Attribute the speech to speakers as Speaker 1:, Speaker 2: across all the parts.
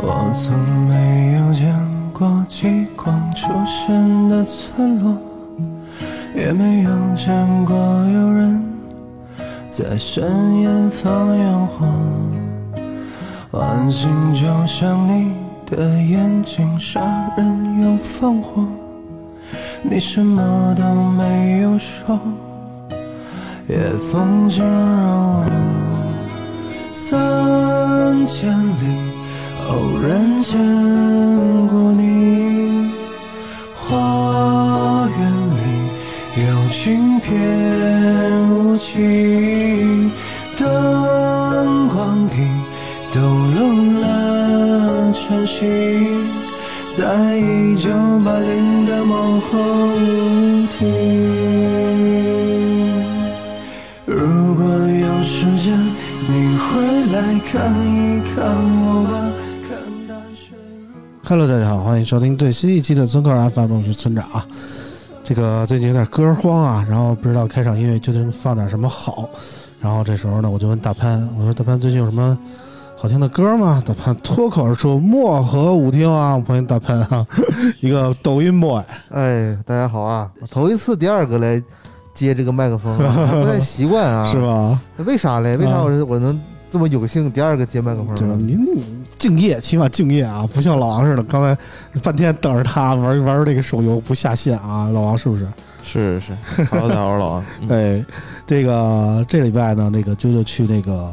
Speaker 1: 我从没有见过极光出现的村落，也没有见过有人在深夜放烟火。晚星就像你的眼睛，杀人又放火，你什么都没有说，夜风惊扰我。三千里偶然见过你，花园里有晴偏无晴，灯光底抖落了晨曦，在一九八零的某个舞厅。如果有时间，你回来看一看我吧。看淡水如
Speaker 2: Hello，大家好，欢迎收听最新一期的村口 FM，我是村长啊。这个最近有点歌荒啊，然后不知道开场音乐究竟放点什么好。然后这时候呢，我就问大潘，我说大潘最近有什么好听的歌吗？大潘脱口而出漠河舞厅啊，欢迎大潘啊， 一个抖音 boy。
Speaker 3: 哎，大家好啊！我头一次第二个来接这个麦克风、啊， 还不太习惯啊，
Speaker 2: 是？嗯吧？
Speaker 3: 为啥嘞？为啥我、我能这么有幸第二个接麦克风
Speaker 2: 对吧？
Speaker 3: 呢？
Speaker 2: 您敬业，起码敬业啊，不像老王似的，刚才半天等着他玩玩这个手游不下线啊，老王是不是？
Speaker 4: 是是 是，Hello，大家好，我是老王。嗯
Speaker 2: 对，这个这礼拜呢，那个啾啾去那个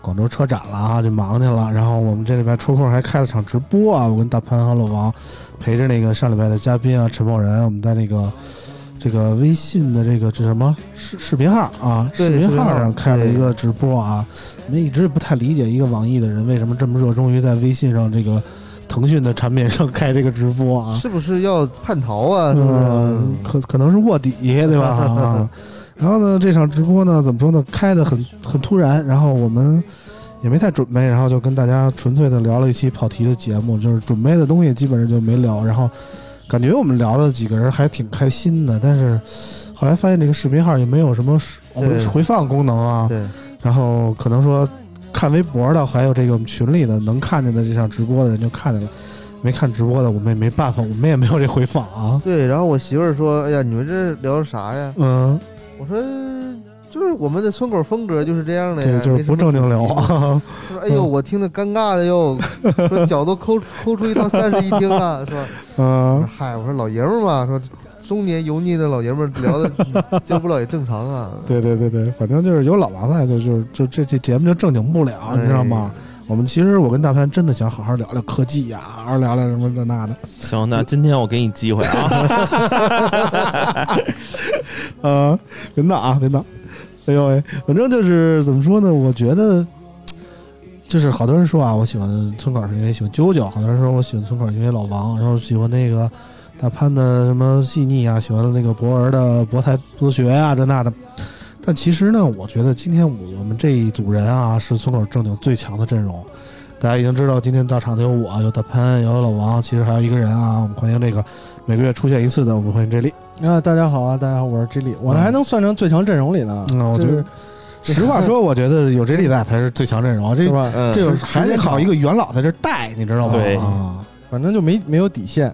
Speaker 2: 广州车展了啊，就忙去了。然后我们这礼拜抽空还开了场直播啊，我跟大潘和老王陪着那个上礼拜的嘉宾啊，陈某人，我们在那个这个微信的这个这什么视视频号啊，
Speaker 3: 对
Speaker 2: 视频
Speaker 3: 视频
Speaker 2: 号
Speaker 3: 号
Speaker 2: 上开了一个直播啊。我们一直不太理解一个网易的人为什么这么热衷于在微信上这个腾讯的产品上开这个直播啊。
Speaker 3: 是不是要叛逃啊？是不是？
Speaker 2: 嗯，可可能是卧底，对吧？ 啊，然后呢，这场直播呢，怎么说呢，开的很很突然，然后我们也没太准备，然后就跟大家纯粹的聊了一期跑题的节目，就是准备的东西基本上就没聊，然后感觉我们聊的几个人还挺开心的，但是后来发现这个视频号也没有什么回
Speaker 3: 对
Speaker 2: 回放功能啊，
Speaker 3: 对，
Speaker 2: 然后可能说看微博的，还有这个我们群里的能看见的这场直播的人就看见了。没看直播的，我们也没办法，我们也没有这回放啊。
Speaker 3: 对。然后我媳妇儿说：“哎呀，你们这聊啥呀
Speaker 2: 嗯，？”
Speaker 3: 我说：“就是我们的村口风格就是这样的呀
Speaker 2: 对，，就是不正经聊
Speaker 3: 啊。
Speaker 2: 啊。”
Speaker 3: 她说：“哎呦，
Speaker 2: 嗯
Speaker 3: 我听得尴尬的 哟，说脚都抠抠出一趟三室一厅啊，是吧？”
Speaker 2: 嗯，
Speaker 3: 嗨，我说老爷们儿嘛，说中年油腻的老爷们儿聊 的交不了也正常啊。
Speaker 2: 对对对对，反正就是有老王在，就就是就这这节目就正经不了，你知道吗？
Speaker 4: 哎
Speaker 2: 我们其实我跟大潘真的想好好聊聊科技呀、好好聊聊什么这那的。
Speaker 4: 行，那今天我给你机会啊。
Speaker 2: 呃，别闹啊，别闹。哎呦喂，反正就是怎么说呢？我觉得，就是好多人说啊，我喜欢村口是因为喜欢啾啾；好多人说我喜欢村口因为老王，然后喜欢那个大潘的什么细腻啊，喜欢那个博文的博才多学啊，这那的。但其实呢，我觉得今天我我们这一组人啊，是村口正经最强的阵容。大家已经知道，今天到场的有我，有大潘，有老王，其实还有一个人啊。我们欢迎这个每个月出现一次的，我们欢迎这里。
Speaker 5: 啊，大家好啊，大家好，我是 J 里，我
Speaker 2: 嗯
Speaker 5: 还能算成最强阵容里呢。
Speaker 2: 嗯我
Speaker 5: 这
Speaker 2: 觉得
Speaker 5: 是
Speaker 2: 实话说，我觉得有这力在才是最强阵容啊。这
Speaker 5: 是吧？
Speaker 4: 嗯，
Speaker 2: 这
Speaker 5: 呃是
Speaker 2: 种还得靠一个元老在这带，你知道吗？
Speaker 4: 对
Speaker 2: 啊，
Speaker 5: 反正就没没有 底线，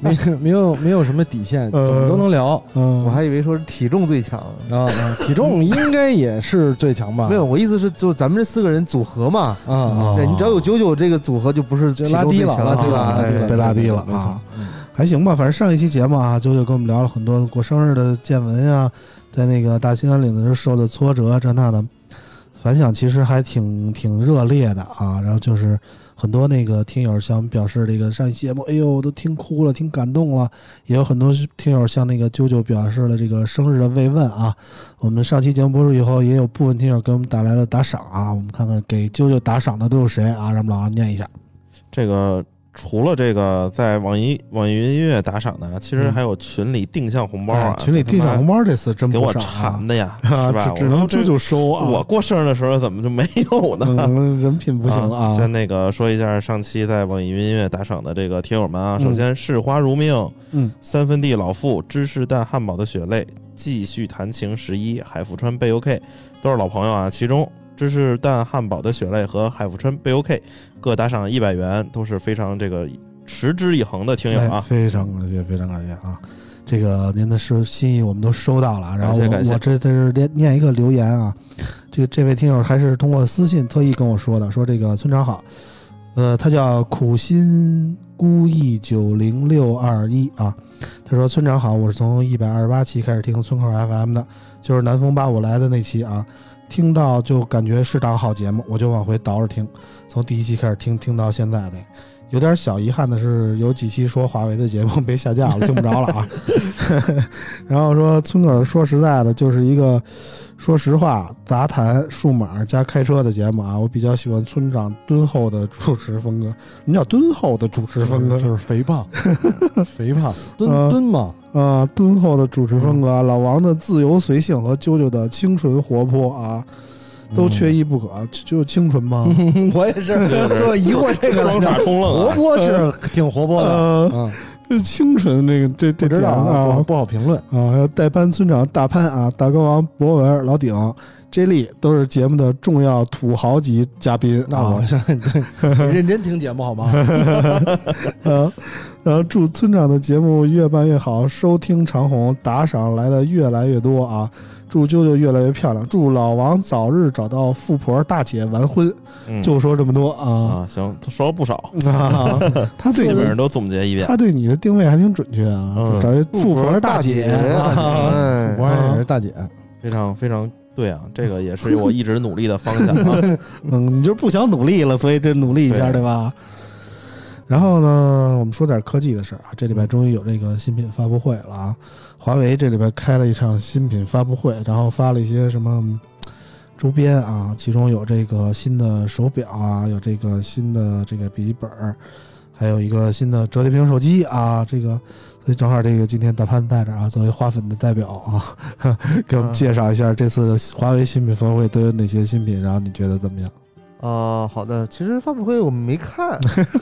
Speaker 5: 没没有没有什么底线，怎
Speaker 2: 呃
Speaker 5: 么都能聊
Speaker 2: 嗯
Speaker 3: 我还以为说是体重最强，
Speaker 5: 啊。 啊体重应该也是最强吧？
Speaker 3: 没有，我意思是就咱们这四个人组合嘛。
Speaker 5: 啊
Speaker 2: 嗯
Speaker 5: 啊，
Speaker 3: 哎对你只要有九九这个组合，就不是
Speaker 5: 就
Speaker 3: 体
Speaker 5: 拉
Speaker 3: 重
Speaker 5: 低
Speaker 3: 最
Speaker 5: 了
Speaker 2: 啊
Speaker 3: 强
Speaker 5: 拉
Speaker 3: 了，
Speaker 5: 低
Speaker 3: 对吧？
Speaker 5: 了拉低
Speaker 3: 哎
Speaker 5: 了
Speaker 2: 被拉低了
Speaker 5: 没错
Speaker 2: 啊。还行吧，反正上一期节目啊，九九跟我们聊了很多过生日的见闻啊，在那个大兴安岭的时候受的挫折啊这那的，反响其实还挺挺热烈的啊。然后就是很多那个听友向我们表示这个上一期节目，哎呦，我都听哭了，听感动了。也有很多听友向那个啾啾表示了这个生日的慰问啊。我们上期节目播出以后，也有部分听友给我们打来了打赏啊，我们看看给啾啾打赏的都有谁啊？让我们老王念一下。
Speaker 6: 这个除了这个在网易网易云音乐打赏的啊，其实
Speaker 2: 嗯
Speaker 6: 还有群里定向红包
Speaker 2: 哎
Speaker 6: 啊，
Speaker 2: 群里定向红
Speaker 6: 包
Speaker 2: 包这次真
Speaker 6: 给
Speaker 2: 不
Speaker 6: 我
Speaker 2: 少啊
Speaker 6: 馋的呀，
Speaker 2: 啊，
Speaker 6: 是吧？
Speaker 2: 只只能
Speaker 6: 我说
Speaker 2: 啾
Speaker 6: 这
Speaker 2: 啾收啊。
Speaker 6: 我过生日的时候怎么就没有呢？
Speaker 2: 嗯，人品不行啊，
Speaker 6: 先那个说一下上期在网易云音乐打赏的这个听友们啊，
Speaker 2: 嗯
Speaker 6: 首先视花如命，
Speaker 2: 嗯，
Speaker 6: 三分地老傅，芝士蛋汉堡的血泪，继续弹琴十一，海富川贝 OK，都是老朋友啊。其中芝士蛋汉堡的血泪和海富川贝 OK 各打赏一百元，都是非常这个持之以恒的听友
Speaker 2: 哎
Speaker 6: 啊。
Speaker 2: 非常感谢，非常感谢啊！这个您的收心意我们都收到了啊，然后
Speaker 6: 感谢
Speaker 2: 我
Speaker 6: 感谢
Speaker 2: 我这这是念念一个留言啊，这个这位听友还是通过私信特意跟我说的，说这个村长好，呃，他叫苦心孤意九零六二一啊，他说村长好，我是从一百二十八期开始听村口 FM 的，就是南风八五来的那期啊，听到就感觉是档好节目，我就往回倒着听，从第一期开始听，听到现在的。有点小遗憾的是，有几期说华为的节目 被下架了，听不着了啊。 然后说村口说实在的，就是一个说实话杂谈、数码加开车的节目啊。我比较喜欢村长敦厚的主持风格。什么叫敦厚的主持风格？
Speaker 5: 就是肥 胖，肥胖，
Speaker 2: 嗯
Speaker 5: 蹲蹲嘛，
Speaker 2: 啊，敦厚的主持风格，啊
Speaker 5: 嗯
Speaker 2: 老王的自由随性和啾啾的清纯活泼啊，
Speaker 5: 嗯
Speaker 2: 都缺一不可。就清纯吗？
Speaker 5: 我也是，
Speaker 6: 就是
Speaker 5: 对，疑惑哎这个
Speaker 6: 装
Speaker 5: 来
Speaker 6: 傻
Speaker 5: 着
Speaker 6: 充愣
Speaker 5: 活
Speaker 6: 啊！
Speaker 5: 泼是挺活泼的，
Speaker 2: 呃，
Speaker 5: 嗯，
Speaker 2: 清纯这个这这
Speaker 5: 不知
Speaker 2: 点
Speaker 5: 道啊，不好
Speaker 2: 啊，
Speaker 5: 不好评论。
Speaker 2: 啊，还有代班村长大潘啊，大高王博文、老顶、J 莉都是节目的重要土豪级嘉宾
Speaker 5: 那我
Speaker 2: 啊。
Speaker 5: 是
Speaker 3: 哎
Speaker 5: 认真听节目好吗？
Speaker 2: 呃， 然后祝村长的节目越办越好，收听长虹，打赏来的越来越多啊！祝啾啾越来越漂亮，祝老王早日找到富婆大姐完婚。
Speaker 6: 嗯
Speaker 2: 就说这么多啊！
Speaker 6: 啊，行，说了不少，
Speaker 2: 啊， 他对
Speaker 6: 基
Speaker 2: 你
Speaker 6: 本
Speaker 2: 的
Speaker 6: 上都总结一遍。
Speaker 2: 他对你的定位还挺准确啊，
Speaker 6: 嗯
Speaker 2: 找一富婆
Speaker 3: 大
Speaker 2: 姐啊。
Speaker 3: 哎，
Speaker 5: 我也是 大姐，
Speaker 2: 嗯
Speaker 6: 非常非常对啊，这个也是我一直努力的方向啊。
Speaker 2: 嗯，你就是不想努力了，所以这努力一下，
Speaker 6: 对
Speaker 2: 对吧？然后呢，我们说点科技的事儿啊。这礼拜终于有这个新品发布会了啊！华为这礼拜开了一场新品发布会，然后发了一些什么嗯周边啊，其中有这个新的手表啊，有这个新的这个笔记本儿，还有一个新的折叠屏手机啊。这个，所以正好这个今天大潘在这儿啊，作为花粉的代表啊， 给我们介绍一下这次华为新品发布会都有哪些新品，然后你觉得怎么样？
Speaker 3: 啊，好的，其实发布会我们没 看，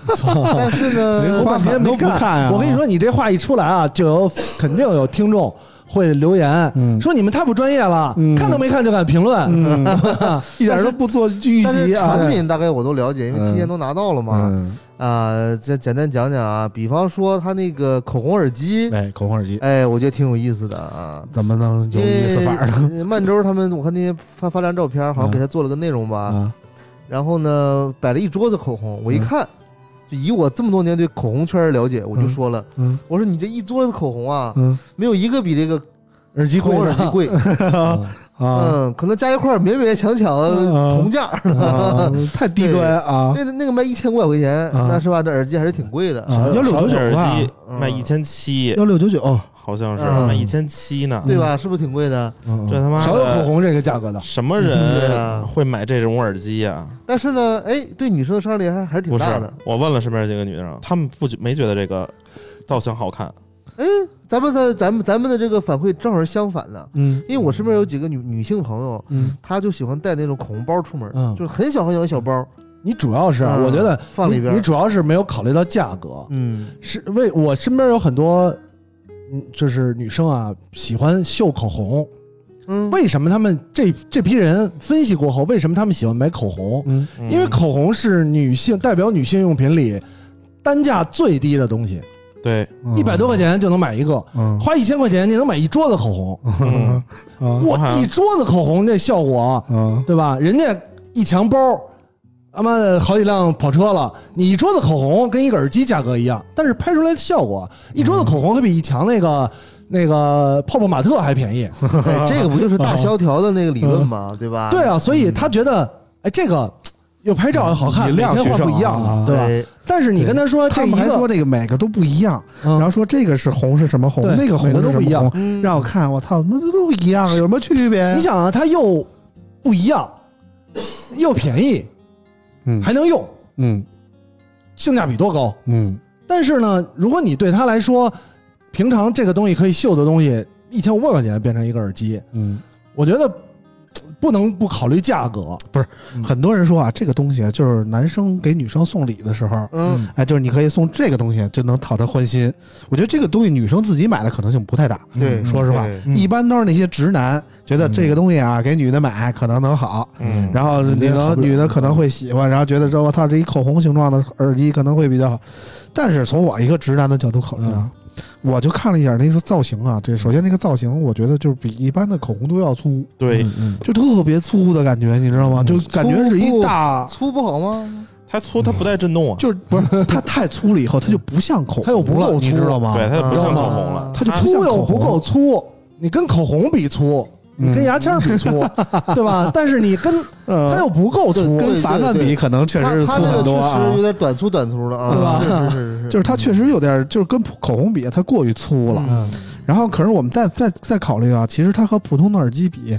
Speaker 3: 但是呢，
Speaker 2: 半天没看啊
Speaker 5: 我跟你，说，你这话一出来啊，就有肯定有听众会留言
Speaker 2: 嗯
Speaker 5: 说你们太不专业了
Speaker 2: 嗯，
Speaker 5: 看都没看就敢评论。
Speaker 2: 嗯， 一点都不做预
Speaker 3: 但是
Speaker 2: 习啊。
Speaker 3: 产品大概我都了解，因为提前都拿到了嘛。
Speaker 2: 嗯，
Speaker 3: 啊，这简单讲讲啊，比方说它那个口红耳机，
Speaker 2: 哎，口红耳机
Speaker 3: 哎，我觉得挺有意思的啊。
Speaker 2: 怎么能有
Speaker 3: 因
Speaker 2: 意思
Speaker 3: 为
Speaker 2: 法儿 呢？
Speaker 3: 呃曼周他们，我看那天发发张照片，好像给他做了个内容吧。
Speaker 2: 啊，嗯
Speaker 3: 然后呢，摆了一桌子口红，我一看，就以我这么多年对口红圈的了解，我就
Speaker 2: 嗯
Speaker 3: 说了，
Speaker 2: 嗯
Speaker 3: 我说你这一桌子口红啊，
Speaker 2: 嗯
Speaker 3: 没有一个比这个
Speaker 5: 耳机
Speaker 3: 口
Speaker 5: 贵
Speaker 3: 红
Speaker 5: 呢
Speaker 3: 耳机贵，
Speaker 5: 啊
Speaker 2: 啊
Speaker 3: 嗯，可能加一块儿勉勉强强
Speaker 2: 嗯
Speaker 3: 同价儿，
Speaker 2: 啊，太低端啊
Speaker 3: 那个那个卖一千五百块钱，
Speaker 2: 啊
Speaker 3: 那是吧？这耳机还是挺贵的，
Speaker 2: 啊，幺六九
Speaker 6: 小
Speaker 2: 九
Speaker 6: 耳
Speaker 2: 吧，
Speaker 6: 机
Speaker 3: 嗯
Speaker 6: 卖一千七，
Speaker 2: 幺六九九，
Speaker 6: 好像是
Speaker 3: 嗯
Speaker 6: 卖一千七呢。
Speaker 3: 对
Speaker 2: 嗯
Speaker 3: 吧？是不是挺贵的？
Speaker 6: 这他妈
Speaker 5: 少有
Speaker 6: 的
Speaker 5: 口红这个价格的，
Speaker 6: 什么
Speaker 3: 对
Speaker 6: 人
Speaker 3: 啊
Speaker 6: 会买这种耳机呀、
Speaker 3: 但是呢，哎，对女生的伤害力还还是挺
Speaker 6: 不是
Speaker 3: 大的。，
Speaker 6: 我问了身边几个女生，她们不觉没觉得这个造型好看，
Speaker 3: 哎咱们的咱们咱们的这个反馈正好是相反的，
Speaker 2: 嗯
Speaker 3: 因为我身边有几个女女性朋友，
Speaker 2: 嗯
Speaker 3: 她就喜欢带那种口红包出门，
Speaker 5: 嗯
Speaker 3: 就是很小很小的小包，
Speaker 5: 你主要是啊
Speaker 3: 嗯
Speaker 5: 我觉得
Speaker 3: 放里边
Speaker 5: 你，你主要是没有考虑到价格，
Speaker 3: 嗯
Speaker 5: 是为我身边有很多，嗯，就是女生啊喜欢秀口红，
Speaker 3: 嗯，
Speaker 5: 为什么他们这这批人分析过后，为什么他们喜欢买口红？
Speaker 2: 嗯
Speaker 6: 嗯
Speaker 5: 因为口红是女性代表女性用品里单价最低的东西，
Speaker 6: 嗯对，
Speaker 5: 一百多块钱就能买一个，
Speaker 2: 嗯
Speaker 5: 花一千块钱你能买一桌子口红，
Speaker 6: 嗯
Speaker 2: 啊
Speaker 5: 哇，一桌子口红那效果，
Speaker 2: 啊
Speaker 5: 对吧？人家一墙包他妈的好几辆跑车了，你一桌子口红跟一个耳机价格一样，但是拍出来的效果，一桌子口红会比一墙那个那个泡泡玛特还便宜。
Speaker 2: 啊
Speaker 3: 哎，这个不就是大萧条的那个理论吗？对吧？
Speaker 5: 对啊，所
Speaker 2: 嗯
Speaker 5: 以他觉得，哎，这个又拍照又好看，
Speaker 2: 以量
Speaker 5: 每天
Speaker 2: 取
Speaker 5: 换
Speaker 2: 胜
Speaker 5: 不一样
Speaker 2: 啊
Speaker 5: 的，对吧？
Speaker 3: 对，
Speaker 5: 但是你跟他说这
Speaker 2: 他
Speaker 5: 一
Speaker 2: 们还说
Speaker 5: 个，
Speaker 2: 这个每个都不一样，
Speaker 5: 嗯
Speaker 2: 然后说这个是红是什么红
Speaker 5: 对，
Speaker 2: 那个红
Speaker 5: 每个
Speaker 2: 是
Speaker 5: 都
Speaker 2: 什
Speaker 5: 不一
Speaker 2: 么
Speaker 5: 样嗯
Speaker 2: 红，让
Speaker 3: 嗯
Speaker 2: 我看，我操，那都一样，有什么区别
Speaker 5: 你？想啊，它又不一样，又便宜，
Speaker 6: 嗯
Speaker 5: 还能用，
Speaker 6: 嗯
Speaker 5: 性价比多高。
Speaker 6: 嗯
Speaker 5: 但是呢，如果你对他来说，平常这个东西可以秀的东西，一千五百块钱变成一个耳机，
Speaker 6: 嗯
Speaker 5: 我觉得嘖不能不考虑价格。
Speaker 6: 嗯
Speaker 2: 很多人说啊，这个东西啊就是男生给女生送礼的时候，
Speaker 3: 嗯，
Speaker 2: 哎，就是你可以送这个东西，就能讨她欢心。我觉得这个东西女生自己买的可能性不太大，
Speaker 4: 嗯
Speaker 6: 嗯
Speaker 3: 对，
Speaker 2: 说实话
Speaker 3: 对
Speaker 2: 一般都是那些直男觉得这个东西啊，给女的买可能能好，
Speaker 6: 嗯
Speaker 2: 然后女的女的可能会喜欢，然后觉得说我操，这一口红形状的耳机可能会比较好。但是从我一个直男的角度考虑
Speaker 6: 嗯
Speaker 2: 啊，我就看了一眼那个造型啊，这首先那个造型，我觉得就是比一般的口红都要粗，
Speaker 6: 对，
Speaker 2: 就特别粗的感觉，你知道吗？就感觉是一大，
Speaker 3: 粗不好吗？
Speaker 6: 它粗它不带震动啊，
Speaker 2: 就是不是它太粗了以后，它就不像口红了，
Speaker 5: 它又不够粗
Speaker 2: 你知道吗？
Speaker 6: 对，它就不像口红了
Speaker 3: 啊，
Speaker 2: 啊它就不像
Speaker 5: 粗
Speaker 2: 口
Speaker 5: 又
Speaker 2: 红
Speaker 5: 不够粗，你跟口红比粗，你跟牙签儿比粗，对吧？但是你跟它
Speaker 2: 呃，
Speaker 5: 又不够粗，
Speaker 2: 跟凡凡
Speaker 3: 对对
Speaker 2: 比，可能确实是粗
Speaker 3: 他他那
Speaker 2: 很
Speaker 3: 个
Speaker 2: 多
Speaker 3: 确
Speaker 2: 啊
Speaker 3: 实有。点短粗短粗的
Speaker 5: 对
Speaker 3: 啊，
Speaker 5: 吧
Speaker 3: 是是是是，
Speaker 2: 就是它确实有点，就是跟口红比，它过于粗了。
Speaker 5: 嗯
Speaker 2: 然后，可是我们再再再考虑啊，其实它和普通的耳机比，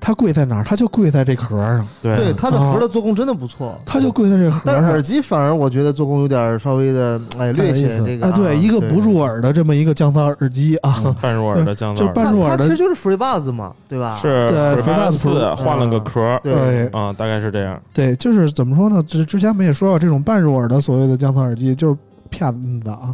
Speaker 2: 它贵在哪儿？它就贵在这壳儿上，
Speaker 3: 对
Speaker 6: 对
Speaker 3: 它的盒的做工真的不错，
Speaker 2: 它就贵在这盒
Speaker 3: 但
Speaker 2: 儿
Speaker 3: 是
Speaker 2: 上
Speaker 3: 耳。机反而我觉得做工有点稍微的，哎，略
Speaker 5: 意
Speaker 3: 显
Speaker 5: 思
Speaker 3: 这个
Speaker 2: 啊，对，一个不入耳的这么一个降噪耳机啊，
Speaker 6: 半入耳的降噪
Speaker 2: 就
Speaker 6: 耳
Speaker 2: 半入
Speaker 3: 它
Speaker 2: 耳
Speaker 3: 它其
Speaker 2: 的，
Speaker 3: 实就是 FreeBuds 嘛，对吧？
Speaker 6: 是
Speaker 2: 对
Speaker 6: Freeman 四
Speaker 2: Freeman
Speaker 6: 换了个壳儿
Speaker 2: 对
Speaker 3: 对
Speaker 6: 啊，大概是这样。
Speaker 2: 对，就是怎么说呢？之之前我们也说过，这种半入耳的所谓的降噪耳机就是骗子啊，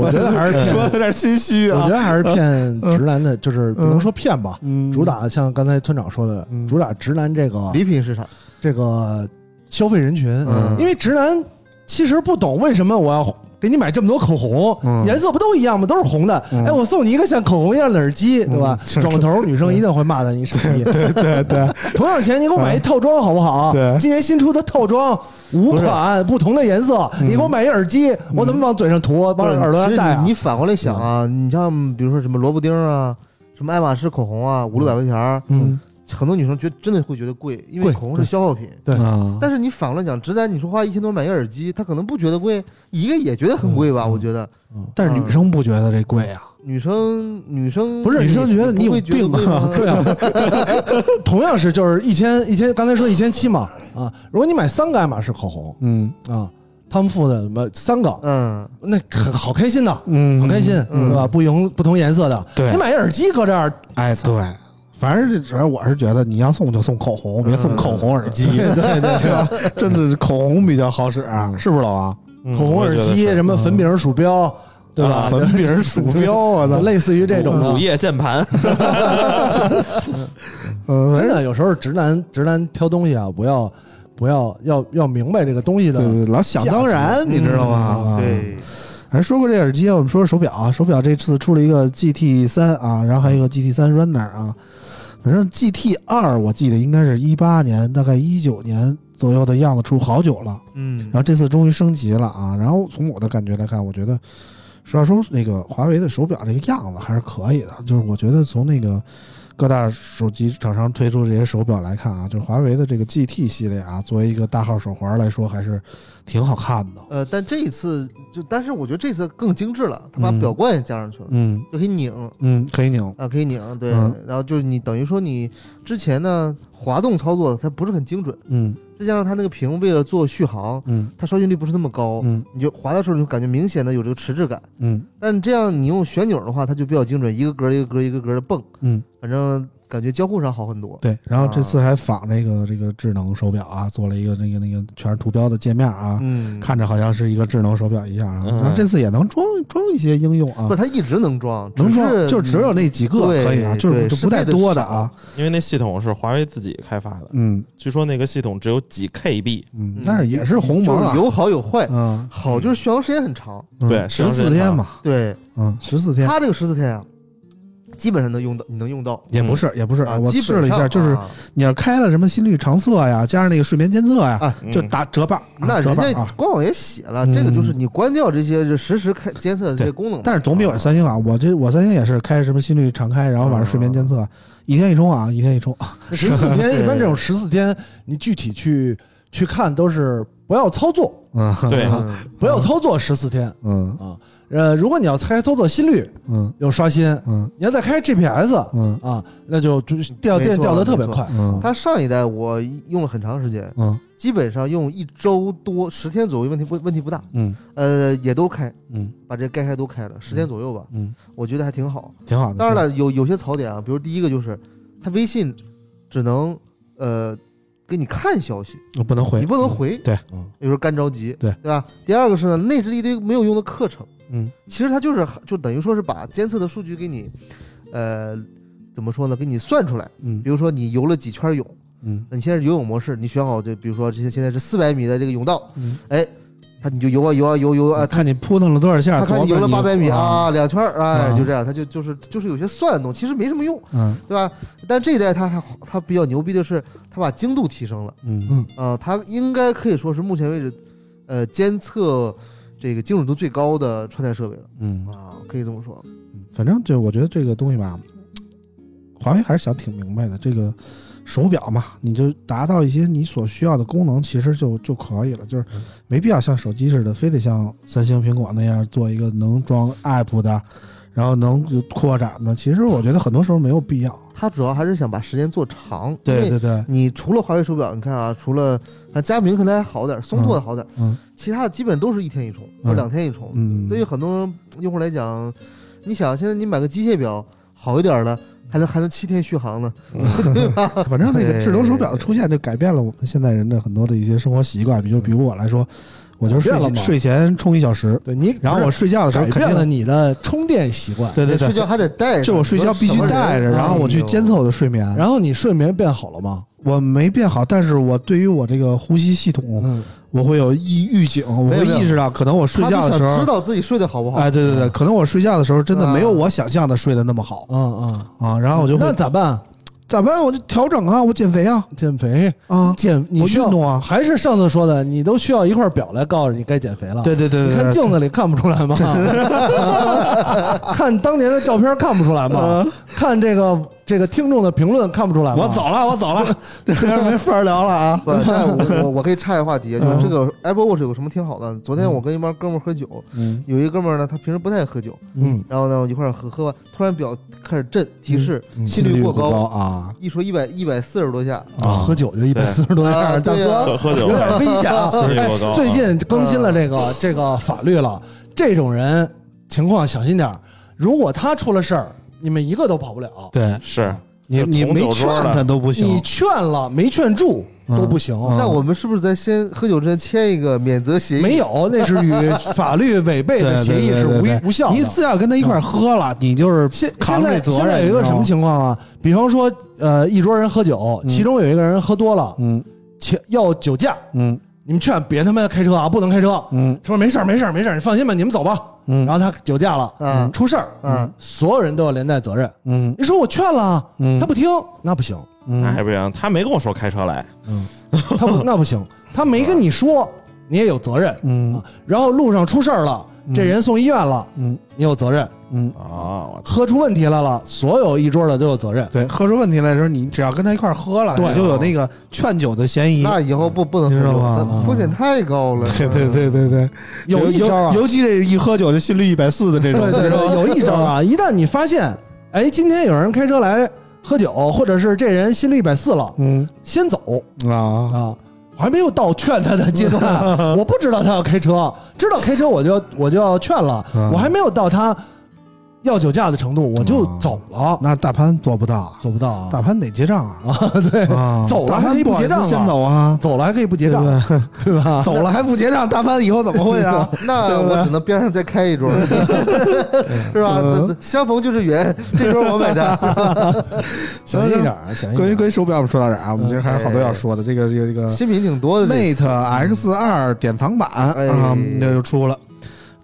Speaker 5: 我觉得还是骗，
Speaker 2: 说的有点心虚
Speaker 5: 嗯我觉
Speaker 2: 啊。
Speaker 5: 得还是骗直男的，就是不能说骗吧。
Speaker 2: 嗯，
Speaker 5: 主打像刚才村长说的，
Speaker 2: 嗯
Speaker 5: 主打直男这个
Speaker 3: 礼品市场，
Speaker 5: 这个消费人群，
Speaker 3: 嗯
Speaker 5: 因为直男其实不懂为什么我要给你买这么多口红，
Speaker 2: 嗯
Speaker 5: 颜色不都一样吗？都是红的。
Speaker 2: 嗯
Speaker 5: 哎，我送你一个像口红一样的耳机，对吧
Speaker 2: 嗯？是
Speaker 5: 转过头，女生一定会骂他你傻逼。
Speaker 2: 对对对，
Speaker 5: 同样钱，你给我买一套装好不好？
Speaker 2: 对
Speaker 5: 今年新出的套装五款不同的颜色，
Speaker 2: 嗯
Speaker 5: 你给我买一耳机，我怎么往嘴上涂，往耳朵
Speaker 3: 其
Speaker 5: 上
Speaker 3: 实
Speaker 5: 戴啊
Speaker 3: 你你？反过来想啊，
Speaker 2: 嗯
Speaker 3: 你像比如说什么萝卜丁儿啊，什么爱马仕口红啊，五六百块钱儿，
Speaker 5: 嗯，
Speaker 3: 很多女生觉得真的会觉得贵，因为
Speaker 5: 贵
Speaker 3: 口红是消耗品。
Speaker 5: 对
Speaker 2: 啊，
Speaker 3: 但是你反过来讲，直男你说花一千多买一耳机，他可能不觉得贵，一个也觉得很贵吧？
Speaker 5: 嗯
Speaker 3: 我觉得
Speaker 2: 但是女生不觉得这贵啊，
Speaker 3: 女生女生
Speaker 2: 不是女生觉得你有
Speaker 3: 嗯不会觉得
Speaker 2: 病
Speaker 3: 贵
Speaker 2: 啊
Speaker 3: 吗
Speaker 5: 对啊，同样是就是一千一千，刚才说一千七嘛啊，如果你买三个爱马仕口红
Speaker 2: 嗯
Speaker 5: 啊，他们付的什么三个，
Speaker 3: 嗯，
Speaker 5: 那可好开心的，
Speaker 2: 嗯
Speaker 5: 好开心，
Speaker 3: 嗯
Speaker 5: 对吧？不同不同颜色的，
Speaker 2: 对
Speaker 5: 你买一耳机搁这儿，
Speaker 2: 哎，对，反正这主要我是觉得你要送就送口红，别送口红耳
Speaker 5: 嗯
Speaker 2: 机，对对对， 真的是口红比较好使啊，是不是老王？
Speaker 6: 嗯
Speaker 5: 口红
Speaker 6: 我
Speaker 5: 耳
Speaker 6: 觉得
Speaker 5: 机
Speaker 6: 是
Speaker 5: 什么粉饼鼠标，对吧？
Speaker 2: 啊粉饼鼠标啊，
Speaker 5: 就
Speaker 2: 那
Speaker 5: 类似于这种
Speaker 6: 午
Speaker 5: 的，
Speaker 6: 夜键盘，
Speaker 2: 嗯，
Speaker 5: 真的有时候直男直男挑东西啊，不要不要要要明白这个东西的
Speaker 2: 对，对，老想当然， 你知道吗？啊，
Speaker 3: 嗯对，
Speaker 2: 还说过这耳机啊，我们说说手表啊，手表这次出了一个 GT 三啊，然后还有一个 GT 三 Runner 啊，反正 GT 二我记得应该是一八年，大概一九年左右的样子出，好久了。
Speaker 3: 嗯
Speaker 2: 然，后这次终于升级了啊！然后从我的感觉来看，我觉得实话说，那个华为的手表这个样子还是可以的。就是我觉得从那个各大手机厂商推出这些手表来看啊，就是华为的这个 GT 系列啊，作为一个大号手环来说，还是挺好看的。
Speaker 3: 呃，但这一次就，但是我觉得这次更精致了，他把
Speaker 2: 嗯
Speaker 3: 表冠也加上去了，
Speaker 2: 嗯
Speaker 3: 就可以拧
Speaker 2: 嗯，可以拧。
Speaker 3: 啊，可以拧，对
Speaker 2: 嗯，
Speaker 3: 然后就是你等于说你之前呢滑动操作它不是很精准，
Speaker 2: 嗯
Speaker 3: 再加上它那个屏为了做续航，
Speaker 2: 嗯
Speaker 3: 它刷新率不是那么高，
Speaker 2: 嗯
Speaker 3: 你就滑的时候你就感觉明显的有这个迟滞感。
Speaker 2: 嗯
Speaker 3: 但这样你用旋钮的话，它就比较精准，一个格儿一个格儿一个格的蹦，
Speaker 2: 嗯，啊
Speaker 3: 反正感觉交互上好很多。
Speaker 2: 对。然后这次
Speaker 3: 啊
Speaker 2: 还仿这个这个智能手表啊，做了一个那个那个全是图标的界面啊。
Speaker 3: 嗯，
Speaker 2: 看着好像是一个智能手表一样啊，
Speaker 6: 嗯
Speaker 2: 然后这次也能装装一些应用啊
Speaker 3: 不是，，它一直能装，
Speaker 2: 能
Speaker 3: 只
Speaker 2: 装
Speaker 3: 是
Speaker 2: 就只有那几个
Speaker 3: 对
Speaker 2: 可以啊，
Speaker 3: 对
Speaker 2: 就是就不带多的啊。
Speaker 6: 因为那系统是华为自己开发的，
Speaker 2: 嗯
Speaker 6: 据说那个系统只有几 KB，
Speaker 2: 嗯
Speaker 3: 嗯，
Speaker 2: 但是也是鸿
Speaker 3: 就
Speaker 2: 蒙
Speaker 3: 是
Speaker 2: 啊，
Speaker 3: 有好有坏，
Speaker 2: 嗯
Speaker 3: 好就是续航时间很长，
Speaker 2: 嗯
Speaker 6: 对
Speaker 2: 十
Speaker 6: 时
Speaker 2: 四
Speaker 6: 间
Speaker 2: 天
Speaker 6: 长
Speaker 2: 嘛，
Speaker 3: 对，
Speaker 2: 嗯，十四天，
Speaker 3: 它这个十四天啊，基本上能用到，你能用到。
Speaker 2: 也不是，也不是，
Speaker 3: 啊，
Speaker 2: 我
Speaker 3: 基
Speaker 2: 试了
Speaker 3: 本
Speaker 2: 一
Speaker 3: 上
Speaker 2: 下，就是
Speaker 3: 啊
Speaker 2: 你要开了什么心率常测呀，加上那个睡眠监测呀，
Speaker 3: 啊，
Speaker 2: 就
Speaker 6: 嗯
Speaker 2: 打折半儿，
Speaker 3: 那
Speaker 2: 啊折
Speaker 3: 人
Speaker 2: 半儿
Speaker 3: 家
Speaker 2: 啊。嗯
Speaker 3: 官网也写了，这个就是你关掉这些就实时开监测的这些
Speaker 2: 对
Speaker 3: 功能嘛，
Speaker 2: 但是总比我三星啊，我这我三星也是开什么心率常开，然后晚上睡眠监测，一天一充啊，一天一充。
Speaker 5: 十四天，
Speaker 3: 对
Speaker 5: 一般这种十四天，你具体去去看都是不要操作，
Speaker 2: 嗯，
Speaker 6: 对
Speaker 3: 嗯
Speaker 5: 不要操作十四天
Speaker 2: 嗯
Speaker 5: 啊。呃，如果你要开操作心率
Speaker 2: 嗯
Speaker 5: 有刷新，
Speaker 2: 嗯
Speaker 5: 你要再开 GPS
Speaker 2: 嗯
Speaker 5: 啊，那就就掉
Speaker 3: 没
Speaker 5: 电
Speaker 3: 错
Speaker 5: 掉的特别快。
Speaker 2: 嗯
Speaker 3: 它上一代我用了很长时间，
Speaker 2: 嗯
Speaker 3: 基本上用一周多，十天左右问题不问题不大，
Speaker 2: 嗯
Speaker 3: 呃，也都开，
Speaker 2: 嗯
Speaker 3: 把这该开都开了，十天左右吧，
Speaker 2: 嗯，
Speaker 3: 我觉得还挺好。
Speaker 2: 挺好的。
Speaker 3: 当然了，有有些槽点啊，比如第一个就是，它微信只能呃给你看消息，
Speaker 2: 是，我不能回，
Speaker 3: 你不能回，
Speaker 2: 对
Speaker 5: 嗯
Speaker 3: 有时候干着急，
Speaker 2: 对
Speaker 3: 对吧？第二个是呢，内置了一堆没有用的课程，
Speaker 2: 嗯，
Speaker 3: 其实它就是就等于说是把监测的数据给你，呃，怎么说呢？给你算出来，
Speaker 2: 嗯
Speaker 3: 比如说你游了几圈泳。
Speaker 2: 嗯
Speaker 3: 那你现在是游泳模式，你选好这，比如说这些现在是四百米的这个泳道，
Speaker 2: 嗯，
Speaker 3: 哎，他你就游啊游啊游游啊，
Speaker 2: 看你扑腾了多少下，
Speaker 3: 他看你游了八百米啊，两圈儿，哎，
Speaker 2: 啊
Speaker 3: 就这样，他就就是就是有些算动，其实没什么用，
Speaker 2: 嗯
Speaker 3: 对吧？但这一代它它它比较牛逼的是，它把精度提升了，
Speaker 2: 嗯
Speaker 3: 啊，它应该可以说是目前为止，呃，监测这个精准度最高的穿戴设备了
Speaker 2: 嗯，
Speaker 3: 啊，可以这么说，
Speaker 2: 反正就我觉得这个东西吧，华为还是想挺明白的。这个手表嘛，你就达到一些你所需要的功能，其实就就可以了，就是
Speaker 5: 嗯
Speaker 2: 没必要像手机似的，非得像三星、苹果那样做一个能装 app 的，然后能扩展的。其实我觉得很多时候没有必要。
Speaker 3: 它主要还是想把时间做长，
Speaker 2: 对。对对，
Speaker 3: 你除了华为手表，你看啊，除了啊佳明可能还好点儿，松拓的好点儿，
Speaker 2: 嗯
Speaker 3: 其他的基本都是一天一充或者
Speaker 2: 嗯
Speaker 3: 两天一充。
Speaker 2: 嗯，
Speaker 3: 对于很多用户来讲，你想现在你买个机械表好一点儿的，还能还能七天续航呢，对 吧？
Speaker 2: 反正那个智能手表的出现，就改变了我们现代人的很多的一些生活习惯。比如，比如我来说，我就是睡
Speaker 5: 改变
Speaker 2: 前
Speaker 5: 了吗
Speaker 2: 睡前充一小时，
Speaker 5: 对你，
Speaker 2: 然后我睡觉的时候
Speaker 5: 改
Speaker 2: 肯
Speaker 5: 变
Speaker 2: 定
Speaker 5: 了，你的充电习惯，
Speaker 2: 对对
Speaker 3: 睡觉
Speaker 2: 对，
Speaker 3: 还得带着，
Speaker 2: 就我睡觉必须带着，
Speaker 3: 你说什么人
Speaker 2: 然后我去监测，我的睡眠。
Speaker 5: 啊然后你睡眠变好了吗？
Speaker 2: 我没变好，但是我对于我这个呼吸系统，
Speaker 5: 嗯，
Speaker 2: 我会有预预警，我
Speaker 3: 没有
Speaker 2: 会
Speaker 3: 没有
Speaker 2: 意识到可能我睡
Speaker 3: 他
Speaker 2: 觉
Speaker 3: 就
Speaker 2: 的时
Speaker 3: 想知
Speaker 2: 候，
Speaker 3: 道自己睡得好不好。
Speaker 2: 哎，对
Speaker 5: 嗯
Speaker 2: 对对，可能我睡觉的时候真的
Speaker 3: 啊
Speaker 2: 没有我想象的睡得那么好
Speaker 5: 啊啊，
Speaker 2: 啊。然后我就
Speaker 5: 嗯那
Speaker 2: 会
Speaker 5: 咋办？
Speaker 2: 咋办？我就调整啊，我减肥啊
Speaker 5: 减肥
Speaker 2: 啊，
Speaker 5: 减，你
Speaker 2: 我
Speaker 5: 需
Speaker 2: 运
Speaker 5: 要
Speaker 2: 动啊。
Speaker 5: 还是上次说的，你都需要一块表来告诉你该减肥了。
Speaker 2: 对对对
Speaker 5: 你
Speaker 2: 对
Speaker 5: 看
Speaker 2: 对，
Speaker 5: 镜子里看不出 来吗？看当年的照片看不出来吗？看这个这个听众的评论看不出来吗？
Speaker 2: 嗯我走了，我走 了，这没法聊了啊。
Speaker 3: 不，但我 我我可以插一个话题，啊就是这个 Apple Watch 有个什么挺好的。昨天我跟一帮哥们儿喝酒，
Speaker 2: 嗯，
Speaker 3: 有一哥们儿呢，他平时不太爱喝酒，
Speaker 5: 嗯，
Speaker 3: 然后呢，我一块儿喝，喝完突然表开始震，提示
Speaker 5: 嗯
Speaker 3: 心率过高，
Speaker 2: 啊
Speaker 3: 一说一百一百四十多下，
Speaker 2: 嗯
Speaker 5: 啊，喝酒就一百四十多下，
Speaker 3: 啊
Speaker 5: 大
Speaker 3: 对呀
Speaker 5: 哥
Speaker 6: 喝喝 酒
Speaker 5: 有点危险 啊！
Speaker 6: 心率过高啊
Speaker 5: 最近更新了这
Speaker 2: 嗯
Speaker 5: 个这个法律了，这种人情况小心点儿。如果他出了事儿，你们一个都跑不了。
Speaker 2: 对
Speaker 6: 是
Speaker 2: 你
Speaker 6: 就是
Speaker 2: 你
Speaker 6: 同
Speaker 2: 没
Speaker 6: 酒
Speaker 2: 劝
Speaker 6: 桌的
Speaker 2: 他都不
Speaker 5: 你
Speaker 2: 行，
Speaker 5: 劝了没劝住都不行。
Speaker 2: 嗯
Speaker 3: 那我们是不是在先喝酒之前签一个免责协议？
Speaker 5: 没有，那是与法律违背
Speaker 2: 对
Speaker 5: 的
Speaker 2: 对
Speaker 5: 协议
Speaker 2: 对
Speaker 5: 是
Speaker 2: 对对
Speaker 5: 无无效的。
Speaker 2: 你只要跟他一块儿喝了，你就是
Speaker 5: 现
Speaker 2: 扛
Speaker 5: 现
Speaker 2: 这
Speaker 5: 在
Speaker 2: 责
Speaker 5: 现在
Speaker 2: 任。
Speaker 5: 有一个什么情况啊？比方说，呃，一桌人喝酒，
Speaker 2: 嗯
Speaker 5: 其中有一个人喝多了，
Speaker 2: 你知道吗？
Speaker 5: 且要酒驾，
Speaker 2: 嗯
Speaker 5: 你们劝别他妈开车啊，不能开车。
Speaker 2: 嗯
Speaker 5: 说没事儿没事儿没事儿，你放心吧，你们走吧。
Speaker 2: 嗯
Speaker 5: 然后他酒驾了，
Speaker 3: 嗯
Speaker 5: 出事儿，
Speaker 3: 嗯
Speaker 5: 所有人都要连带责任。
Speaker 2: 嗯
Speaker 5: 你说我劝了，啊
Speaker 2: 嗯
Speaker 5: 他不听，那不 行，
Speaker 6: 那
Speaker 2: 嗯
Speaker 6: 还不一样，他没跟我说开车来，
Speaker 5: 他不那不行，他没跟你说，你也有责任。
Speaker 2: 嗯
Speaker 5: 啊然后路上出事儿了，这人送医院了，
Speaker 2: 嗯
Speaker 5: 你有责任。
Speaker 2: 嗯，
Speaker 6: 啊，我操
Speaker 5: 喝出问题来了，所有一桌的都有责任。
Speaker 2: 对，喝出问题来的时候，你只要跟他一块儿喝了，
Speaker 5: 对
Speaker 2: 你就有那个劝酒的嫌疑。
Speaker 3: 那以后不不能
Speaker 2: 你知
Speaker 3: 喝
Speaker 2: 道
Speaker 3: 酒
Speaker 2: 吗
Speaker 3: 了，风险太高了。
Speaker 2: 对对对对对，
Speaker 5: 有一招啊，
Speaker 2: 尤尤其这一喝酒就心率一百四的这种，你知
Speaker 5: 对对
Speaker 2: 道
Speaker 5: 对，
Speaker 2: 吗
Speaker 5: 有一招
Speaker 2: 嗯
Speaker 5: 啊，一旦你发现，哎，今天有人开车来喝酒，或者是这人心率一百四了，
Speaker 2: 嗯
Speaker 5: 先走
Speaker 2: 啊，
Speaker 5: 啊。我还没有到劝他的 阶段，我不知道他要开车，知道开车我就我就要劝了，
Speaker 2: 嗯
Speaker 5: 我还没有到他要酒驾的程度，我就走了，
Speaker 2: 嗯那大潘做不到啊，
Speaker 5: 走不到啊
Speaker 2: 大，潘得结账啊，
Speaker 5: 对，
Speaker 2: 啊，
Speaker 5: 走了
Speaker 2: 大
Speaker 5: 还可
Speaker 2: 潘
Speaker 5: 以不
Speaker 2: 好意
Speaker 5: 结账
Speaker 2: 思
Speaker 5: 啊
Speaker 2: 先走 啊，
Speaker 5: 走了还可以不结
Speaker 2: 对
Speaker 5: 账
Speaker 2: 不，对？
Speaker 5: 对 吧？
Speaker 2: 走了还不结账，大潘以后怎么会 啊？
Speaker 3: 那我只能边上再开一桌， 是吧？
Speaker 2: 嗯
Speaker 3: 这这相逢就是缘，这桌我买 单。
Speaker 5: 小心一点啊，小心
Speaker 2: 关于
Speaker 5: 一
Speaker 2: 关
Speaker 5: 点。
Speaker 2: 于手表，我们说到这儿啊，我们这还有好多要说的。这个这个这个
Speaker 3: 新品挺多的这次，
Speaker 2: Mate X 二典藏版
Speaker 3: 嗯哎
Speaker 2: 啊，那就出了。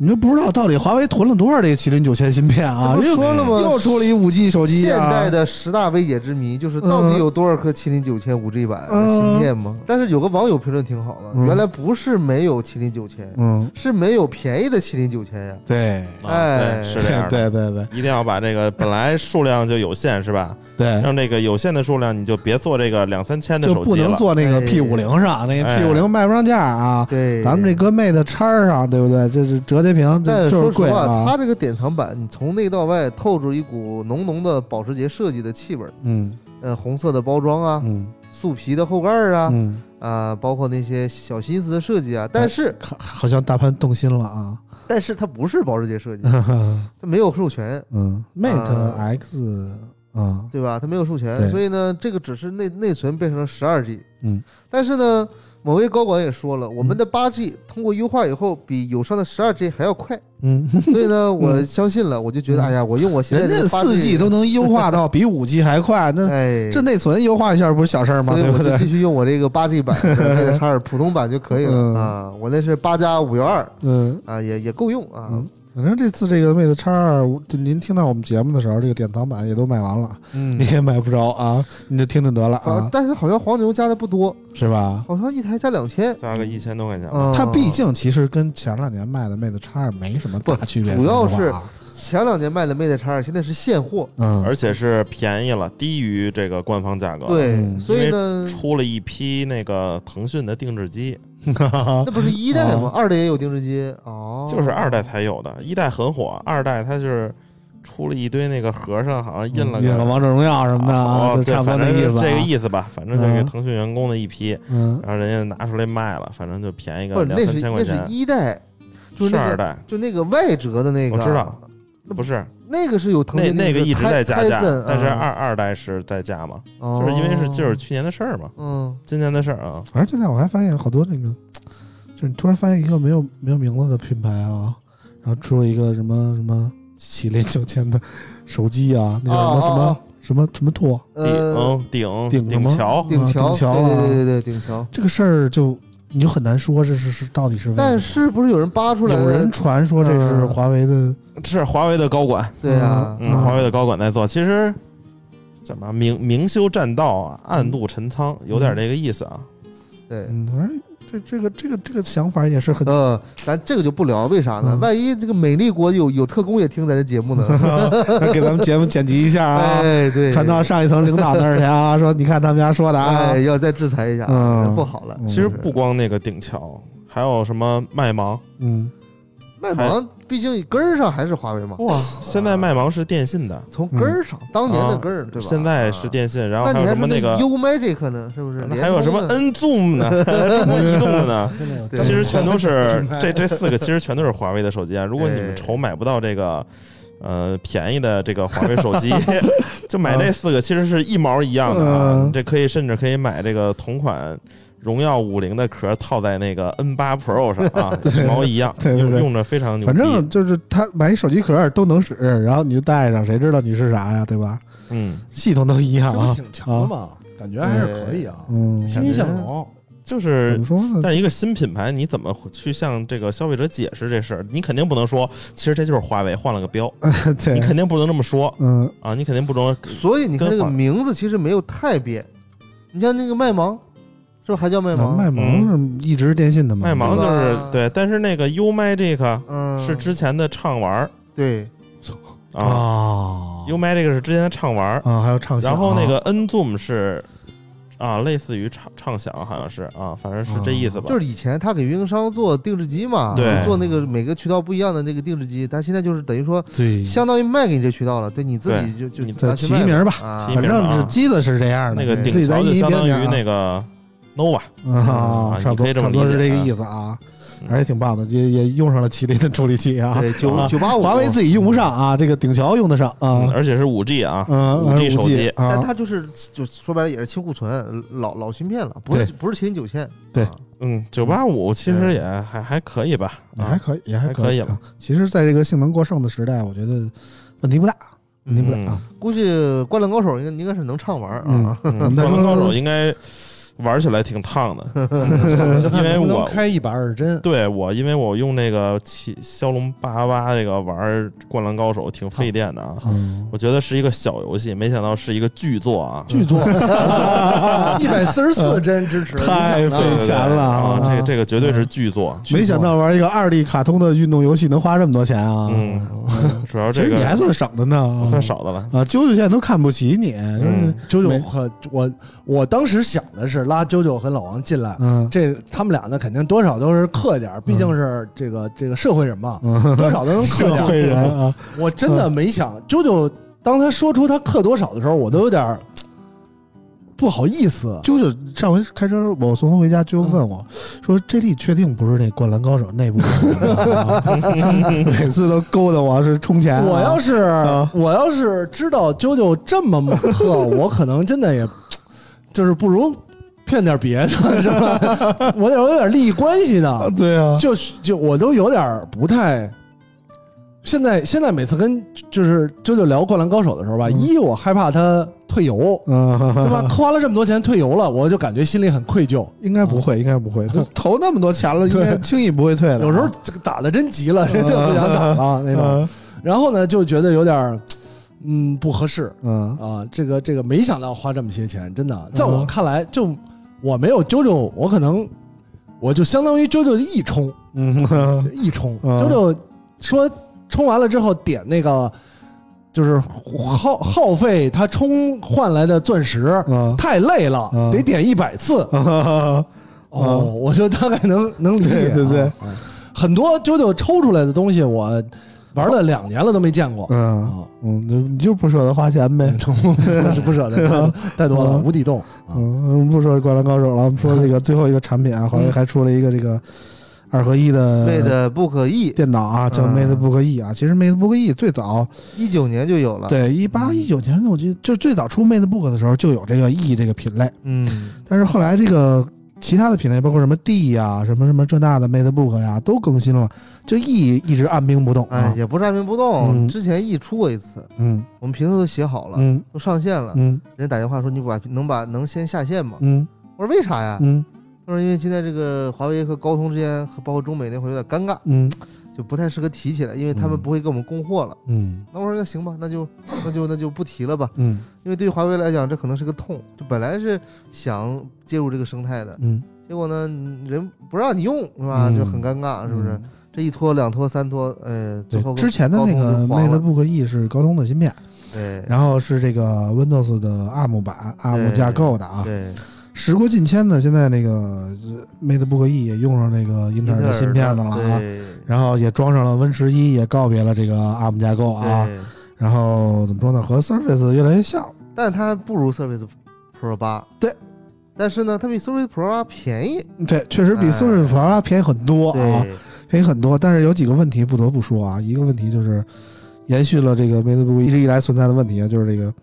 Speaker 2: 你就不知道到底华为囤了多少这个麒麟九千芯片啊？
Speaker 3: 这不
Speaker 2: 又
Speaker 3: 说了吗？
Speaker 2: 又出了一五 G 手机、
Speaker 3: 现
Speaker 2: 啊，
Speaker 3: 代的十大未解之谜就是到底有多少颗麒麟九千、五 G 版的芯片吗？但是有个网友评论挺好的，
Speaker 2: 嗯
Speaker 3: 原来不是没有麒麟九千，
Speaker 2: 嗯，
Speaker 3: 是没有便宜的麒麟九千呀。
Speaker 2: 对，
Speaker 6: 啊，
Speaker 3: 哎
Speaker 6: 对，是这样 的。
Speaker 2: 对对对
Speaker 6: 一定要把这个本来数量就有限是吧？
Speaker 2: 对，
Speaker 6: 让这个有限的数量，你就别做这个两三千的
Speaker 2: 就
Speaker 6: 手
Speaker 2: 不
Speaker 6: 机
Speaker 2: 能
Speaker 6: 了。
Speaker 2: 做那个
Speaker 3: 哎
Speaker 2: P 五零上，那个
Speaker 6: 哎
Speaker 2: P 五零卖不上价啊。
Speaker 3: 对，
Speaker 2: 咱们这。搁 Mate 叉上，对不对？这是折叠屏，
Speaker 3: 但
Speaker 2: 这就是
Speaker 3: 说实
Speaker 2: 贵
Speaker 3: 话，
Speaker 2: 啊
Speaker 3: 它。这个典藏版，你从内到外透出一股浓浓的保时捷设计的气味儿。
Speaker 2: 嗯
Speaker 3: 呃，红色的包装啊，
Speaker 2: 嗯
Speaker 3: 素皮的后盖儿啊，
Speaker 2: 嗯，
Speaker 3: 啊，包括那些小心思的设计啊。但是，
Speaker 2: 看好像大潘动心了啊。
Speaker 3: 但是它不是保时捷设计，它没有授权，
Speaker 2: 嗯，Mate
Speaker 3: 啊
Speaker 2: X 啊，
Speaker 3: 对吧？它没有授权，
Speaker 2: 对
Speaker 3: 所以呢，这个只是内内存变成了十二 G。
Speaker 2: 嗯，
Speaker 3: 但是呢，某位高管也说了，我们的八 G 通过优化以后，比友商的十二 G 还 要快。
Speaker 2: 嗯，
Speaker 3: 所以呢，我相信了，我就觉得，
Speaker 2: 嗯
Speaker 3: 哎呀，我用我现在
Speaker 2: 人
Speaker 3: 这
Speaker 2: 家
Speaker 3: 个八
Speaker 2: 四 G 都能优化到比五 G 还 快，那
Speaker 3: 哎，
Speaker 2: 这内存优化一下不是小事儿吗？
Speaker 3: 所以
Speaker 2: 对
Speaker 3: 我
Speaker 2: 不
Speaker 3: 就
Speaker 2: 对？
Speaker 3: 继续用我这个八 G 版的 Mate 叉二普通版就可以了、
Speaker 2: 嗯
Speaker 3: 啊。我那是八加五幺二
Speaker 2: 嗯，
Speaker 3: 啊，也也够用啊。
Speaker 2: 嗯反正这次这个 Mate 叉二，就您听到我们节目的时候，这个典藏版也都卖完了，
Speaker 3: 嗯
Speaker 2: 你也买不着啊，你就听听得了
Speaker 3: 啊
Speaker 2: 啊，，
Speaker 3: 但是好像黄牛加的不多，
Speaker 2: 是吧？
Speaker 3: 好像一台加两千。
Speaker 6: 加个一千多块钱吧。
Speaker 3: 啊，
Speaker 2: 它毕竟其实跟前两年卖的 Mate 叉二没什么大区别，
Speaker 3: 主要是
Speaker 2: 说实话啊
Speaker 3: 前两年卖的 Mate 叉二，现在是现货，
Speaker 2: 嗯，
Speaker 6: 而且是便宜了，低于这个官方价格。，
Speaker 3: 对，
Speaker 2: 嗯
Speaker 3: 所以呢，
Speaker 6: 出了一批那个腾讯的定制机，
Speaker 3: 那不是一代吗
Speaker 2: 啊？
Speaker 3: 二代也有定制机哦，
Speaker 6: 就是二代才有的，一代很火，二代它就是出了一堆那个盒上好像印了
Speaker 2: 嗯印了王者荣耀什么的啊，
Speaker 6: 哦
Speaker 2: 就
Speaker 6: 对
Speaker 2: 差不多那
Speaker 6: 反
Speaker 2: 意
Speaker 6: 正
Speaker 2: 思啊。
Speaker 6: 这个意思吧，反正就给
Speaker 2: 嗯
Speaker 6: 腾讯员工的一批，
Speaker 2: 嗯，
Speaker 6: 然后人家拿出来卖了，反正就便宜
Speaker 3: 不
Speaker 6: 个
Speaker 3: 是
Speaker 6: 两
Speaker 3: 那
Speaker 6: 三
Speaker 3: 是
Speaker 6: 千块
Speaker 3: 那
Speaker 6: 钱
Speaker 3: 是。一代，就是
Speaker 6: 是
Speaker 3: 那
Speaker 6: 二
Speaker 3: 个
Speaker 6: 代，
Speaker 3: 就那个外折的那个，
Speaker 6: 我知道，不是
Speaker 3: 那个是有腾
Speaker 6: 那
Speaker 3: 讯
Speaker 6: 那个一直在加价，但是
Speaker 3: 二
Speaker 6: 二二代是在加嘛，就是因为是就是去年的事儿嘛，
Speaker 3: 哦嗯
Speaker 6: 今年的事儿啊。
Speaker 2: 而且现在我还发现好多那个，就是你突然发现一个没有没有名字的品牌啊，然后出了一个什么什么麒麟九千的手机啊，那叫什么、
Speaker 3: 哦哦哦
Speaker 2: 什么什么什么拓，
Speaker 3: 呃
Speaker 6: 顶顶
Speaker 2: 顶什么
Speaker 6: 顶嗯桥，
Speaker 3: 顶桥
Speaker 2: 顶桥
Speaker 3: 对
Speaker 2: 啊
Speaker 3: 对对对对顶桥，
Speaker 2: 这个事儿就你就很难说这是是到底是为什
Speaker 3: 但是不是有人扒
Speaker 2: 么。
Speaker 3: 出来？
Speaker 2: 有人传说这是
Speaker 3: 嗯
Speaker 2: 华为的，
Speaker 6: 是华为的高管，
Speaker 3: 对啊，
Speaker 6: 嗯，华为的高管在做，其实怎么明明修栈道啊，暗度陈仓，有点这个意思啊。
Speaker 3: 对。
Speaker 2: 嗯，反正这这个这个这个想法也是很
Speaker 3: 呃，咱这个就不聊，为啥呢？
Speaker 2: 嗯
Speaker 3: 万一这个美丽国有有特工也听咱这节目呢？
Speaker 2: 给咱们节目剪辑一下啊，
Speaker 3: 哎，对，
Speaker 2: 传到上一层领导那儿去啊，说你看他们家说的啊
Speaker 3: 哎，，要再制裁一下，
Speaker 2: 嗯
Speaker 3: 那不好了。
Speaker 6: 其实不光那个顶桥，还有什么麦芒，
Speaker 2: 嗯，
Speaker 3: 麦芒毕竟根儿上还是华为
Speaker 2: 哦
Speaker 3: 嘛，
Speaker 6: 哇，现在麦芒是电信的，
Speaker 3: 从根儿上，当年的根儿，对吧？
Speaker 6: 嗯现在是电信，然
Speaker 3: 啊，
Speaker 6: 后
Speaker 3: 那
Speaker 6: 还
Speaker 3: 你
Speaker 6: 有
Speaker 3: 还
Speaker 6: 什么
Speaker 3: 说
Speaker 6: 那个，
Speaker 3: U Magic 呢？是不是？
Speaker 6: 还有什么
Speaker 3: 联通呢
Speaker 6: N Zoom 呢，中国移动 的呢？
Speaker 5: 现在有
Speaker 3: 对
Speaker 6: 其实全都是
Speaker 5: 品牌
Speaker 6: 这这四个，其实全都是华为的手机啊。如果你们愁买不到这个。呃，便宜的这个华为手机，就买这四个，其实是一毛一样的啊。
Speaker 2: 嗯
Speaker 6: 你这可以甚至可以买这个同款荣耀五零的壳套在那个 N 八 Pro 上啊，一毛一样，
Speaker 2: 对对对
Speaker 6: 用用着非常牛逼。
Speaker 2: 反正就是他买手机壳儿都能使，然后你就带上，谁知道你是啥呀，对吧？
Speaker 6: 嗯，
Speaker 2: 系统都一
Speaker 5: 这
Speaker 2: 样
Speaker 5: 不
Speaker 2: 啊，
Speaker 5: 挺强的嘛？感觉还是可以啊，
Speaker 2: 嗯，
Speaker 5: 欣欣向荣。
Speaker 6: 就
Speaker 2: 怎
Speaker 6: 是
Speaker 2: 么，说呢？
Speaker 6: 但是一个新品牌，你怎么去向这个消费者解释这事儿？你肯定不能说，其实这就是华为换了个标，
Speaker 2: 对
Speaker 6: 你，肯定不能这么说
Speaker 2: 嗯
Speaker 6: 啊，你肯定不能
Speaker 3: 所以你看
Speaker 6: 跟
Speaker 3: 这个
Speaker 6: 华
Speaker 3: 名字其实没有太变，你像那个麦芒，是不是还叫麦
Speaker 2: 咱啊
Speaker 3: 芒？
Speaker 2: 嗯卖萌是一直电信的嘛，
Speaker 6: 麦芒就
Speaker 3: 对
Speaker 6: 是
Speaker 3: 吧
Speaker 6: 对，但是那个 U Magic
Speaker 3: 嗯，
Speaker 6: 是之前的畅玩儿
Speaker 3: 对，
Speaker 6: 啊
Speaker 2: 啊
Speaker 6: ，U Magic 是之前的畅玩儿，
Speaker 2: 啊，还有畅想，
Speaker 6: 然后那个 N Zoom 是啊，类似于畅畅想好像是啊，反正是这意
Speaker 2: 哦
Speaker 6: 思吧。
Speaker 3: 就是以前他给运营商做定制机嘛，
Speaker 6: 对
Speaker 3: 做那个每个渠道不一样的那个定制机，但现在就是等于说
Speaker 2: 对，
Speaker 3: 相当于卖给你这渠道了，对你自己就就
Speaker 6: 你
Speaker 2: 再
Speaker 3: 拿去
Speaker 2: 起
Speaker 3: 卖
Speaker 2: 一名儿吧，
Speaker 3: 啊
Speaker 6: 起一
Speaker 2: 反
Speaker 6: 名儿
Speaker 2: 正
Speaker 6: 啊
Speaker 2: 是机子是这样的，
Speaker 6: 那个
Speaker 3: 对
Speaker 6: 顶
Speaker 2: 自己在
Speaker 6: 桥就
Speaker 2: 一啊
Speaker 6: 相当
Speaker 2: 边
Speaker 6: 于那个
Speaker 2: 嗯
Speaker 6: Nova，
Speaker 2: 啊，
Speaker 6: 嗯
Speaker 2: 差不多
Speaker 6: 你可以这
Speaker 2: 差
Speaker 6: 么
Speaker 2: 不多是这
Speaker 6: 理解
Speaker 2: 个
Speaker 6: 啊
Speaker 2: 意思啊，
Speaker 6: 嗯
Speaker 2: 还是挺棒的，也也用上了麒麟的处理器啊，
Speaker 3: 对九
Speaker 2: 啊
Speaker 3: 九八五，
Speaker 2: 华为自己用不上啊，这个顶桥用得上
Speaker 6: 嗯
Speaker 2: 啊，
Speaker 6: 而且是五 G 啊，
Speaker 2: 嗯，
Speaker 6: 五 G 手机
Speaker 2: 啊
Speaker 3: 但，它就是就说白了也是清库存，老老芯片了，不是
Speaker 2: 对
Speaker 3: 不是麒麟九千，
Speaker 2: 对
Speaker 3: 啊
Speaker 6: 嗯，九八五其实也还还可以吧，
Speaker 2: 也还
Speaker 6: 啊，
Speaker 2: 可以，也
Speaker 6: 还
Speaker 2: 可
Speaker 6: 可以
Speaker 2: 啊。其实，在这个性能过剩的时代，我觉得问题不大，问题不大啊。
Speaker 3: 估计《灌篮高手》应该应该是能畅玩啊，
Speaker 6: 嗯
Speaker 2: 我们再
Speaker 6: 灌篮
Speaker 2: 说
Speaker 6: 高手应该，玩起来挺 烫的，
Speaker 2: 嗯
Speaker 5: 就看
Speaker 6: 因为
Speaker 5: 能不能
Speaker 6: 哎我
Speaker 5: 开一百二十帧。
Speaker 6: 对我，因为我用那个七骁龙八八这个玩《灌篮高手》挺费电的啊。
Speaker 2: 嗯
Speaker 6: 我觉得是一个小游戏，没想到是一个巨作啊！
Speaker 5: 巨作，
Speaker 6: 嗯
Speaker 5: 一百四十四帧支持，
Speaker 2: 太
Speaker 5: 你想呢
Speaker 2: 费钱了啊
Speaker 6: 啊！这个这个绝对是巨作，
Speaker 2: 没想到玩一个二 D 卡通的运动游戏能花这么多钱啊！
Speaker 6: 啊嗯，主要
Speaker 2: 其
Speaker 6: 这
Speaker 2: 实你还
Speaker 6: 个
Speaker 2: 算省的呢，
Speaker 6: 我算少的了。
Speaker 2: 啊！啾啾现在都看不起你，就是
Speaker 5: 啾
Speaker 6: 嗯
Speaker 2: 没
Speaker 5: 啾和我，我当时想的是拉啾啾和老王进来，
Speaker 2: 嗯
Speaker 5: 这他们俩呢肯定多少都是克点儿，毕竟是这个这个社会人嘛，多少都能
Speaker 2: 嗯
Speaker 5: 克
Speaker 2: 社
Speaker 5: 点
Speaker 2: 会
Speaker 5: 儿。
Speaker 2: 人 啊，
Speaker 5: 我真的没想啾啾，当他说出他克多少的时候，我都有点儿不好意思。
Speaker 2: 啾啾上回开车我送他回家，啾啾问我
Speaker 6: 嗯
Speaker 2: 说：“这里确定不是那《灌篮高手》那部分 吗？” 每次都勾搭我是充钱啊，
Speaker 5: 我要是
Speaker 2: 啊
Speaker 5: 我要是知道啾啾这么猛克，我可能真的也就是不如骗点别的，是吧？ 我得有点利益关系呢
Speaker 2: 啊，。对啊，
Speaker 5: 就是就我都有点儿不太。现在现在每次跟就是啾啾聊《灌篮高手》的时候吧，一我害怕他退 游，
Speaker 2: 嗯，
Speaker 5: 对吧？花了这么多钱退游了，我就感觉心里很愧 疚。
Speaker 2: 应该不会，应该不会，都投那么多钱 了，啊应该轻易不会退的。
Speaker 5: 嗯有时候这个打的真急 了，这就不想打了那种。
Speaker 2: 嗯
Speaker 5: 然后呢，就觉得有点儿嗯不合适
Speaker 2: 嗯
Speaker 5: 啊。这个这个，没想到花这么些钱，真的，在我看来，就我没有啾啾，我可能我就相当于啾啾的一冲，
Speaker 2: 嗯
Speaker 5: 一冲，
Speaker 2: 嗯
Speaker 5: 周周说冲完了之后点那个，就是耗耗费他充换来的钻石
Speaker 2: 嗯
Speaker 5: 太累了
Speaker 2: 嗯，
Speaker 5: 得点一百次。
Speaker 2: 嗯，
Speaker 5: 哦，我就大概能能理解
Speaker 2: 对对
Speaker 5: 啊，
Speaker 2: 对，
Speaker 5: 很多周周抽出来的东西，我玩了两年了都没见过。
Speaker 2: 嗯
Speaker 5: 啊，
Speaker 2: 嗯，就你就不舍得花钱呗。
Speaker 5: 是不舍得，太太多了，
Speaker 2: 嗯
Speaker 5: 无底洞啊！
Speaker 2: 嗯，我们不说《灌篮高手》了，我们说这个最后一个产品啊，
Speaker 5: 嗯
Speaker 2: 华为还出了一个这个二合一的
Speaker 3: Mate 不可 E，
Speaker 2: 电脑啊，叫
Speaker 3: 嗯
Speaker 2: MateBook E 啊。其实 MateBook E 最早
Speaker 3: 一九年就有了。，
Speaker 5: 嗯
Speaker 2: 对一八一九年，我记得就最早出 MateBook 的时候就有这个 E 这个品类，
Speaker 3: 嗯，
Speaker 2: 但是后来这个其他的品类，包括什么 D 呀、什么什么这那的 MateBook 呀、都更新了，这 E 一直按兵不动
Speaker 3: 哎
Speaker 2: 啊，。
Speaker 3: 也不是按兵不
Speaker 2: 嗯
Speaker 3: 动，之前 E 出过一次，
Speaker 2: 嗯
Speaker 3: 我们评测都写好了，
Speaker 2: 嗯
Speaker 3: 都上线了，
Speaker 2: 嗯
Speaker 3: 人家打电话说你把能把能先下线吗？
Speaker 2: 嗯
Speaker 3: 我说为啥呀？
Speaker 2: 嗯
Speaker 3: 他说因为现在这个华为和高通之间，和包括中美那会儿有点尴尬，
Speaker 2: 嗯
Speaker 3: 就不太适合提起来，因为他们
Speaker 2: 嗯
Speaker 3: 不会给我们供货了。
Speaker 2: 嗯
Speaker 3: 那我说那行吧，那就那就那就不提了吧，
Speaker 2: 嗯
Speaker 3: 因为对于华为来讲，这可能是个痛。就本来是想介入这个生态的，
Speaker 2: 嗯，
Speaker 3: 结果呢，人不让你用，是吧？
Speaker 2: 嗯
Speaker 3: 就很尴尬，是不是？这一拖、两拖、三拖，呃，最
Speaker 2: 对
Speaker 3: 后，
Speaker 2: 之前的那
Speaker 3: 高
Speaker 2: 个
Speaker 3: 通就黄了
Speaker 2: MateBook E 是高通的芯片，
Speaker 3: 对，
Speaker 2: 然后是这个 Windows 的 ARM 版 ARM
Speaker 3: 对
Speaker 2: 架构的啊。
Speaker 3: 对，
Speaker 2: 时过境迁呢，现在那个呃 MateBook E 也用上这个英特尔的芯片了啊，
Speaker 3: 对
Speaker 2: 然后也装上了 Win 十一，也告别了这个 ARM 架构啊。
Speaker 3: 对，
Speaker 2: 然后怎么说呢，和 Surface 越来越像了。
Speaker 3: 但它不如 Surface Pro 八，
Speaker 2: 对，
Speaker 3: 但是呢，它比 Surface Pro 八便宜，
Speaker 2: 对，确实比
Speaker 3: 哎
Speaker 2: Surface Pro 8便宜很多啊，
Speaker 3: 对，
Speaker 2: 便宜很多。但是有几个问题不得不说啊，一个问题就是延续了这个 MateBook 一直以来存在的问题啊，就是这个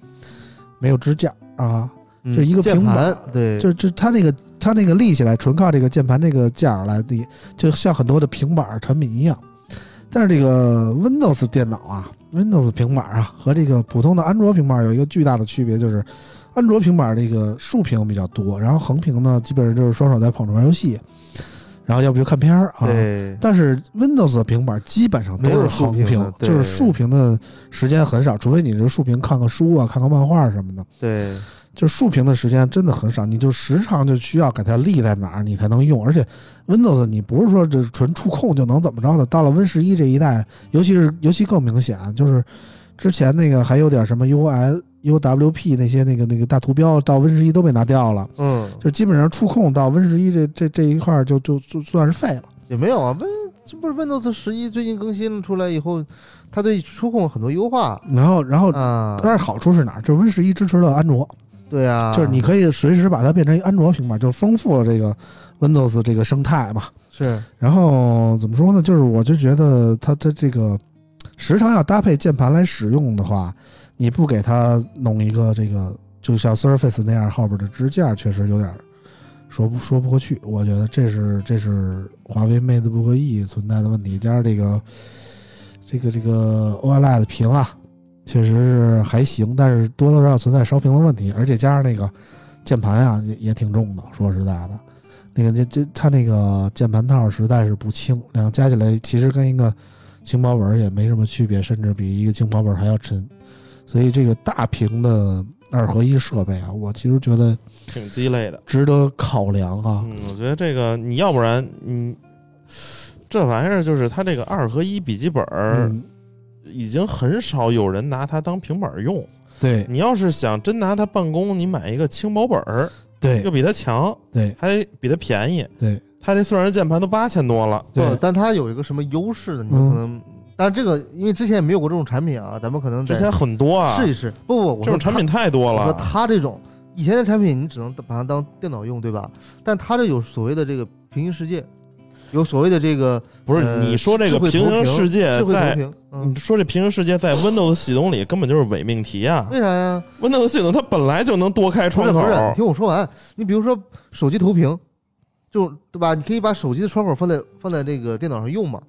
Speaker 2: 没有支架啊。
Speaker 3: 嗯
Speaker 2: 这一个
Speaker 3: 键
Speaker 2: 平板
Speaker 3: 盘，对，
Speaker 2: 就就它那个它那个立起来，纯靠这个键盘这个架儿来立，就像很多的平板儿产品一样。但是这个 Windows 电脑啊，Windows 平板儿啊，和这个普通的安卓平板儿有一个巨大的区别，就是安卓平板儿这个竖屏比较多，然后横屏呢，基本上就是双手在捧着玩游戏，然后要不就看片儿啊。
Speaker 3: 对，
Speaker 2: 但是 Windows 的平板基本上都是横
Speaker 3: 没有竖屏的对
Speaker 2: 就是竖屏的时间很少，除非你是竖屏看个书啊、看个漫画什么的。
Speaker 3: 对，
Speaker 2: 就竖屏的时间真的很少，你就时常就需要给它立在哪儿，你才能用。而且 Windows 你不是说这纯触控就能怎么着的。到了 Win 十一这一代，尤其是尤其更明显，就是之前那个还有点什么 UI、UWP 那些那个那个大图标，到 Win 十一都被拿掉了，
Speaker 3: 嗯，
Speaker 2: 就基本上触控到 Win 十一这这这一块儿就就就算是废了。
Speaker 3: 也没有啊，Win 这不是 Windows 十一最近更新出来以后，它对触控很多优化
Speaker 2: 然后然后。
Speaker 6: 哦
Speaker 3: 啊，
Speaker 2: 但是好处是哪儿？就是 Win 十一支持了安卓，
Speaker 3: 对啊，
Speaker 2: 就是你可以随时把它变成一个安卓平板，就丰富了这个 Windows 这个生态嘛。
Speaker 3: 是
Speaker 2: 然后怎么说呢？就是我就觉得它它这个时常要搭配键盘来使用的话，你不给它弄一个这个，就像 Surface 那样后边的支架，确实有点儿说不说不过去。我觉得这是这是华为 MateBook E 存在的问题，加上这个这个这个 OLED 屏啊，确实是还行，但是多多少少存在烧屏的问题，而且加上那个。键盘啊也也挺重的，说实在的，那个这这它那个键盘套实在是不轻，两个加起来其实跟一个轻薄本儿也没什么区别，甚至比一个轻薄本儿还要沉。所以这个大屏的二合一设备啊，我其实觉得
Speaker 6: 挺鸡肋的。
Speaker 2: 值得考量啊。
Speaker 6: 嗯，我觉得这个你要不然你这玩意儿就是它这个二合一笔记本儿，
Speaker 2: 嗯，
Speaker 6: 已经很少有人拿它当平板儿用。
Speaker 2: 对
Speaker 6: 你要是想真拿它办公，你买一个轻薄本儿，又
Speaker 2: 对
Speaker 6: 比它强，
Speaker 2: 对
Speaker 6: 还比它便宜。
Speaker 2: 对，
Speaker 6: 它这算上键盘都八千多了。
Speaker 2: 对
Speaker 3: 不，哦但它有一个什么优势呢？你们可能，但这个因为之前也没有过这种产品啊，咱们可能得
Speaker 6: 嗯之前很多啊，
Speaker 3: 试一试。不不，我说
Speaker 6: 这种产
Speaker 3: 它
Speaker 6: 品太多
Speaker 3: 我说
Speaker 6: 了。
Speaker 3: 它这种以前的产品，你只能把它当电脑用，对吧？但它这有所谓的这个平行世界，有所谓的这个
Speaker 6: 不是
Speaker 3: 呃
Speaker 6: 你说这
Speaker 3: 智
Speaker 6: 个
Speaker 3: 慧
Speaker 6: 平
Speaker 3: 投
Speaker 6: 行世界
Speaker 3: 智慧投
Speaker 6: 呃在
Speaker 3: 屏，
Speaker 6: 你
Speaker 3: 嗯，
Speaker 6: 说这平行世界在 Windows 系统里根本就是伪命 题啊
Speaker 3: 为啥呀？
Speaker 6: ！Windows 系统它本来就能多开
Speaker 3: 不
Speaker 6: 窗
Speaker 3: 是
Speaker 6: 口
Speaker 3: 不，是，你听我说完。你比如说手机投屏，这种对吧？你可以把手机的窗口放在放在这个电脑上用嘛，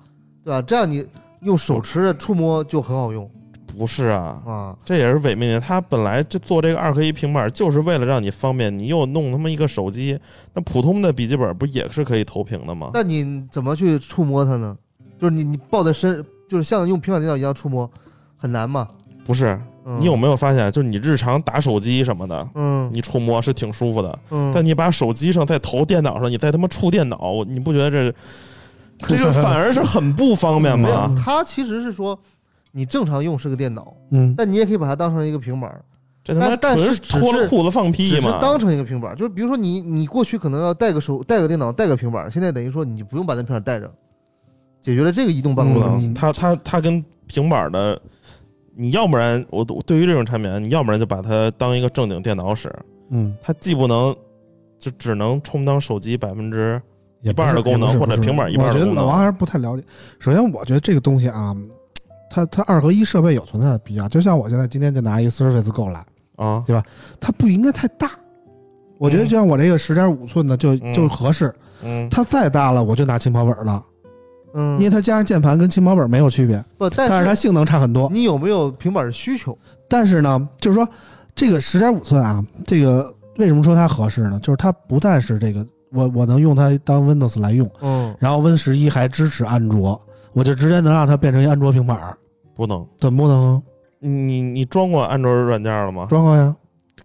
Speaker 3: 对吧？这样你用手持着触摸就很好用
Speaker 6: 不是啊？
Speaker 3: 啊。
Speaker 6: 这也是伪命题。它本来这做这个二合一平板就是为了让你方便，你又弄他妈一个手机，那普通的笔记本不也是可以投屏的吗？
Speaker 3: 那你怎么去触摸它呢？就是你你抱在身，就是像用平板电脑一样触摸，很难嘛。
Speaker 6: 不是，
Speaker 3: 嗯、
Speaker 6: 你有没有发现，就是你日常打手机什么的，
Speaker 3: 嗯
Speaker 6: 你触摸是挺舒服的，
Speaker 3: 嗯，
Speaker 6: 但你把手机上再投电脑上，你再他妈触电脑，我你不觉得这这个反而是很不方便
Speaker 3: 没有
Speaker 6: 吗？，
Speaker 3: 它其实是说你正常用是个电脑，
Speaker 2: 嗯，
Speaker 3: 但你也可以把它当成一个平板儿，
Speaker 6: 这他妈
Speaker 3: 但但
Speaker 6: 纯
Speaker 3: 是
Speaker 6: 脱
Speaker 3: 只
Speaker 6: 了
Speaker 3: 是
Speaker 6: 裤子放
Speaker 3: 只
Speaker 6: 屁
Speaker 3: 是
Speaker 6: 嘛！
Speaker 3: 当成一个平板儿。就是比如说你你过去可能要带个手带个电脑带个平板儿，现在等于说你不用把那平板儿带着，解决了这个移动办
Speaker 6: 不
Speaker 3: 公的问题。
Speaker 6: 能，它它它跟平板的，你要不然我我对于这种产品，你要不然就把它当一个正经电脑使，
Speaker 2: 嗯，
Speaker 6: 它既不能就只能充当手机百分之
Speaker 2: 一
Speaker 6: 半儿的功能或者平板儿一半儿的
Speaker 2: 我觉
Speaker 6: 功
Speaker 2: 得
Speaker 6: 能
Speaker 2: 老王还是不太了解。首先，我觉得这个东西啊，它它二合一设备有存在的必要。就像我现在今天就拿一个 Surface Go 来，
Speaker 6: 啊，
Speaker 2: 它不应该太大。我觉得
Speaker 6: 嗯
Speaker 2: 就像我这个十点五寸的就
Speaker 6: 嗯
Speaker 2: 就合适，
Speaker 6: 嗯，
Speaker 2: 它再大了我就拿轻薄本儿了，因为
Speaker 3: 嗯，
Speaker 2: 它加上键盘跟轻薄本儿没有区别，
Speaker 3: 不，但嗯
Speaker 2: 但是它性能差很多。
Speaker 3: 你有没有平板儿的需求？
Speaker 2: 但是呢，就是说这个十点五寸啊，这个为什么说它合适呢？就是它不但是这个我我能用它当 Windows 来用，
Speaker 3: 嗯，
Speaker 2: 然后 Win 十一还支持安卓，我就直接能让它变成一安卓平板儿，
Speaker 6: 不能。
Speaker 2: 怎么不能
Speaker 6: 你你装过安卓软件了吗？
Speaker 2: 装过
Speaker 3: 嗯
Speaker 2: 呀？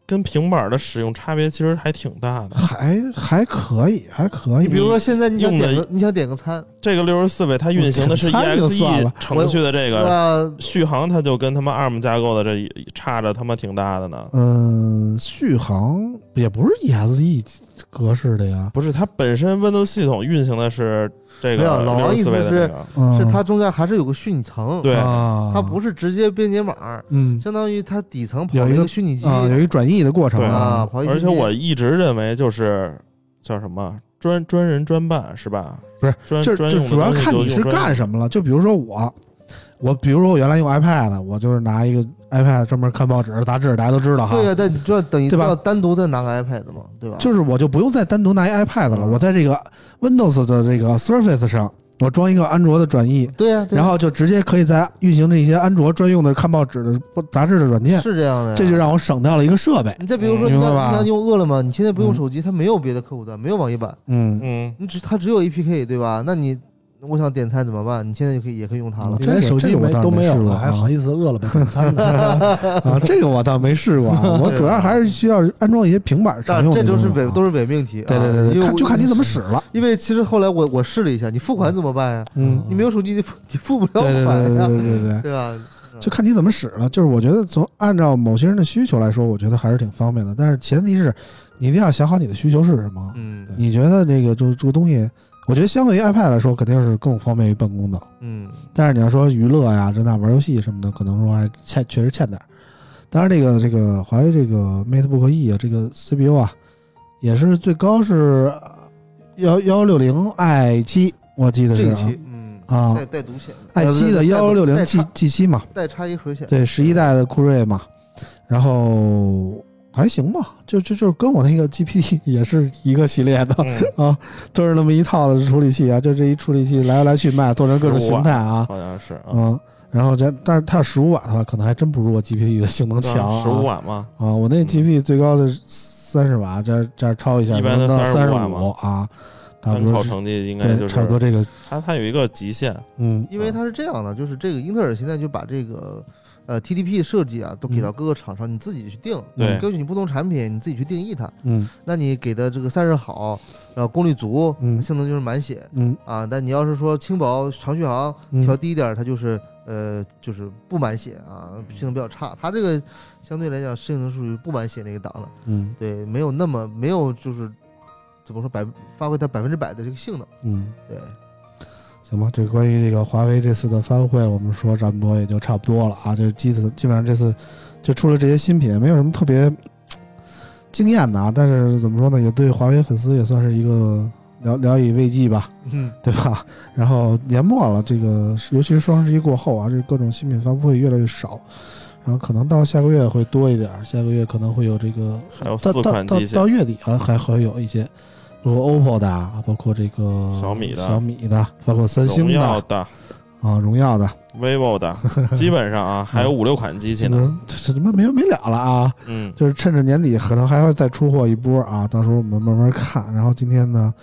Speaker 6: 跟平板的使用差别其实还挺大的。
Speaker 2: 还还可以，还可以。
Speaker 3: 你比如说现在你想
Speaker 6: 用的
Speaker 3: 点个你想点个餐，
Speaker 6: 这个六十四位它运行的是
Speaker 2: 我操那就算
Speaker 6: EXE
Speaker 2: 了
Speaker 6: 程序的
Speaker 3: 对
Speaker 6: 这个
Speaker 3: 吧？
Speaker 6: 续航，它就跟他妈 ARM 架构的这一差着他妈挺大的呢。
Speaker 2: 嗯，续航也不是 ESE 格式的呀，
Speaker 6: 不是，它本身 Windows 系统运行的是这
Speaker 3: 没
Speaker 6: 个
Speaker 3: 有老王
Speaker 6: 六十
Speaker 3: 意
Speaker 6: 四
Speaker 3: 思
Speaker 6: 位的
Speaker 3: 是
Speaker 6: 这个，
Speaker 2: 嗯、
Speaker 3: 是它中间还是有个虚拟层，
Speaker 6: 对
Speaker 2: 啊，
Speaker 3: 它不是直接编解码儿，
Speaker 2: 嗯
Speaker 3: 相当于它底层跑
Speaker 2: 有
Speaker 3: 了
Speaker 2: 一
Speaker 3: 一
Speaker 2: 个
Speaker 3: 个虚拟机
Speaker 2: 啊，有一个转译的过程
Speaker 6: 对
Speaker 3: 啊，跑一个
Speaker 6: 而
Speaker 3: 虚
Speaker 6: 且
Speaker 3: 拟机
Speaker 6: 我一直认为就是叫什么专专人专办是吧？
Speaker 2: 不是，
Speaker 6: 专
Speaker 2: 就
Speaker 6: 专
Speaker 2: 就
Speaker 6: 用的
Speaker 2: 主要
Speaker 6: 东西
Speaker 2: 看
Speaker 6: 就
Speaker 2: 你
Speaker 6: 用
Speaker 2: 是
Speaker 6: 专
Speaker 2: 干
Speaker 6: 用
Speaker 2: 什么了。就比如说我，我比如说我原来用 iPad，我就是拿一个 iPad 专门看报纸、杂志，大家都知道哈。
Speaker 3: 对呀，但你就要等于
Speaker 2: 啊对吧
Speaker 3: 要单独再拿个 iPad 嘛，对吧？
Speaker 2: 就是我就不用再单独拿一 iPad 了，
Speaker 3: 嗯
Speaker 2: 我在这个 Windows 的这个 Surface 上，我装一个安卓的转译，
Speaker 3: 对呀，对呀
Speaker 2: 然后就直接可以在运行这些安卓专用的看报纸的不杂志的软件，
Speaker 3: 是这样的呀，
Speaker 2: 这就让我省掉了一个设备。
Speaker 3: 你再比如说，
Speaker 2: 嗯
Speaker 3: 你
Speaker 2: 明白
Speaker 3: 像
Speaker 2: 吧
Speaker 3: 你像用饿了么，你现在不
Speaker 2: 嗯
Speaker 3: 用手机，它没有别的客户端，没有网页版，
Speaker 2: 嗯，
Speaker 6: 嗯，
Speaker 3: 你只它只有 APK 对吧？那你我想点餐怎么办？你现在就可以也可以用它了。
Speaker 2: 这个
Speaker 5: 连手机
Speaker 2: 这个我
Speaker 5: 没
Speaker 2: 倒
Speaker 5: 都
Speaker 2: 没
Speaker 5: 没有
Speaker 2: 试过
Speaker 5: 了，还
Speaker 2: 啊
Speaker 5: 好意思饿了么点 餐呢？
Speaker 2: 啊，这个我倒没试过， 啊，我主要还是需要安装一些平板常
Speaker 3: 但
Speaker 2: 用
Speaker 3: 这
Speaker 2: 的
Speaker 3: 就
Speaker 2: 东西
Speaker 3: 是
Speaker 2: 啊。
Speaker 3: 伪都是伪命题啊，
Speaker 2: 对对对
Speaker 3: 因
Speaker 2: 对，
Speaker 3: 为
Speaker 2: 看
Speaker 3: 我
Speaker 2: 就看你怎么使了。
Speaker 3: 因为其实后来我我试了一下，你付款怎么办呀？
Speaker 2: 嗯，
Speaker 3: 你没有手机，你付你付不了
Speaker 2: 对嗯对
Speaker 3: 款
Speaker 2: 对对
Speaker 3: 呀，
Speaker 2: 对对对。
Speaker 3: 对吧？
Speaker 2: 就看你怎么使了。就是我觉得从按照某些人的需求来说，我觉得还是挺方便的。但是前提是你一定要想好你的需求是什么。
Speaker 3: 嗯
Speaker 2: 你觉得这个就这个东西，我觉得相对于 iPad 来说，肯定是更方便于办公的。
Speaker 3: 嗯，
Speaker 2: 但是你要说娱乐呀、这那玩游戏什么的，可能说还欠，确实欠点儿。当然，这个这个华为这个 MateBook E 啊，这个 CPU 啊，也是最高是幺幺六零 i 七，我记得是
Speaker 3: 这一
Speaker 2: 啊
Speaker 3: 期嗯
Speaker 2: 啊
Speaker 3: 带带独显
Speaker 2: i 七的幺六零 G G 七嘛。
Speaker 3: 带插一核显，
Speaker 2: 对，十一代的酷睿嘛，然后还行吧，就就就是跟我那个 GPT 也是一个系列的，啊
Speaker 6: 嗯
Speaker 2: 都是那么一套的处理器啊，就这一处理器来来去卖，做成各种形态啊，
Speaker 6: 好像是啊，
Speaker 2: 嗯，然后这但是它要十五瓦的话，可能还真不如我 GPT 的性能强、啊，
Speaker 6: 十五瓦嘛，嗯
Speaker 2: 啊，我那 GPT 最高的四三十瓦，这这超一下，
Speaker 6: 一般都
Speaker 2: 到三
Speaker 6: 35瓦
Speaker 2: 五啊，差
Speaker 6: 单
Speaker 2: 不
Speaker 6: 靠
Speaker 2: 多
Speaker 6: 成绩应该就
Speaker 2: 对，
Speaker 6: 是
Speaker 2: 差不多这个，
Speaker 6: 它它有一个极限，
Speaker 2: 嗯，
Speaker 3: 因为它是这样的，就是这个英特尔现在就把这个呃 TDP 设计啊，都
Speaker 2: 嗯
Speaker 3: 给到各个厂商，你自己去定，
Speaker 6: 对
Speaker 3: 你根据你不同产品你自己去定义它。
Speaker 2: 嗯
Speaker 3: 那你给的这个散热好，然后功率足，
Speaker 2: 嗯
Speaker 3: 性能就是满血
Speaker 2: 嗯
Speaker 3: 啊。但你要是说轻薄、长续航
Speaker 2: 嗯
Speaker 3: 调低一点儿，它就是呃就是不满血
Speaker 2: 嗯
Speaker 3: 啊，性能比较差。它这个相对来讲性能属于不满血那个档了，
Speaker 2: 嗯
Speaker 3: 对，没有那么没有就是怎么说百发挥它百分之百的这个性能，
Speaker 2: 嗯，
Speaker 3: 对。
Speaker 2: 行吧，这关于这个华为这次的发布会，我们说这么多也就差不多了啊，就是基本基本上这次就出了这些新品，没有什么特别惊艳的啊，但是怎么说呢，也对华为粉丝也算是一个聊聊以慰藉吧，
Speaker 3: 嗯，
Speaker 2: 对吧？然后年末了，这个是尤其是双十一过后啊，这各种新品发布会越来越少，然后可能到下个月会多一点儿，下个月可能会有这个，
Speaker 6: 还有
Speaker 2: 到
Speaker 6: 四
Speaker 2: 到
Speaker 6: 款
Speaker 2: 到
Speaker 6: 机器
Speaker 2: 到月底啊还还会有一些，包括 OPPO 的啊，包括这个
Speaker 6: 小米的
Speaker 2: 小米的，包括三
Speaker 6: 荣
Speaker 2: 星的
Speaker 6: 耀的、
Speaker 2: 啊，荣耀的，
Speaker 6: vivo 的，基本上
Speaker 2: 嗯
Speaker 6: 啊还有五六款机器
Speaker 2: 这
Speaker 6: 呢。
Speaker 2: 个这这他妈没完没了了啊！
Speaker 6: 嗯，
Speaker 2: 就是趁着年底可能还会再出货一波啊，到时候我们慢慢看。然后今天呢，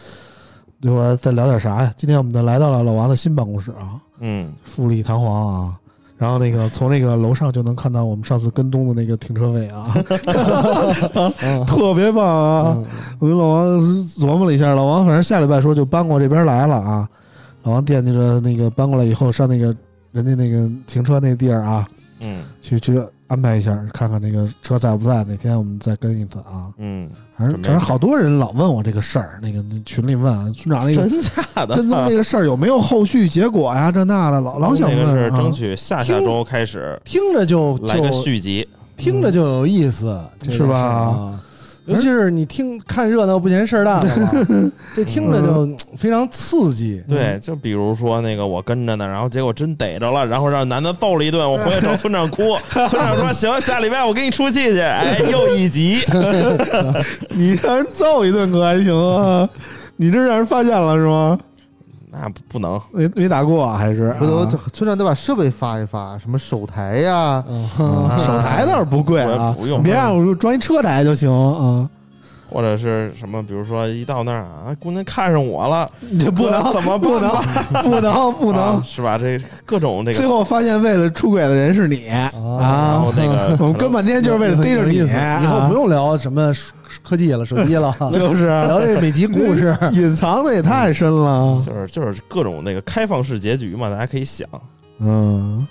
Speaker 2: 最后再聊点啥呀？今天我们的来到了老王的新办公室啊，
Speaker 6: 嗯，
Speaker 2: 富丽堂皇啊。然后那个从那个楼上就能看到我们上次跟踪的那个停车位啊， 特别棒啊！
Speaker 5: 嗯
Speaker 2: 我跟老王琢磨了一下，老王反正下礼拜说就搬过这边来了啊。老王惦记着那个搬过来以后上那个人家那个停车那地儿啊，
Speaker 6: 嗯
Speaker 2: 去去安排一下，看看那个车在不在，哪天我们再跟一次啊。
Speaker 6: 嗯，
Speaker 2: 反正
Speaker 6: 准备
Speaker 2: 反正好多人老问我这个事儿，那个那群里问啊村长那个
Speaker 6: 真假的？
Speaker 2: 跟踪那个事儿有没有后续结果呀？这那的老老想
Speaker 6: 那个
Speaker 2: 问
Speaker 6: 是
Speaker 2: 啊。
Speaker 6: 争取下下周开始
Speaker 5: 听着就
Speaker 6: 来个
Speaker 5: 就
Speaker 6: 续集。
Speaker 5: 听着就有意思，这个
Speaker 2: 是吧
Speaker 5: 事儿啊？尤其是你听看热闹不嫌事儿大的 嘛，这听着
Speaker 2: 嗯
Speaker 5: 就非常刺激。
Speaker 6: 对，就比如说那个我跟着呢，然后结果真逮着了，然后让男的揍了一顿，我回 去找村长哭，村长说行，下礼拜我给你出气去，哎，又 一集，
Speaker 2: 你让人揍一顿可还行啊？你这让人发现了是吗？
Speaker 6: 那不不能，
Speaker 2: 没没打过啊还是？
Speaker 3: 回头
Speaker 2: 啊
Speaker 3: 村长得把设备发一发，什么手台呀、
Speaker 5: 嗯，
Speaker 2: 啊手台倒是不贵啊，
Speaker 6: 我不用
Speaker 2: 别让我装一车台就行啊，
Speaker 6: 或者是什么，比如说一到那儿啊，姑娘看上我了，
Speaker 2: 你 这不能
Speaker 6: 怎么
Speaker 2: 不能
Speaker 5: 啊
Speaker 2: 不能不
Speaker 6: 不
Speaker 2: 能，
Speaker 6: 是吧？这各种这
Speaker 2: 最
Speaker 6: 个，
Speaker 2: 后发现为了出轨的人是你
Speaker 6: 然
Speaker 2: 啊
Speaker 6: 后，那个
Speaker 2: 我们跟半天就是为了逮着
Speaker 5: 有
Speaker 2: 你，哎
Speaker 5: 意思以后不
Speaker 2: 用
Speaker 5: 用聊什么科技了、手机了，
Speaker 2: 就是
Speaker 5: 聊这每集故事。
Speaker 2: 隐藏的也太深了，
Speaker 6: 就是就是各种那个开放式结局嘛，大家可以想，
Speaker 2: 嗯，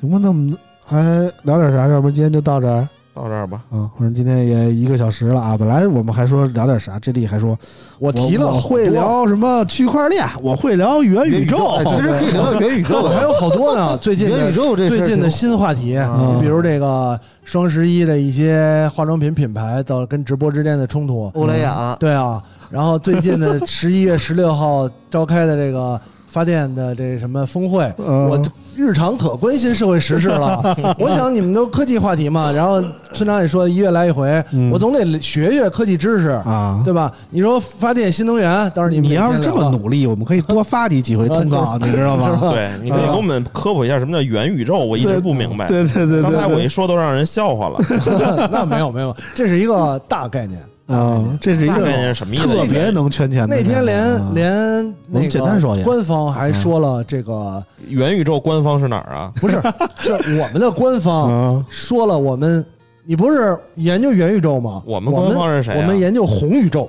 Speaker 2: 行吧，那我们还聊点啥？要不然今天就到这儿。
Speaker 6: 到这儿吧。
Speaker 2: 啊，反正今天也一个小时了啊。本来我们还说聊点啥，这里还说
Speaker 5: 我提了
Speaker 2: 我
Speaker 5: 好多
Speaker 2: 会，聊什么区块链，我会聊元宇宙，
Speaker 3: 哎其实可以聊聊元宇宙
Speaker 5: 我还
Speaker 3: 的。
Speaker 5: 有好多呢。最近
Speaker 3: 元
Speaker 5: 的
Speaker 3: 宇宙这事儿
Speaker 5: 最近的
Speaker 3: 挺
Speaker 5: 新话题，
Speaker 3: 啊
Speaker 5: 你比如这个双十一的一些化妆品品牌到跟直播之间的冲突，
Speaker 3: 欧莱雅，
Speaker 5: 对啊，然后最近的十一月十六号召开的这个发电的这什么峰会，
Speaker 2: 嗯
Speaker 5: 我日常可关心社会时 事了。我想你们都科技话题嘛，然后村长也说一月来一回，
Speaker 2: 嗯
Speaker 5: 我总得学学科技知识，
Speaker 2: 啊。
Speaker 5: 对吧？你说发电新能源，到时候你们
Speaker 2: 你要是
Speaker 5: 每
Speaker 2: 这
Speaker 5: 天
Speaker 2: 么
Speaker 5: 聊啊
Speaker 2: 努力，我们可以多发你几回通告，你知道吗？
Speaker 6: 对，你可以给我们科普一下什么叫元宇宙， 我一直不明白。
Speaker 2: 啊对对对对，
Speaker 6: 刚才我一说都让人笑 话了，
Speaker 5: 那没有没有，这是一个大概念。
Speaker 2: 啊，这是一
Speaker 6: 大
Speaker 2: 个
Speaker 6: 概念是什么意思？
Speaker 2: 特别能圈钱的
Speaker 5: 那
Speaker 2: 人啊。
Speaker 5: 天连连
Speaker 2: 我
Speaker 5: 那
Speaker 2: 们
Speaker 5: 个
Speaker 2: 简单说一下
Speaker 5: 官方还说了这个
Speaker 6: 元宇宙官方是哪儿啊？
Speaker 5: 不 是，是我们的官方
Speaker 2: 啊，
Speaker 5: 说了我们，你不是研究元宇宙吗？
Speaker 6: 我
Speaker 5: 我
Speaker 6: 们官方是谁啊
Speaker 5: 我们研究红宇宙，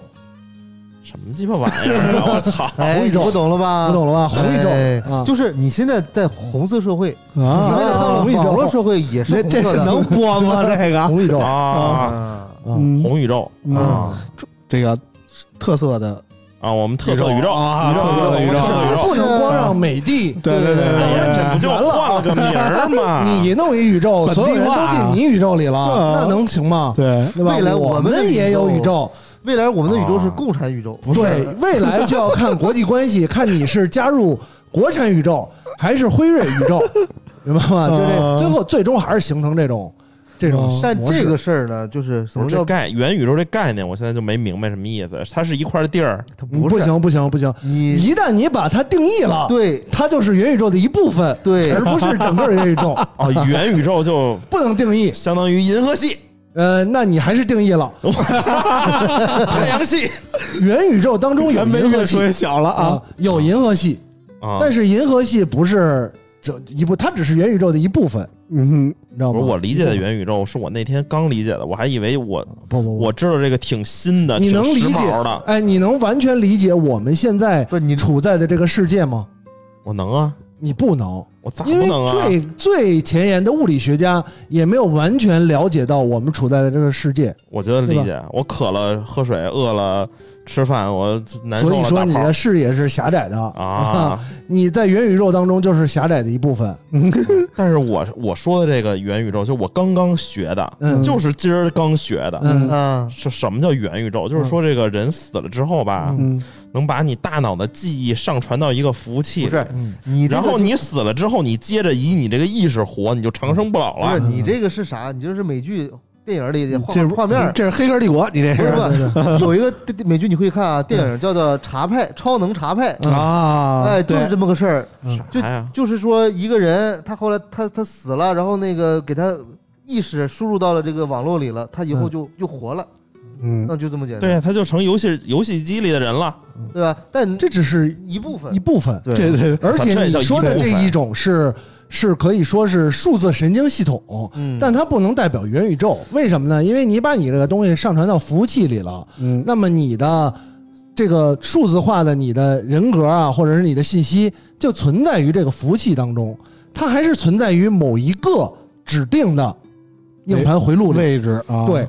Speaker 6: 什么鸡巴玩意儿啊！我操！
Speaker 3: 哎，你
Speaker 5: 宙
Speaker 3: 不懂了吧？
Speaker 5: 你懂了吧？红宇
Speaker 3: 哎
Speaker 5: 宙啊，
Speaker 3: 就是你现在在红色社会，
Speaker 2: 啊
Speaker 3: 你未来到了
Speaker 2: 红宇
Speaker 3: 网络
Speaker 2: 宙，
Speaker 3: 社会也
Speaker 2: 这
Speaker 3: 是红
Speaker 2: 这
Speaker 3: 色
Speaker 2: 是
Speaker 3: 的
Speaker 2: 能播吗？这个
Speaker 5: 红宇宙，
Speaker 6: 啊，
Speaker 3: 啊。
Speaker 5: 嗯
Speaker 2: 嗯
Speaker 6: 红宇宙
Speaker 2: 嗯，
Speaker 6: 啊
Speaker 2: 这个特色的
Speaker 6: 啊，我们特色宇宙
Speaker 2: 啊
Speaker 6: 宇宙
Speaker 2: 特色宇宙
Speaker 6: 我们特色宇宙。
Speaker 5: 啊不能光让美的。
Speaker 2: 对对对
Speaker 6: 哎呀，
Speaker 2: 对
Speaker 6: 这不就换了个名儿吗？
Speaker 5: 你弄一宇宙，
Speaker 2: 本地
Speaker 5: 所
Speaker 2: 化
Speaker 5: 有人都进你宇宙里
Speaker 2: 啊
Speaker 5: 了，那能行吗？
Speaker 2: 对
Speaker 5: 对吧？
Speaker 3: 未来
Speaker 5: 我
Speaker 3: 我们的
Speaker 5: 们也有
Speaker 3: 宇
Speaker 5: 宇宙，
Speaker 3: 未来我们的宇宙是共产宇宙，
Speaker 6: 不是
Speaker 5: 对，未来就要看国际关系，看你是加入国产宇宙还是辉瑞宇宙，明白吗？就
Speaker 2: 啊
Speaker 5: 这，最后最终还是形成这种这
Speaker 2: 哦
Speaker 5: 种模式。
Speaker 3: 但这个事儿呢，就是什
Speaker 6: 不
Speaker 3: 么
Speaker 6: 是这
Speaker 3: 叫
Speaker 6: 概元宇宙这概念，我现在就没明白什么意思。它是一块地 儿，
Speaker 3: 它
Speaker 5: 嗯
Speaker 3: 是
Speaker 5: 不行不行不行，
Speaker 3: 你
Speaker 5: 一旦你把它定义了，，
Speaker 3: 对
Speaker 5: 它就是元宇宙的一部分，
Speaker 3: 对
Speaker 5: 而不是整个元宇宙，
Speaker 6: 哦，元宇宙就
Speaker 5: 不能定义。
Speaker 6: 相当于银河系
Speaker 5: 呃，那你还是定义了
Speaker 6: 太 阳系，
Speaker 5: 元宇宙当中有
Speaker 2: 原本
Speaker 5: 银河
Speaker 2: 越
Speaker 5: 系
Speaker 2: 说越小了啊
Speaker 5: 啊，有银河系，
Speaker 6: 啊
Speaker 5: 但是银河系不是整一部，它只是元宇宙的一部分，
Speaker 2: 嗯
Speaker 5: 你知道
Speaker 6: 不
Speaker 5: 吗？
Speaker 6: 是我理解的元宇宙，是我那天刚理解的，我还以为我
Speaker 5: 不不
Speaker 6: 我知道这个挺新的，
Speaker 5: 嗯你
Speaker 6: 挺
Speaker 5: 能理
Speaker 6: 时
Speaker 5: 解
Speaker 6: 髦的，
Speaker 5: 哎，你能完全理解我们现在
Speaker 3: 不是你
Speaker 5: 处在的这个世界吗？
Speaker 6: 我能啊，
Speaker 5: 你不能，
Speaker 6: 我咋不
Speaker 5: 因为
Speaker 6: 能啊？
Speaker 5: 最最前沿的物理学家也没有完全了解到我们处在的这个世界，
Speaker 6: 我觉得理
Speaker 5: 对吧
Speaker 6: 解，我渴了喝水，饿了吃饭，我难受
Speaker 5: 所以
Speaker 6: 了
Speaker 5: 说
Speaker 6: 打
Speaker 5: 你
Speaker 6: 炮
Speaker 5: 的视野是狭窄的
Speaker 6: 啊。
Speaker 5: 你在元宇宙当中就是狭窄的一部分，
Speaker 6: 但是我我说的这个元宇宙，就我刚刚学的，
Speaker 5: 嗯
Speaker 6: 就是今儿刚学的。
Speaker 5: 嗯
Speaker 3: 啊，
Speaker 6: 是什么叫元宇宙？就是说这个人死了之后吧，
Speaker 2: 嗯
Speaker 6: 能把你大脑的记忆上传到一个服务器，
Speaker 3: 不是
Speaker 5: 嗯
Speaker 3: 你这
Speaker 6: 然
Speaker 3: 个
Speaker 6: 后你死了之后，你接着以你这个意识活，你就长生不老
Speaker 3: 不是
Speaker 6: 了。
Speaker 3: 你这个是啥？你就是美剧电影里的
Speaker 2: 嗯，
Speaker 3: 画
Speaker 2: 这
Speaker 3: 画面儿。
Speaker 2: 这是《黑客帝国》，你这
Speaker 3: 不
Speaker 2: 是
Speaker 3: 是不 是，有一个电美剧你会看啊，电影叫做《茶派》，超能茶派，
Speaker 2: 啊
Speaker 3: 哎，就
Speaker 2: 对嗯
Speaker 3: 是这么个事儿。就
Speaker 6: 啥呀？
Speaker 3: 就是说，一个人他后来他他死了，然后那个给他意识输入到了这个网络里了，他以后
Speaker 5: 嗯
Speaker 3: 就又活了，
Speaker 2: 嗯
Speaker 3: 那就这么简单，
Speaker 6: 对，啊他就成游戏游戏机里的人了。
Speaker 3: 对吧？但
Speaker 5: 这只是
Speaker 3: 一部分
Speaker 5: 一，部分，
Speaker 3: 对
Speaker 2: 这这
Speaker 5: 而且你说的这一种是是可以说是数字神经系统，
Speaker 3: 嗯，
Speaker 5: 但它不能代表元宇宙，为什么呢？因为你把你这个东西上传到服务器里了，
Speaker 2: 嗯
Speaker 5: 那么你的这个数字化的你的人格啊，或者是你的信息，就存在于这个服务器当中，它还是存在于某一个指定的硬盘回路里。
Speaker 2: 位置啊，
Speaker 5: 对，，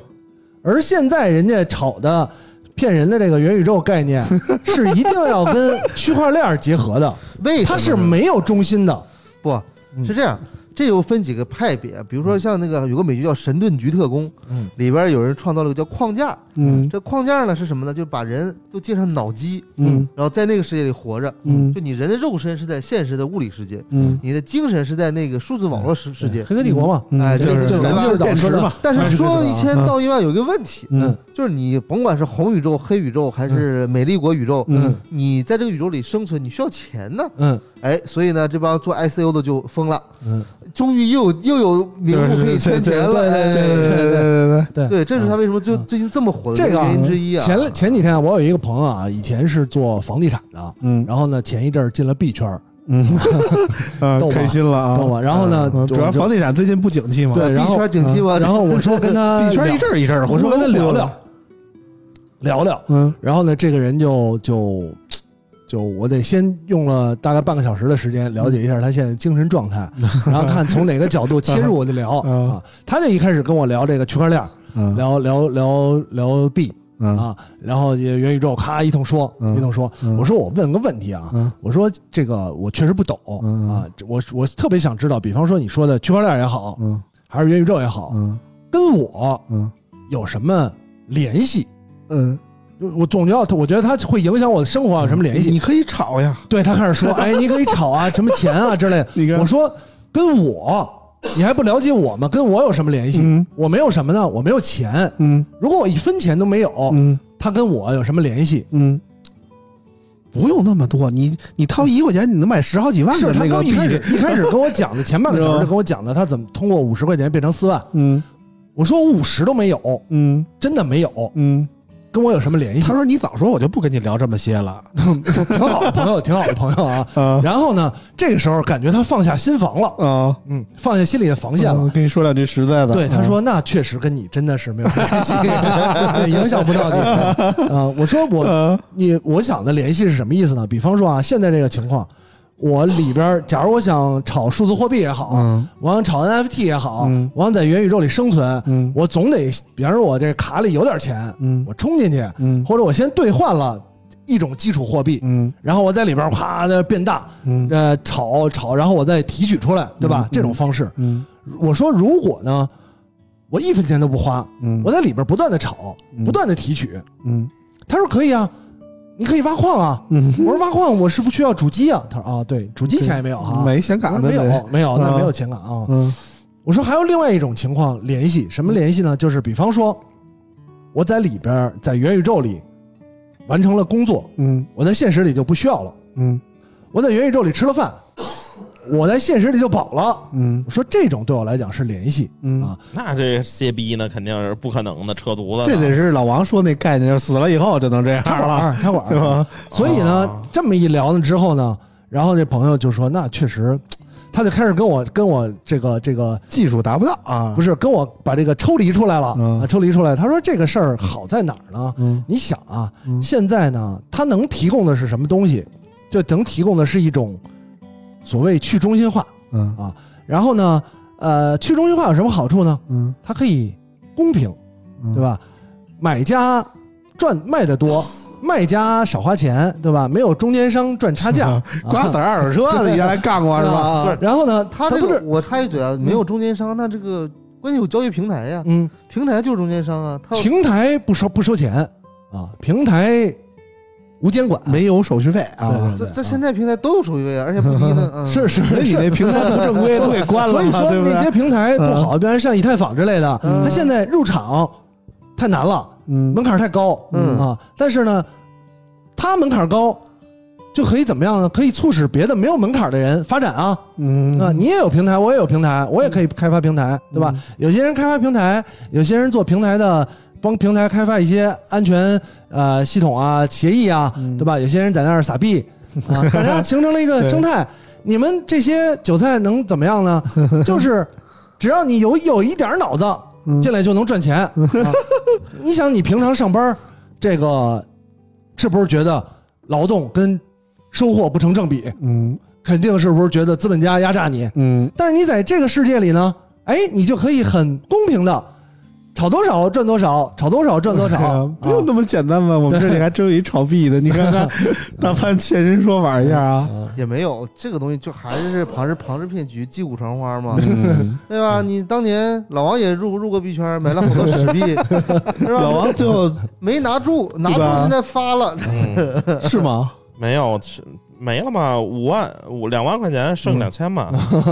Speaker 5: 而现在人家炒的骗人的这个元宇宙概念，是一定要跟区块链结合的，
Speaker 3: 为什
Speaker 5: 它
Speaker 3: 么
Speaker 5: 是
Speaker 3: 呢
Speaker 5: 没有中心的。
Speaker 3: 不
Speaker 5: 嗯
Speaker 3: 是这样，这又分几个派别，比如说像那个有个美剧叫《神盾局特工》，
Speaker 5: 嗯，
Speaker 3: 里边有人创造了个叫框架，
Speaker 2: 嗯
Speaker 3: 这框架呢是什么呢？就是把人都接上脑机，
Speaker 2: 嗯
Speaker 3: 然后在那个世界里活着。
Speaker 2: 嗯
Speaker 3: 就你人的肉身是在现实的物理世界，
Speaker 2: 嗯，
Speaker 3: 你的精神是在那个数字网络世世界。
Speaker 5: 黑客帝国嘛，
Speaker 2: 嗯
Speaker 3: 哎
Speaker 5: 就是
Speaker 3: 对
Speaker 5: 就
Speaker 3: 对
Speaker 5: 咱们
Speaker 3: 吧
Speaker 5: 就是
Speaker 2: 电
Speaker 5: 早
Speaker 2: 池
Speaker 5: 说的
Speaker 2: 嘛，
Speaker 3: 但是说一千
Speaker 2: 嗯
Speaker 3: 道一万有一个问题，
Speaker 5: 嗯
Speaker 3: 就是你甭管是红宇宙、黑宇宙还是美丽国宇宙，
Speaker 5: 嗯
Speaker 3: 你在这个宇宙里生存，你需要钱呢。
Speaker 5: 嗯
Speaker 3: 哎，所以呢，这帮做 ICO 的就疯了，
Speaker 5: 嗯，
Speaker 3: 终于又有又有名目可以圈钱了。
Speaker 5: 对对对
Speaker 3: 哎
Speaker 2: 对对
Speaker 5: 对
Speaker 3: 对，这是他为什么最
Speaker 5: 嗯
Speaker 3: 最近这么火的
Speaker 5: 这个啊
Speaker 3: 原因之一啊。
Speaker 5: 前前几天我有一个朋友啊，以前是做房地产的，
Speaker 2: 嗯
Speaker 5: 然后呢，前一阵儿进了币圈儿，
Speaker 2: 嗯，啊，开心了啊，
Speaker 5: 知道吗？然后呢，
Speaker 2: 嗯主要
Speaker 5: 我就
Speaker 2: 房地产最近不景气嘛，
Speaker 5: 对，然
Speaker 3: 币
Speaker 5: 后
Speaker 3: 圈景气吧，
Speaker 5: 然后我说跟 他
Speaker 2: 币圈
Speaker 5: 聊
Speaker 2: 一阵儿一阵儿，
Speaker 5: 我说跟他
Speaker 2: 忽悠忽
Speaker 5: 聊
Speaker 2: 悠
Speaker 5: 聊，聊聊，
Speaker 2: 嗯
Speaker 5: 然后呢，这个人就就就我得先用了大概半个小时的时间了解一下他现在精神 状态，然后看从哪个角度切入我就聊
Speaker 2: 嗯
Speaker 5: 啊。他就一开始跟我聊这个区块链，
Speaker 2: 嗯
Speaker 5: 聊聊聊聊币
Speaker 2: 嗯
Speaker 5: 啊，然后也元宇宙，咔一通说
Speaker 2: 嗯
Speaker 5: 一通说。
Speaker 2: 嗯
Speaker 5: 我说我问个问题啊，
Speaker 2: 嗯
Speaker 5: 我说这个我确实不懂
Speaker 2: 嗯嗯
Speaker 5: 啊，这我我特别想知道，比方说你说的区块链也好，
Speaker 2: 嗯
Speaker 5: 还是元宇宙也好，
Speaker 2: 嗯
Speaker 5: 跟我
Speaker 2: 嗯
Speaker 5: 有什么联系？
Speaker 2: 嗯，
Speaker 5: 我总觉得他，我觉得它会影响我的生啊活有什么联系？
Speaker 2: 嗯你可以炒呀，
Speaker 5: 对他开始说，哎，你可以炒啊，什么钱啊之类的。
Speaker 2: 你看
Speaker 5: 我说跟我，你还不了解我吗？跟我有什么联系？
Speaker 2: 嗯
Speaker 5: 我没有什么呢？我没有钱。
Speaker 2: 嗯
Speaker 5: 如果我一分钱都没有，
Speaker 2: 嗯
Speaker 5: 他跟我有什么联系？
Speaker 2: 嗯。不用那么多，你你掏一块钱，你能买十好几万
Speaker 5: 是
Speaker 2: 的
Speaker 5: 他
Speaker 2: 那
Speaker 5: 刚
Speaker 2: 个
Speaker 5: 一
Speaker 2: 币
Speaker 5: 开，始一 开始跟我讲的前半个小
Speaker 2: 是
Speaker 5: 时
Speaker 2: 吧
Speaker 5: 就跟我讲的，他怎么通过五十块钱变成四万。
Speaker 2: 嗯
Speaker 5: 我说我五十都没有，
Speaker 2: 嗯
Speaker 5: 真的没有，
Speaker 2: 嗯。
Speaker 5: 跟我有什么联系
Speaker 2: 他？说你早说，我就不跟你聊这么些了。
Speaker 5: 挺好的朋友，挺好的朋 友啊。
Speaker 2: 啊
Speaker 5: 然后呢，这个时候感觉他放下心防了，
Speaker 2: 啊，
Speaker 5: 嗯，放下心里的防线了
Speaker 2: 我。跟你说两句实在的。
Speaker 5: 对，他
Speaker 2: 嗯
Speaker 5: 说那确实跟你真的是没有关系， 对影响不到你。啊、我说我
Speaker 2: 呃
Speaker 5: 你我想的联系是什么意思呢？比方说啊，现在这个情况，我里边儿假如我想炒数字货币也好，
Speaker 2: 嗯
Speaker 5: 我想炒 NFT 也好，
Speaker 2: 嗯
Speaker 5: 我想在元宇宙里生存，
Speaker 2: 嗯
Speaker 5: 我总得，比方说我这卡里有点钱，
Speaker 2: 嗯
Speaker 5: 我冲进去，
Speaker 2: 嗯
Speaker 5: 或者我先兑换了一种基础货币，
Speaker 2: 嗯
Speaker 5: 然后我在里边儿啪的变大，
Speaker 2: 嗯
Speaker 5: 呃，炒炒，然后我再提取出来，对吧？
Speaker 2: 嗯
Speaker 5: 这种方式。
Speaker 2: 嗯
Speaker 5: 我说如果呢，我一分钱都不花，
Speaker 2: 嗯，
Speaker 5: 我在里边不断的炒，
Speaker 2: 嗯
Speaker 5: 不断的提取。
Speaker 2: 嗯
Speaker 5: 他说可以啊，你可以挖矿啊。
Speaker 2: 嗯
Speaker 5: 我说挖矿我是不需要主机啊。他说啊，对，主机钱也没有哈，
Speaker 2: 没显
Speaker 5: 我
Speaker 2: 卡
Speaker 5: 说
Speaker 2: 的
Speaker 5: 没有
Speaker 2: 得
Speaker 5: 没有，那
Speaker 2: 啊
Speaker 5: 没有钱感啊。
Speaker 2: 嗯
Speaker 5: 我说还有另外一种情况联系，什么联系呢？就是比方说我在里边在元宇宙里完成了工作，
Speaker 2: 嗯
Speaker 5: 我在现实里就不需要了。
Speaker 2: 嗯
Speaker 5: 我在元宇宙里吃了饭，我在现实里就跑了。
Speaker 2: 嗯
Speaker 5: 我说这种对我来讲是联系，
Speaker 2: 嗯
Speaker 5: 啊
Speaker 6: 那这些逼呢，肯定是不可能的，扯犊子呢。
Speaker 2: 这得是老王说那概念，死了以后就能这样
Speaker 5: 插管
Speaker 2: 了，
Speaker 5: 儿，插管
Speaker 2: 啊对
Speaker 5: 儿。
Speaker 2: 吧？哦
Speaker 5: 所以呢，这么一聊呢之后呢，然后这朋友就说，那确实，他就开始跟我跟我这个这个
Speaker 2: 技术达不到啊，
Speaker 5: 不
Speaker 2: 是，
Speaker 5: 是跟我把这个抽离出来了，
Speaker 2: 嗯
Speaker 5: 啊抽离出来。他说这个事儿好在哪儿呢？
Speaker 2: 嗯
Speaker 5: 你想啊，
Speaker 2: 嗯
Speaker 5: 现在呢，它能提供的是什么东西？就能提供的是一种所谓去中心化。啊
Speaker 2: 嗯
Speaker 5: 然后呢，呃，去中心化有什么好处呢？
Speaker 2: 嗯，
Speaker 5: 它可以公平，
Speaker 2: 嗯，
Speaker 5: 对？吧？买家赚卖的多，卖家少花钱，对吧？没有中间商赚差价 啊
Speaker 2: 瓜子儿二手车的，你原来干过是吧？啊
Speaker 5: 然后呢，
Speaker 3: 他
Speaker 5: 它
Speaker 3: 这
Speaker 5: 不
Speaker 3: 个
Speaker 5: 是，
Speaker 3: 我插一嘴啊，没有中间商，那这个关键有交易平台呀，
Speaker 5: 嗯，
Speaker 3: 平台就是中间商啊，他
Speaker 5: 平台不收不收钱啊，平台无监管，
Speaker 2: 没有手续费
Speaker 5: 对
Speaker 2: 啊，
Speaker 5: 对
Speaker 3: 这
Speaker 5: 对
Speaker 3: 这
Speaker 5: 啊
Speaker 3: 现在平台都有手续费啊，而且不低呢，嗯
Speaker 5: 是是
Speaker 2: 所以你那平台不正规都给关了嘛，
Speaker 5: 所以说
Speaker 2: 对不对嗯
Speaker 5: 那些平台不好，比方像以太坊之类的，
Speaker 3: 嗯
Speaker 5: 它现在入场太难了，
Speaker 2: 嗯
Speaker 5: 门槛太高，
Speaker 3: 嗯
Speaker 5: 啊，但是呢，它门槛高。就可以怎么样呢？可以促使别的没有门槛的人发展啊！
Speaker 2: 嗯
Speaker 5: 啊，你也有平台，我也有平台，我也可以开发平台，对吧？有些人开发平台，有些人做平台的，帮平台开发一些安全呃系统啊、协议啊，
Speaker 2: 嗯
Speaker 5: 对吧？有些人在那儿撒币， 啊，大家形成了一个
Speaker 2: 对
Speaker 5: 生态。你们这些韭菜能怎么样呢？就是只要你有有一点儿脑子，
Speaker 2: 嗯
Speaker 5: 进来就能赚钱。啊你想，你平常上班儿，这个是不是觉得劳动跟收获不成正比？
Speaker 2: 嗯
Speaker 5: 肯定是不是觉得资本家压榨你？
Speaker 2: 嗯
Speaker 5: 但是你在这个世界里呢，哎，你就可以很公平的，炒多少赚多少，炒多少赚啊多
Speaker 2: 哎呀
Speaker 5: 少，
Speaker 2: 不用那么简单吧？我们这里还真有一炒币的，你看看大潘现身说法一下啊，
Speaker 3: 也没有这个东西，就还是庞氏庞氏骗局，击鼓传花嘛，
Speaker 2: 嗯
Speaker 3: 对吧？你当年老王也入入过币圈，买了好多屎币，是吧？
Speaker 2: 老王最后
Speaker 3: 没拿住，拿住
Speaker 2: 对吧
Speaker 3: 现在发了，
Speaker 6: 嗯，
Speaker 2: 是吗？
Speaker 6: 没有，是没了嘛，五万五两万块钱剩两千嘛。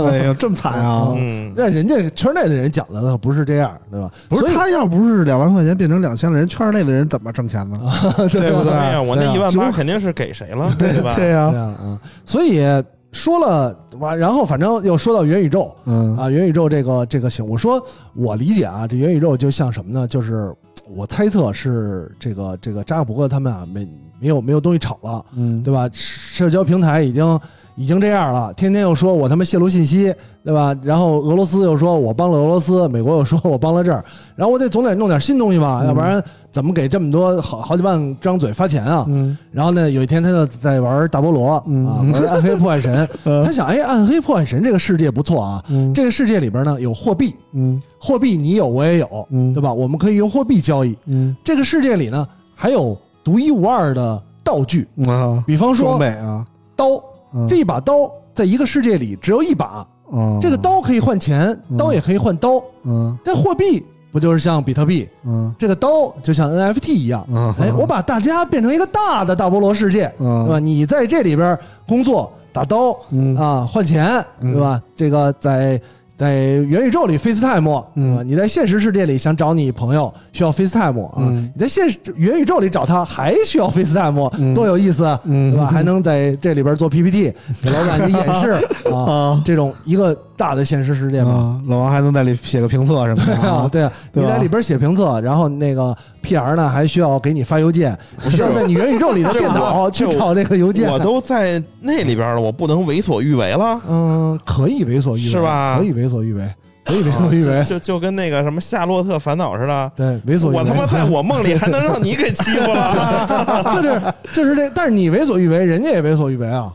Speaker 2: 哎呦，这么惨啊！
Speaker 6: 嗯，
Speaker 5: 那人家圈内的人讲的不是这样，对吧？
Speaker 2: 不
Speaker 5: 所
Speaker 2: 是
Speaker 5: 以
Speaker 2: 他要不是两万块钱变成两千了，人圈内的人怎么挣钱呢？对不
Speaker 6: 对呀，我那一万
Speaker 2: 是
Speaker 6: 八
Speaker 2: 吧
Speaker 6: 肯定是给谁了，对吧？
Speaker 2: 对呀
Speaker 5: 这，样啊，所以说了完，然后反正又说到元宇宙
Speaker 2: 嗯
Speaker 5: 啊，元宇宙这个这个行，我说我理解啊，这元宇宙就像什么呢？就是我猜测是这个这个扎克伯格他们啊没没有没有东西炒了，
Speaker 2: 嗯，
Speaker 5: 对吧？社交平台已经已经这样了，天天又说我他妈泄露信息，对吧？然后俄罗斯又说我帮了俄罗斯，美国又说我帮了这儿，然后我得总得弄点新东西
Speaker 2: 嗯
Speaker 5: 吧，要不然怎么给这么多好好几万张嘴发钱啊？
Speaker 2: 嗯
Speaker 5: 然后呢，有一天他就在玩大菠萝、
Speaker 2: 嗯
Speaker 5: 啊，玩暗黑破坏神，
Speaker 2: 嗯
Speaker 5: 他想，哎，暗黑破坏神这个世界不错啊，
Speaker 2: 嗯
Speaker 5: 这个世界里边呢有货币，
Speaker 2: 嗯
Speaker 5: 货币你有我也有，
Speaker 2: 嗯
Speaker 5: 对吧？我们可以用货币交易。
Speaker 2: 嗯
Speaker 5: 这个世界里呢还有独一无二的道具，
Speaker 2: 啊，
Speaker 5: 比方
Speaker 2: 装
Speaker 5: 说
Speaker 2: 备啊，
Speaker 5: 刀，
Speaker 2: 嗯
Speaker 5: 这一把刀在一个世界里只有一把，
Speaker 2: 哦
Speaker 5: 这个刀可以换钱，
Speaker 2: 嗯
Speaker 5: 刀也可以换刀。
Speaker 2: 嗯
Speaker 5: 这货币不就是像比特币，
Speaker 2: 嗯
Speaker 5: 这个刀就像 NFT 一样？
Speaker 2: 嗯，
Speaker 5: 哎，我把大家变成一个大的大菠萝世界，
Speaker 2: 嗯
Speaker 5: 对吧？你在这里边工作打刀
Speaker 2: 嗯
Speaker 5: 啊，换钱，对吧？这个在。在元宇宙里 FaceTime，、
Speaker 2: 嗯
Speaker 5: 对吧？你在现实世界里想找你朋友需要 FaceTime 啊，
Speaker 2: 嗯
Speaker 5: 你在现实元宇宙里找他还需要 FaceTime，、啊
Speaker 2: 嗯
Speaker 5: 多有意思，
Speaker 2: 嗯
Speaker 5: 对吧？还能在这里边做 PPT，给老板去 演示啊，
Speaker 2: 啊
Speaker 5: 这种一个大的现实世界嘛。
Speaker 2: 啊，老王还能在里写个评测什么的
Speaker 5: 啊，
Speaker 2: 啊，
Speaker 5: 对啊，
Speaker 2: 对
Speaker 5: 你
Speaker 2: 吧
Speaker 5: 在里边写评测，然后那个 PR 呢还需要给你发邮件，我需要在你元宇宙里的电脑去
Speaker 6: 这我
Speaker 5: 找这个邮件。
Speaker 6: 我都在那里边了，我不能为所欲为了。
Speaker 5: 嗯，可以为所欲为，
Speaker 6: 是吧啊
Speaker 5: 可以为所欲为，可以为所欲为
Speaker 6: 就，就就跟那个什么《夏洛特烦恼》似的，
Speaker 5: 对，为所欲为。
Speaker 6: 我他妈 在我梦里还能让你给欺负了？
Speaker 5: 就是就是这，但是你为所欲为，人家也为所欲为啊，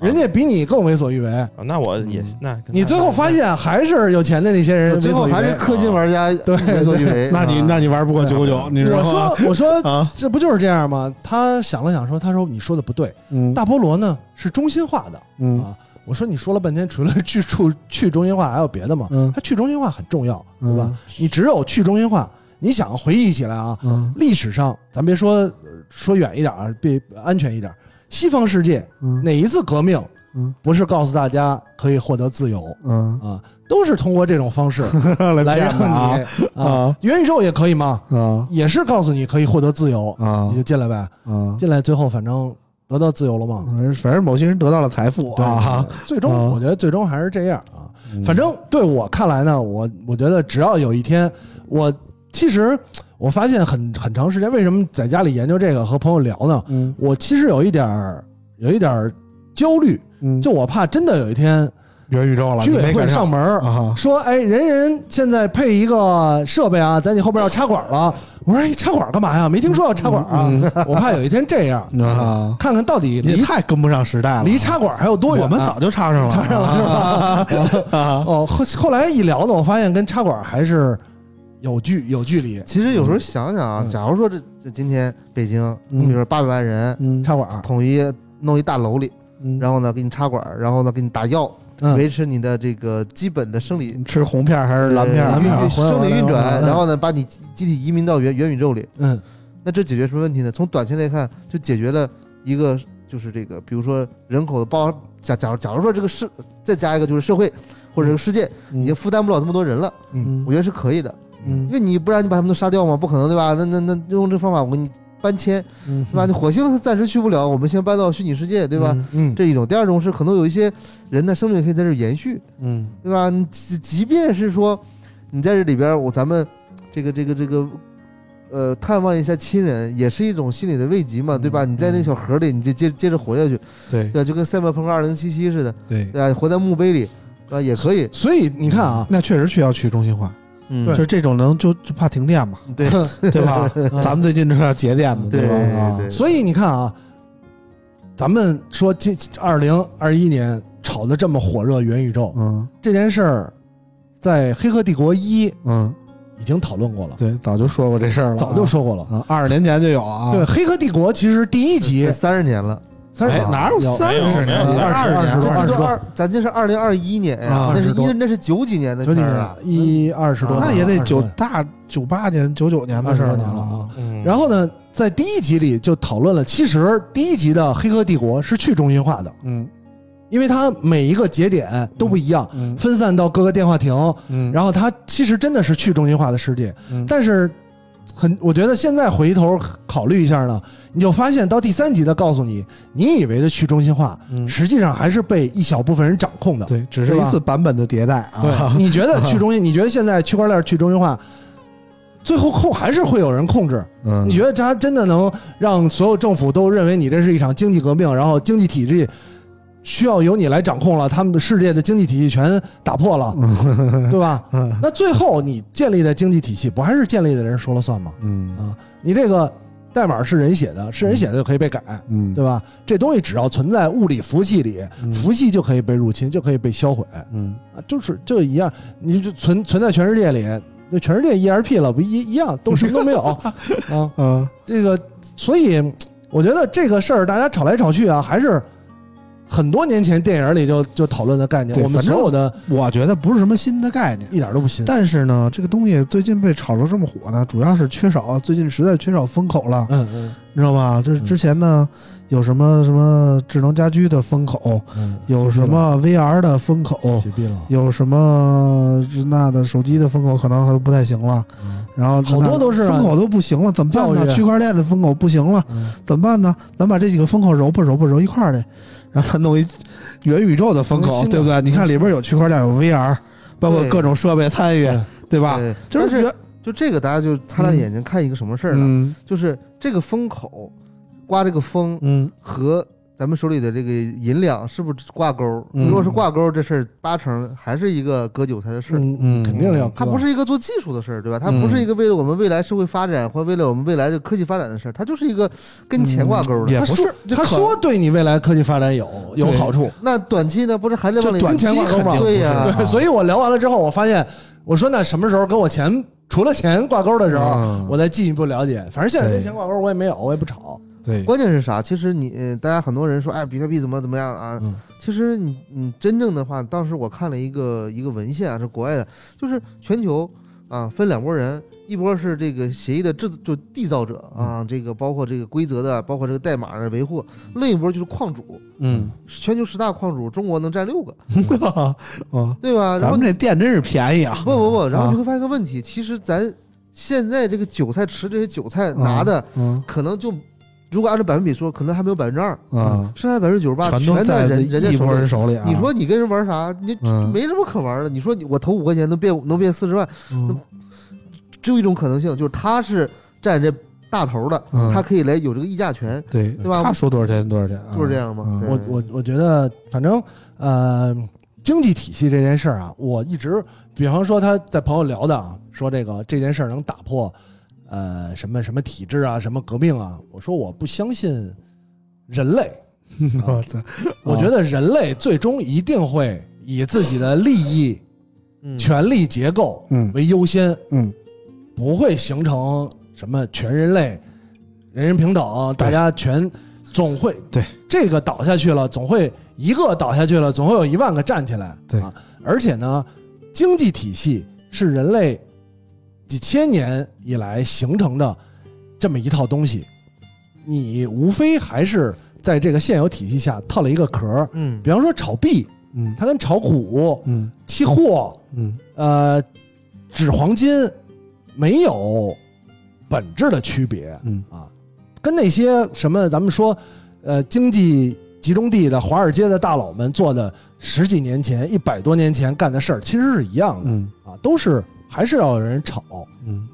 Speaker 5: 人家比你更为所欲为。
Speaker 6: 啊那我也那
Speaker 5: 嗯你最后发现还是有钱的那些人为所
Speaker 3: 最
Speaker 5: 欲为，
Speaker 3: 后还是氪金玩家
Speaker 5: 啊对
Speaker 3: 为所欲为。
Speaker 2: 那你
Speaker 3: 啊
Speaker 2: 那你玩不过九九九，你知道
Speaker 5: 我
Speaker 2: 吗？
Speaker 5: 说我说
Speaker 2: 啊，
Speaker 5: 这不就是这样吗？他想了想说，他说你说的不对，
Speaker 2: 嗯
Speaker 5: 大菠萝呢是中心化的。
Speaker 2: 嗯
Speaker 5: 啊，我说你说了半天，除了去处去中心化还有别的吗？
Speaker 2: 嗯
Speaker 5: 它去中心化很重要，
Speaker 2: 嗯
Speaker 5: 对吧？你只有去中心化，你想回忆起来啊，
Speaker 2: 嗯
Speaker 5: 历史上咱别说呃说远一点啊，别安全一点，西方世界
Speaker 2: 嗯
Speaker 5: 哪一次革命
Speaker 2: 嗯
Speaker 5: 不是告诉大家可以获得自由
Speaker 2: 嗯，
Speaker 5: 啊？都是通过这种 方式来
Speaker 2: 来
Speaker 5: 让
Speaker 2: 骗的啊
Speaker 5: 你啊，元宇宙也可以嘛，
Speaker 2: 啊
Speaker 5: 也是告诉你可以获得自由，
Speaker 2: 啊
Speaker 5: 你就进来呗。
Speaker 2: 啊！
Speaker 5: 进来最后反正得到自由了吗？
Speaker 2: 反正反正某些人得到了财富
Speaker 5: 对
Speaker 2: 啊，，
Speaker 5: 嗯最终
Speaker 2: 啊
Speaker 5: 我觉得最终还是这样啊。
Speaker 2: 嗯
Speaker 5: 反正对我看来呢，我我觉得只要有一天，我其实我发现很很长时间，为什么在家里研究这个和朋友聊呢？
Speaker 2: 嗯
Speaker 5: 我其实有一点儿有一点儿焦虑，
Speaker 2: 嗯，
Speaker 5: 就我怕真的有一天
Speaker 2: 元宇宙了，
Speaker 5: 居
Speaker 2: 你
Speaker 5: 委
Speaker 2: 没
Speaker 5: 会
Speaker 2: 赶
Speaker 5: 上门儿
Speaker 2: 啊，
Speaker 5: 说，哎，人人现在配一个设备啊，在你后边要插管了。我说，哎，插管干嘛呀？没听说要插管啊，我怕有一天这样，
Speaker 2: 啊，
Speaker 5: 看看到底
Speaker 2: 嗯你
Speaker 5: 离
Speaker 2: 也太跟不上时代了，
Speaker 5: 离插管还有多远。
Speaker 2: 我们早就插上了，
Speaker 5: 插上了是吧
Speaker 2: 啊，
Speaker 5: 哦，后后来一聊呢，我发现跟插管还是有距有距离。
Speaker 3: 其实有时候想想啊，
Speaker 5: 嗯
Speaker 3: 假如说这这今天北京，
Speaker 2: 嗯
Speaker 3: 你比如说八百万人，
Speaker 2: 嗯
Speaker 5: 插管，
Speaker 3: 统一弄一大楼里，
Speaker 2: 嗯
Speaker 3: 然后呢给你插管，然后呢给你打药，
Speaker 5: 嗯，
Speaker 3: 维持你的这个基本的生理
Speaker 2: 吃红片儿还是嗯蓝片
Speaker 3: 呃
Speaker 5: 蓝
Speaker 2: 儿？啊
Speaker 3: 运
Speaker 5: 片儿
Speaker 3: 运
Speaker 5: 回来
Speaker 3: 生
Speaker 5: 回
Speaker 3: 理
Speaker 5: 来
Speaker 3: 运
Speaker 5: 回来
Speaker 3: 转，然后呢把你集集体移民到元元宇宙里。
Speaker 5: 嗯，
Speaker 3: 那这解决什么问题呢？从短期来看，就解决了一个就是这个，比如说人口的包，假假如假如说这个世再加一个就是社会或者这个世界已经负担不了这么多人了，
Speaker 2: 嗯
Speaker 3: 我觉得是可以的，
Speaker 2: 嗯
Speaker 3: 因为你不然你把他们都杀掉吗？不可能对吧？那那那用这方法我给你搬迁
Speaker 2: 嗯，
Speaker 3: 对吧？你火星暂时去不了，我们先搬到虚拟世界对吧？
Speaker 5: 嗯，
Speaker 3: 这一种，第二种是可能有一些人的生命可以在这儿延续，
Speaker 2: 嗯
Speaker 3: 对吧？你即即便是说你在这里边儿，我咱们这个这个这个，呃，探望一下亲人，也是一种心理的慰藉嘛，对吧？你在那个小盒里，你就接接着活下去，
Speaker 2: 对
Speaker 3: 对吧？就跟《赛博朋克二零七七》似的，
Speaker 2: 对，
Speaker 3: 对吧？活在墓碑里，对吧？也可以，
Speaker 5: 所以你看啊，
Speaker 2: 那确实需要去中心化，
Speaker 3: 嗯，
Speaker 2: 就是这种能就就怕停电嘛，
Speaker 3: 对
Speaker 2: 对嗯吧？咱们最近这要节电嘛，
Speaker 3: 对
Speaker 2: 吧？啊
Speaker 3: 对，
Speaker 5: 所以你看啊，咱们说今二零二一年炒的这么火热元宇宙
Speaker 2: 嗯
Speaker 5: 这件事儿，在《黑客帝国一》
Speaker 2: 嗯，
Speaker 5: 已经讨论过了，
Speaker 2: 对，早就说过这事儿了啊，
Speaker 5: 早就说过了。
Speaker 2: 啊，二十年前就有啊，
Speaker 5: 对，《黑客帝国》其实第一集
Speaker 3: 三十年了，
Speaker 5: 三
Speaker 2: 哎，哪有三十年？
Speaker 6: 没有
Speaker 2: 二十
Speaker 5: 二
Speaker 2: 年
Speaker 5: 十
Speaker 3: 啊这
Speaker 5: 多
Speaker 3: 这都
Speaker 5: 多
Speaker 3: 二，咱这是二零二一年呀
Speaker 2: 啊，
Speaker 3: 那是
Speaker 5: 20多
Speaker 3: 一那是九几年的
Speaker 5: 九
Speaker 3: 事
Speaker 5: 几
Speaker 3: 儿
Speaker 5: 年
Speaker 3: 了，，
Speaker 5: 一二十多年，
Speaker 2: 那也得
Speaker 5: 二十
Speaker 2: 九
Speaker 5: 多
Speaker 2: 大九八年、九九年的事儿
Speaker 5: 二十多年了啊。
Speaker 6: 嗯
Speaker 5: 然后呢，在第一集里就讨论了，其实第一集的《黑客帝国》是去中心化的，
Speaker 2: 嗯
Speaker 5: 因为它每一个节点都不一样，
Speaker 2: 嗯
Speaker 5: 分散到各个电话亭，
Speaker 2: 嗯，
Speaker 5: 然后它其实真的是去中心化的世界。
Speaker 2: 嗯
Speaker 5: 但是很，我觉得现在回头考虑一下呢，你就发现到第三集的告诉你，你以为的去中心化，
Speaker 2: 嗯
Speaker 5: 实际上还是被一小部分人掌控的。
Speaker 2: 对，只是一次版本的迭代啊
Speaker 5: 对，。你觉得去 中心？你觉得现在区块链去中心化，最后控还是会有人控制？
Speaker 2: 嗯
Speaker 5: 你觉得它真的能让所有政府都认为你这是一场经济革命，然后经济体制需要由你来掌控了，他们的世界的经济体系全打破 了，
Speaker 2: 嗯
Speaker 5: 对吧？那最后你建立的经济体系不还是建立的人说了算吗？
Speaker 2: 嗯
Speaker 5: 啊，你这个代码是人写的，是人写的就可以被改，
Speaker 2: 嗯
Speaker 5: 对吧？这东西只要存在物理服系里，服系就可以被入侵，就可以被销毁。
Speaker 2: 嗯
Speaker 5: 啊，就是就一样，你就存存在全世界里，那全世界 ERP 了，不一一样，都什么都没有 啊。
Speaker 2: 嗯
Speaker 5: 这个，所以我觉得这个事儿大家吵来吵去啊，还是很多年前电影里就就讨论的概念，
Speaker 2: 对
Speaker 5: 我们
Speaker 2: 反正
Speaker 5: 所有的
Speaker 2: 我觉得不是什么新的概念。
Speaker 5: 一点都不新。
Speaker 2: 但是呢，这个东西最近被炒得这么火呢，主要是缺少最近实在缺少风口了，
Speaker 5: 嗯嗯
Speaker 2: 你知道吧？这之前呢，有什么什么智能家居的风口，
Speaker 5: 嗯，
Speaker 2: 有什么 VR 的风口，
Speaker 5: 写毕了，
Speaker 2: 有什么这那的手机的风口可能还不太行了，
Speaker 5: 嗯
Speaker 2: 然后
Speaker 5: 好多都是啊
Speaker 2: 风口都不行了，怎么办
Speaker 5: 教
Speaker 2: 呢？
Speaker 5: 育啊
Speaker 2: 区块链的风口不行了，
Speaker 5: 嗯
Speaker 2: 怎么办呢？咱把这几个风口揉吧揉吧揉一块儿去，然后咱弄一元宇宙的风
Speaker 5: 弄一
Speaker 2: 口，
Speaker 5: 新的
Speaker 2: 对不对？你看里边有区块链，有 VR，包括
Speaker 3: 啊对
Speaker 2: 各种设备参与，
Speaker 5: 对
Speaker 2: 对吧？
Speaker 3: 对
Speaker 2: 就
Speaker 3: 但是
Speaker 2: 元
Speaker 3: 就这个大家就擦亮眼睛看一个什么事儿呢？
Speaker 2: 嗯
Speaker 3: 就是这个风口，刮这个风
Speaker 2: 嗯
Speaker 3: 和咱们手里的这个银两是不是挂钩儿？
Speaker 2: 嗯
Speaker 3: 如果是挂钩儿，这事儿八成还是一个割韭菜的事儿。
Speaker 5: 嗯
Speaker 2: 嗯
Speaker 5: 嗯，肯定要
Speaker 3: 它
Speaker 5: 割
Speaker 3: 不是一个做技术的事儿，对吧？它
Speaker 2: 嗯
Speaker 3: 不是一个为了我们未来社会发展或为了我们未来的科技发展的事儿，它就是一个跟钱挂钩儿
Speaker 2: 嗯
Speaker 3: 的。
Speaker 2: 也
Speaker 5: 他
Speaker 2: 不
Speaker 5: 说
Speaker 2: 是，
Speaker 5: 他说对你未来科技发展有有
Speaker 2: 对
Speaker 5: 好处，
Speaker 3: 那短期呢，不是还得往
Speaker 2: 这
Speaker 3: 里
Speaker 2: 短
Speaker 5: 期
Speaker 3: 跟钱挂钩
Speaker 5: 肯定
Speaker 3: 吗？
Speaker 5: 不
Speaker 3: 对呀、
Speaker 5: 对，所以我聊完了之后，我发现，我说那什么时候跟我钱除了钱挂钩的时候，
Speaker 2: 嗯
Speaker 5: 我再进一步了解。反正现在跟
Speaker 2: 对
Speaker 5: 钱挂钩我也没有，我也不炒。
Speaker 2: 对，
Speaker 3: 关键是啥？其实你呃大家很多人说，哎，比特币怎么怎么样啊？
Speaker 5: 嗯
Speaker 3: 其实你你真正的话，当时我看了一个一个文献啊，是国外的，就是全球啊分两拨人，一波是这个协议的制就缔造者
Speaker 2: 嗯
Speaker 3: 啊，这个包括这个规则的，包括这个代码的维护；另一波就是矿主，
Speaker 2: 嗯，
Speaker 3: 全球十大矿主，中国能占六个，
Speaker 2: 啊，
Speaker 3: 对吧？然
Speaker 2: 咱
Speaker 3: 后
Speaker 2: 们这店真是便宜啊！
Speaker 3: 不不不，然后
Speaker 2: 啊
Speaker 3: 你会发现一个问题，其实咱现在这个韭菜池这些韭菜拿的
Speaker 2: 嗯
Speaker 3: 可能就如果按照百分比说，可能还没有百分之二
Speaker 2: 啊
Speaker 3: 剩下百分之九十八
Speaker 2: 全
Speaker 3: 全
Speaker 2: 都
Speaker 3: 在
Speaker 2: 在
Speaker 3: 人人家
Speaker 2: 一
Speaker 3: 手
Speaker 2: 拨
Speaker 3: 里
Speaker 2: 人。手里啊。
Speaker 3: 你说你跟人玩啥？你
Speaker 2: 嗯
Speaker 3: 没什么可玩的。你说你我投五块钱能变能变四十万，
Speaker 2: 嗯
Speaker 3: 只有一种可能性，就是他是占这大头的，
Speaker 2: 嗯
Speaker 3: 他可以来有这个议价权，
Speaker 2: 对
Speaker 3: 对吧
Speaker 2: 他说多少钱多少钱啊，
Speaker 3: 就是这样吗？
Speaker 2: 嗯
Speaker 3: 对
Speaker 5: 我我我觉得，反正呃，经济体系这件事儿啊，我一直，比方说他在朋友聊的啊，说这个这件事儿能打破呃什么什么体制啊，什么革命啊，我说我不相信人类，
Speaker 2: 我操！
Speaker 5: 我觉得人类最终一定会以自己的利益、
Speaker 3: 嗯
Speaker 5: 权力结构
Speaker 2: 嗯
Speaker 5: 为优先，
Speaker 2: 嗯，
Speaker 5: 不会形成什么全人类、人人平等，大家全总会
Speaker 2: 对
Speaker 5: 这个倒下去了，总会一个倒下去了，总会有一万个站起来。
Speaker 2: 对
Speaker 5: 啊，而且呢，经济体系是人类几千年以来形成的这么一套东西，你无非还是在这个现有体系下套了一个壳儿。
Speaker 3: 嗯
Speaker 5: 比方说炒币，
Speaker 2: 嗯
Speaker 5: 它跟炒股、
Speaker 2: 嗯
Speaker 5: 期货、
Speaker 2: 嗯
Speaker 5: 呃，纸黄金没有本质的区别
Speaker 2: 嗯
Speaker 5: 啊，跟那些什么咱们说，呃，经济集中地的华尔街的大佬们做的十几年前、一百多年前干的事儿，其实是一样的
Speaker 2: 嗯
Speaker 5: 啊，都是还是要有人炒，
Speaker 2: 嗯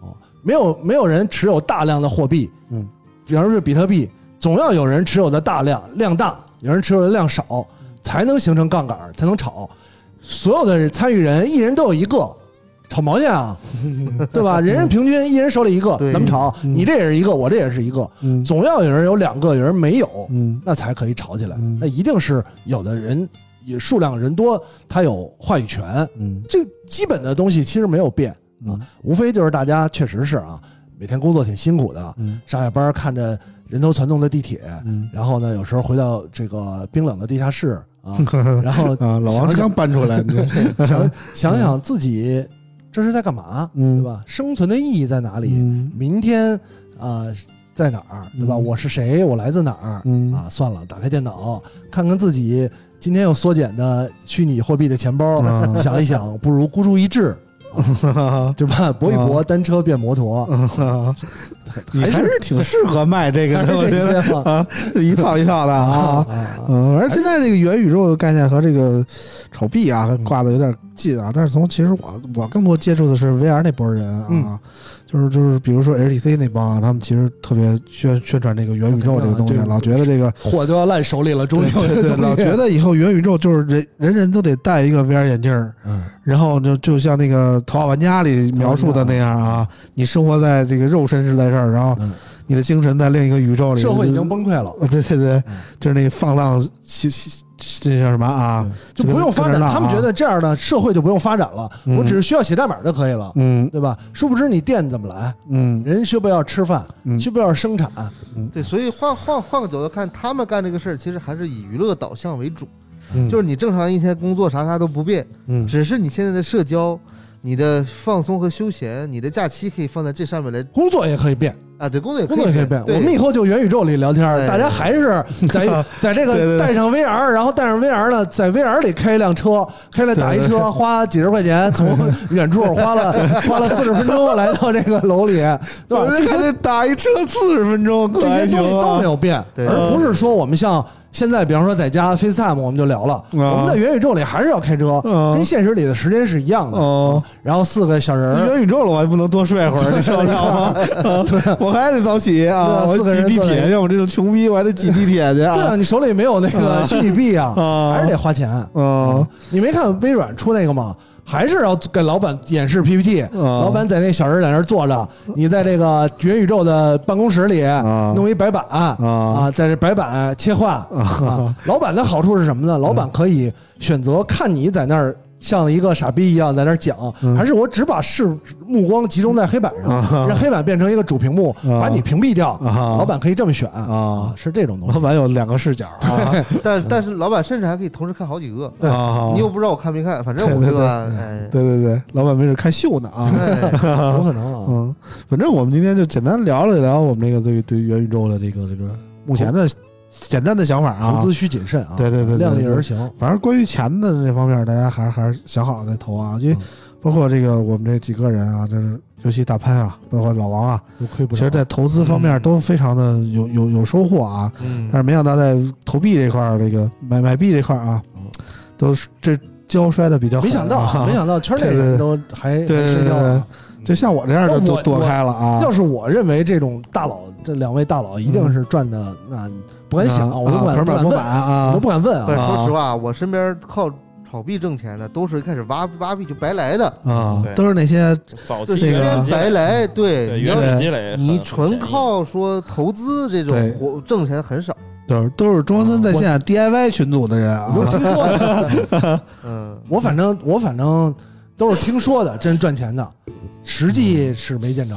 Speaker 5: 没有没有人持有大量的货币，
Speaker 2: 嗯，
Speaker 5: 比方说比特币，总要有人持有的大量量大，有人持有的量少，才能形成杠杆儿，才能炒。所有的参与人，一人都有一个，炒毛 线啊，对吧？人人平均一人手里一个，
Speaker 3: 对
Speaker 5: 咱们炒，
Speaker 2: 嗯
Speaker 5: 你这也是一个，我这也是一个，
Speaker 2: 嗯
Speaker 5: 总要有人有两个，有人没有，
Speaker 2: 嗯
Speaker 5: 那才可以炒起来
Speaker 2: 嗯。
Speaker 5: 那一定是有的人也数量人多，他有话语权，
Speaker 2: 嗯
Speaker 5: 这基本的东西其实没有变啊
Speaker 2: 嗯，
Speaker 5: 无非就是大家确实是啊，每天工作挺辛苦的，
Speaker 2: 嗯
Speaker 5: 上下班看着人头攒动的地铁，
Speaker 2: 嗯
Speaker 5: 然后呢，有时候回到这个冰冷的地下室 啊，然后
Speaker 2: 啊，老王
Speaker 5: 想
Speaker 2: 刚搬出来， 你这
Speaker 5: 想想想自己这是在干嘛，
Speaker 2: 嗯
Speaker 5: 对吧？生存的意义在哪里？
Speaker 2: 嗯
Speaker 5: 明天啊、在哪儿，对吧？
Speaker 2: 嗯
Speaker 5: 我是谁？我来自哪儿？
Speaker 2: 嗯
Speaker 5: 啊，算了，打开电脑，看看自己今天又缩减的虚拟货币的钱包，
Speaker 2: 啊
Speaker 5: 想一想，不如孤注 一掷，对吧？搏一搏，
Speaker 2: 啊
Speaker 5: 单车变摩托，
Speaker 2: 啊， 你
Speaker 5: 还
Speaker 2: 还
Speaker 5: 是
Speaker 2: 是挺适合卖这个
Speaker 5: 还
Speaker 2: 的，我
Speaker 5: 是
Speaker 2: 觉
Speaker 5: 这
Speaker 2: 得
Speaker 5: 些嘛
Speaker 2: 啊，一套一套的啊。
Speaker 5: 啊
Speaker 2: 嗯，反正现在这个元宇宙的概念和这个炒币啊
Speaker 5: 嗯
Speaker 2: 挂的有点近啊，但是从其实我我更多接触的是 VR 那波人啊，
Speaker 5: 嗯
Speaker 2: 就是就是比如说 HTC 那帮啊，他们其实特别宣宣传这个元宇宙这个东西，
Speaker 5: 那肯定啊
Speaker 2: 老觉得这个
Speaker 5: 货都要烂手里了，终于
Speaker 2: 对对对，老觉得以后元宇宙就是人人人都得戴一个 VR 眼镜儿，
Speaker 5: 嗯，
Speaker 2: 然后就就像那个《头号玩家》里描述的那样啊，你生活在这个肉身是在这儿，然后
Speaker 5: 嗯
Speaker 2: 你的精神在另一个宇宙里，
Speaker 5: 社会已经崩溃了，
Speaker 2: 啊， 对对对
Speaker 5: 嗯，
Speaker 2: 就是那放浪西西，这叫什么啊？
Speaker 5: 就不用发
Speaker 2: 这
Speaker 5: 展。
Speaker 2: 个
Speaker 5: 他们觉得这样的社会就不用发展了，
Speaker 2: 嗯
Speaker 5: 我只是需要写代码就可以了，
Speaker 2: 嗯
Speaker 5: 对吧？殊不知你店怎么来，
Speaker 2: 嗯
Speaker 5: 人需不要吃饭，
Speaker 2: 嗯
Speaker 5: 需不要生产，
Speaker 3: 对，所以换换换个角度看，他们干这个事儿其实还是以娱乐导向为主，
Speaker 2: 嗯，
Speaker 3: 就是你正常一天工作啥啥都不变，
Speaker 2: 嗯
Speaker 3: 只是你现在的社交、你的放松和休闲、你的假期可以放在这上面来
Speaker 5: 工作也可以变，
Speaker 3: 啊，对，工 作也可以
Speaker 5: 工作也可以
Speaker 3: 变。。
Speaker 5: 变
Speaker 3: 对
Speaker 5: 我们以后就元宇宙里聊天，
Speaker 3: 对
Speaker 5: 大家还是在在
Speaker 2: 对
Speaker 5: 这个
Speaker 2: 对对
Speaker 5: 带上 VR，然后带上 VR 呢，在 VR 里开一辆车，开了打一
Speaker 2: 对对
Speaker 5: 车，
Speaker 2: 对
Speaker 5: 花几十块钱，从远处 花了花了四十分钟来到这个楼里，对吧？这
Speaker 2: 这
Speaker 5: 些
Speaker 2: 还得打一车四十分钟，可
Speaker 5: 这
Speaker 2: 还行
Speaker 5: 些东西都没
Speaker 2: 啊？
Speaker 5: 有变，
Speaker 3: 对
Speaker 5: 而
Speaker 2: 嗯
Speaker 5: 不是说我们像现在，比方说在家 FaceTime，我们就聊了，
Speaker 2: 啊
Speaker 5: 我们在元宇宙里还是要开车，
Speaker 2: 啊
Speaker 5: 跟现实里的时间是一样的。
Speaker 2: 哦，
Speaker 5: 然后四个小人儿，
Speaker 2: 元宇宙了，我还不能多睡会儿，你受得了吗？啊 我还得早起啊，
Speaker 5: 对啊
Speaker 2: 我
Speaker 5: 四个
Speaker 2: 挤
Speaker 5: 人
Speaker 2: 地
Speaker 5: 坐在
Speaker 2: 铁，像我这种穷逼，我还得挤地铁去
Speaker 5: 对啊，
Speaker 2: 啊。
Speaker 5: 你手里没有那个虚拟币啊，
Speaker 2: 啊
Speaker 5: 还是得花钱。
Speaker 2: 嗯
Speaker 5: 你没看微软出那个吗？还是要给老板演示 PPT，、
Speaker 2: 啊
Speaker 5: 老板在那小人儿在那儿坐着，你在这个元宇宙的办公室里
Speaker 2: 啊
Speaker 5: 弄一白板啊在这白板切换啊。老板的好处是什么
Speaker 2: 嗯
Speaker 5: 呢？老板可以选择看你在那儿像一个傻逼一样在那儿讲，
Speaker 2: 嗯
Speaker 5: 还是我只把视目光集中在黑板上，让黑板变成一个主屏幕，
Speaker 2: 啊
Speaker 5: 把你屏蔽掉。
Speaker 2: 啊
Speaker 5: 老板可以这么选
Speaker 2: 啊
Speaker 5: 是这种东
Speaker 2: 老
Speaker 5: 西。
Speaker 2: 板有两个视角啊
Speaker 3: 但但是老板甚至还可以同时看好几个，
Speaker 5: 对
Speaker 2: 啊
Speaker 3: 你又不知道我看没看，反正我
Speaker 2: 对对嗯
Speaker 3: 吧？
Speaker 5: 对
Speaker 3: 哎，
Speaker 2: 对对对，老板没准看秀呢啊。
Speaker 3: 哎，
Speaker 5: 有可能啊，
Speaker 2: 嗯，反正我们今天就简单聊了聊我们这个对于对于元宇宙的这个这个目前的简单的想法啊，
Speaker 5: 投资需谨慎啊，
Speaker 2: 对对对对
Speaker 5: 量力
Speaker 2: 对
Speaker 5: 而行。
Speaker 2: 反正关于钱的这方面，大家还是还是想好了再投啊，因为
Speaker 5: 嗯
Speaker 2: 包括这个我们这几个人啊，就是尤其大潘啊，包括老王啊，
Speaker 5: 都亏不
Speaker 2: 其
Speaker 5: 了。
Speaker 2: 实，在投资方面都非常的有有有收获啊。
Speaker 5: 嗯
Speaker 2: 但是没想到在投币这块儿，这个买买币这块儿啊，都是这跤摔的比较狠啊
Speaker 5: 嗯没想到 啊，没想到圈内人都还还
Speaker 2: 对对
Speaker 5: 深交
Speaker 2: 对
Speaker 5: 啊。
Speaker 2: 就像我这样的
Speaker 5: 那
Speaker 2: 躲
Speaker 5: 我
Speaker 2: 躲开了啊。嗯
Speaker 5: 要是我认为这种大佬，这两位大佬一定是赚的，那不敢想，我都不
Speaker 2: 啊
Speaker 5: 敢
Speaker 2: 盆
Speaker 5: 不
Speaker 2: 满钵
Speaker 5: 敢问
Speaker 2: 满，啊，
Speaker 5: 我都不敢问
Speaker 3: 但
Speaker 5: 啊。
Speaker 3: 是
Speaker 2: 啊
Speaker 3: 说实话，我身边靠炒币挣钱的，都是一开始挖挖币就白来的，
Speaker 2: 啊
Speaker 6: 对，
Speaker 2: 都是那些
Speaker 6: 早
Speaker 3: 就
Speaker 6: 期
Speaker 2: 这
Speaker 3: 先
Speaker 2: 个
Speaker 6: 原始积累
Speaker 3: 白来。
Speaker 2: 嗯
Speaker 3: 对，
Speaker 6: 对
Speaker 3: 你
Speaker 6: 原
Speaker 3: 要
Speaker 6: 始积累很，
Speaker 3: 你
Speaker 6: 很
Speaker 3: 纯
Speaker 6: 便宜
Speaker 3: 靠说投资这
Speaker 2: 对
Speaker 3: 种活挣钱很少。
Speaker 2: 都是都是中关村在线 DIY 群组的人啊
Speaker 5: 我，都听说的，
Speaker 3: 嗯，
Speaker 5: 我反正我反正都是听说的，真赚钱的，实际是没见着。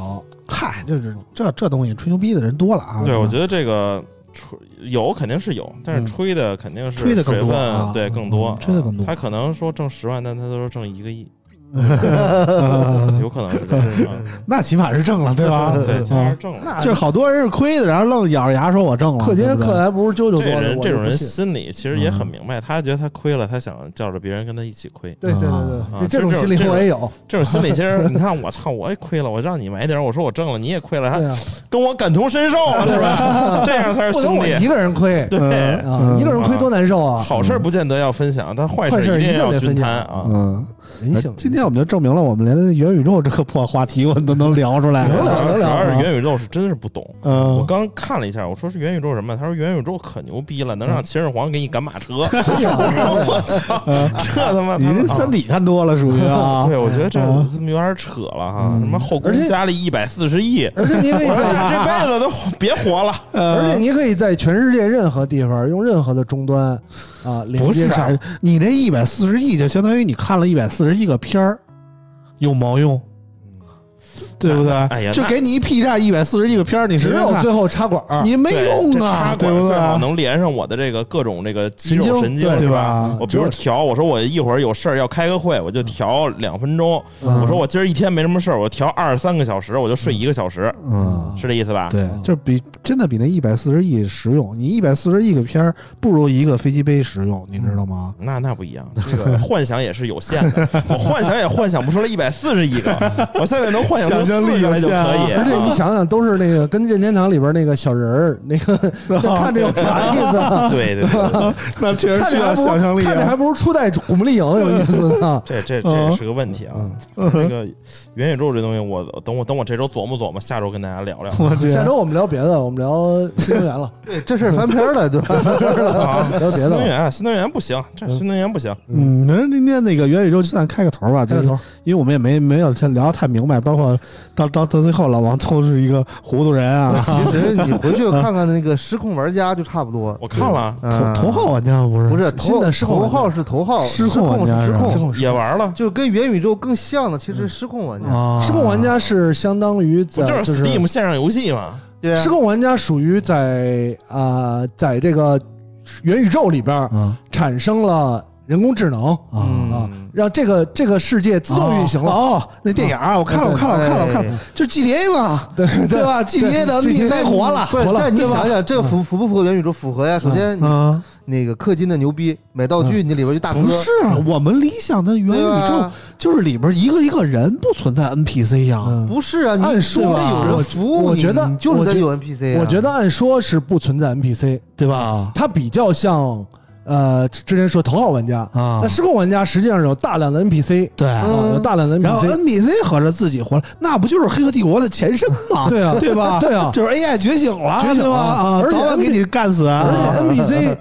Speaker 2: 嗨，就是这这东西吹牛逼的人多了啊。
Speaker 6: 对，我觉
Speaker 2: 得
Speaker 6: 得这个吹有肯定是有，但
Speaker 2: 嗯
Speaker 6: 是吹的肯定是
Speaker 2: 吹得更
Speaker 6: 水
Speaker 2: 多
Speaker 6: 分
Speaker 2: 啊
Speaker 6: 对更多
Speaker 2: 嗯
Speaker 6: 啊，
Speaker 2: 吹得更多
Speaker 6: 他可能说挣十万，但他都说挣一个亿，
Speaker 2: 嗯
Speaker 6: 有可能是这样。 啊
Speaker 2: 那起码是挣了，对吧？啊
Speaker 6: 对，起码
Speaker 2: 嗯
Speaker 6: 是挣了。
Speaker 5: 那
Speaker 2: 就是好多人是亏的，然后愣咬着牙说我挣了。
Speaker 5: 课
Speaker 2: 对
Speaker 5: 间
Speaker 2: 不对
Speaker 5: 课来不如揪揪
Speaker 6: 这
Speaker 5: 多的，
Speaker 6: 人
Speaker 5: 我
Speaker 6: 这
Speaker 5: 就
Speaker 6: 种
Speaker 5: 不
Speaker 6: 人
Speaker 5: 信。
Speaker 6: 心里其实也很明白，他觉得他亏了，他想叫着别人跟他一起亏。
Speaker 5: 对对
Speaker 2: 啊
Speaker 5: 对对，
Speaker 6: 其
Speaker 5: 这
Speaker 6: 实
Speaker 5: 种
Speaker 6: 这
Speaker 5: 心理
Speaker 6: 种
Speaker 5: 我也有。
Speaker 6: 这种心理其实，你看我操，我也亏了，我让你买点儿，我说我挣了，你也亏了，
Speaker 5: 对
Speaker 6: 还
Speaker 5: 啊，
Speaker 6: 跟我感同身受，是吧？啊这样才是
Speaker 5: 不能
Speaker 6: 兄
Speaker 5: 我
Speaker 6: 弟。
Speaker 5: 一个人亏
Speaker 6: 对，
Speaker 5: 啊，一个人亏多难受啊！
Speaker 6: 好事儿不见得要分享，但坏
Speaker 5: 坏事
Speaker 6: 事
Speaker 5: 儿
Speaker 6: 儿
Speaker 5: 一
Speaker 6: 定
Speaker 5: 定
Speaker 6: 要
Speaker 5: 得分
Speaker 6: 均
Speaker 5: 享
Speaker 6: 摊啊。
Speaker 2: 嗯，
Speaker 5: 人性。
Speaker 2: 今天我们就证明了，我们连元宇宙这个破话题我们都能聊出来。
Speaker 5: 聊聊聊
Speaker 6: 主
Speaker 5: 聊
Speaker 6: 要是
Speaker 5: 啊
Speaker 6: 元宇宙是真是不懂。
Speaker 2: 嗯，
Speaker 6: 我刚看了一下，我说是元宇宙什么？他说元宇宙可牛逼了，能让秦始皇给你赶马车。 我操，这他妈
Speaker 2: 你这嗯三
Speaker 6: 体。
Speaker 2: 体看多了，属于啊。
Speaker 6: 啊对，我觉得这
Speaker 2: 嗯
Speaker 6: 他妈有点扯了哈，
Speaker 2: 嗯
Speaker 6: 什么后宫
Speaker 5: 而且
Speaker 6: 佳丽一百四十亿，
Speaker 5: 而且呃你可以
Speaker 6: 我说
Speaker 5: 在，
Speaker 6: 这辈子都别活了。
Speaker 5: 而且你可以在全世界任何地方用任何的终端啊连
Speaker 2: 不
Speaker 5: 接
Speaker 2: 是
Speaker 5: 上。
Speaker 2: 你那一百四十亿，就相当于你看了一百四十亿个片儿，有毛用？对不对？
Speaker 6: 哎呀
Speaker 2: 就
Speaker 6: 那
Speaker 2: 给你一 P 站一百四十亿个片儿，你
Speaker 5: 只
Speaker 2: 谁
Speaker 5: 有
Speaker 2: 看
Speaker 5: 最？后插管儿，
Speaker 2: 你没用
Speaker 6: 这
Speaker 2: 啊
Speaker 6: 插，
Speaker 2: 对
Speaker 6: 管
Speaker 2: 不
Speaker 6: 最
Speaker 2: 对？
Speaker 6: 好能连上我的这个各种这个肌
Speaker 2: 神
Speaker 6: 肉
Speaker 2: 经
Speaker 6: 神经，
Speaker 2: 对
Speaker 6: 是
Speaker 2: 吧
Speaker 6: 吧？我比如调，我说我一会儿有事儿要开个会，我就调两分钟。
Speaker 2: 嗯
Speaker 6: 我说我今儿一天没什么事儿，我调二三个小时，我就睡一个小时，
Speaker 2: 嗯，
Speaker 6: 是这意思吧？
Speaker 2: 对，就比真的比那一百四十亿实用。你一百四十亿个片儿，不如一个飞机杯实用，你知道吗？
Speaker 6: 那那不一样，这个幻想也是有限的。我幻想也幻想不出来一百四十亿个，我现在能幻想
Speaker 2: 想
Speaker 6: 出
Speaker 2: 象力
Speaker 6: 四个来
Speaker 2: 有
Speaker 6: 就
Speaker 2: 限啊
Speaker 6: 可以。
Speaker 5: 而且你想想，都是那个跟任天堂里边那个小人儿，那个嗯
Speaker 2: 哦
Speaker 5: 那看这有啥意思 啊？
Speaker 6: 对对对对，对。
Speaker 2: 那确
Speaker 5: 看着还不如
Speaker 2: 啊
Speaker 5: 看着还不如初代古墓丽影有意思啊呢
Speaker 6: 这这这也是个问题啊。
Speaker 2: 嗯
Speaker 6: 这个元宇宙这东西，我等我等我这周琢磨琢磨，下周跟大家聊聊。
Speaker 2: 我 这
Speaker 5: 下周我们聊别的，我们聊新能源了，
Speaker 3: 对，这事儿翻篇儿了，对 吧？
Speaker 6: 啊
Speaker 5: 聊别
Speaker 6: 新能
Speaker 5: 的。
Speaker 6: 源，新能源不行，这新能源不行。
Speaker 2: 嗯，反正今天那个元宇宙就算开个头吧，
Speaker 5: 开
Speaker 2: 这
Speaker 5: 个头，
Speaker 2: 因为我们也没没有聊得太明白，包括到到到最后，老王都是一个糊涂人 啊。
Speaker 3: 其实你回去看看那个失控玩家就差不多。
Speaker 6: 我看了，
Speaker 2: 头
Speaker 3: 嗯
Speaker 2: 头号玩家不是
Speaker 3: 不是
Speaker 2: 新
Speaker 3: 头
Speaker 2: 的失控
Speaker 3: 头
Speaker 2: 玩家
Speaker 3: 号是头号，
Speaker 2: 失
Speaker 3: 失
Speaker 2: 控玩
Speaker 3: 控
Speaker 2: 家
Speaker 3: 是
Speaker 2: 是吧
Speaker 3: 控，
Speaker 6: 也玩了，
Speaker 3: 就是跟元宇宙更像的，其
Speaker 5: 嗯
Speaker 3: 实是失控玩家。
Speaker 2: 啊，
Speaker 5: 失控玩家是相当于在
Speaker 6: 不就是
Speaker 5: 就是
Speaker 6: Steam 线上游戏嘛？
Speaker 3: 对啊
Speaker 5: 失，控玩家属于在啊、在这个元宇宙里边儿
Speaker 2: 啊
Speaker 5: 产生了人工智能
Speaker 2: 啊
Speaker 5: 啊
Speaker 6: 嗯，
Speaker 5: 让这个这个世界自动运行了。
Speaker 2: 哦，那电影儿我看了，我看了，我看了，我看了，就是 GTA 嘛，
Speaker 5: 对对
Speaker 2: 对吧？GTA 的
Speaker 5: 对
Speaker 2: 你再活
Speaker 5: 啊
Speaker 2: 了，
Speaker 3: 不是，但你想想，这个
Speaker 5: 嗯
Speaker 3: 符符不符合元宇宙？符合呀。首先，你
Speaker 2: 啊，
Speaker 3: 那个氪金的牛逼，买道
Speaker 5: 嗯
Speaker 3: 具你里边就大哥
Speaker 2: 不，是啊我们理想的元
Speaker 3: 对
Speaker 2: 宇宙
Speaker 5: 啊
Speaker 3: 吧？
Speaker 2: 就是里边一个一个人不存在 NPC 呀，
Speaker 5: 嗯
Speaker 3: 不是啊，你
Speaker 5: 按说
Speaker 3: 得有
Speaker 5: 吧
Speaker 3: 人服务
Speaker 5: 我
Speaker 3: 你，
Speaker 5: 我觉得
Speaker 3: 你就是
Speaker 5: 我
Speaker 3: 得
Speaker 5: 觉
Speaker 3: 有
Speaker 2: 哎
Speaker 3: NPC 啊。
Speaker 5: 我觉得按说是不存在 NPC，
Speaker 2: 对吧？
Speaker 5: 它比较像呃之前说头号玩家，
Speaker 2: 啊
Speaker 5: 那，失控玩家实际上有大量的 NPC，
Speaker 2: 对。
Speaker 5: 啊
Speaker 3: 嗯
Speaker 5: 有大量的
Speaker 2: 然后
Speaker 5: NPC，
Speaker 2: NPC 合着自己活了，那不就是《黑客帝国》的前身吗？
Speaker 5: 对啊
Speaker 2: 对吧？
Speaker 5: 对啊
Speaker 2: 就是 AI 觉醒了，
Speaker 5: 觉醒了
Speaker 2: 对吧？啊，
Speaker 5: 而且
Speaker 2: 早晚给你干死啊。
Speaker 5: 而且 NPC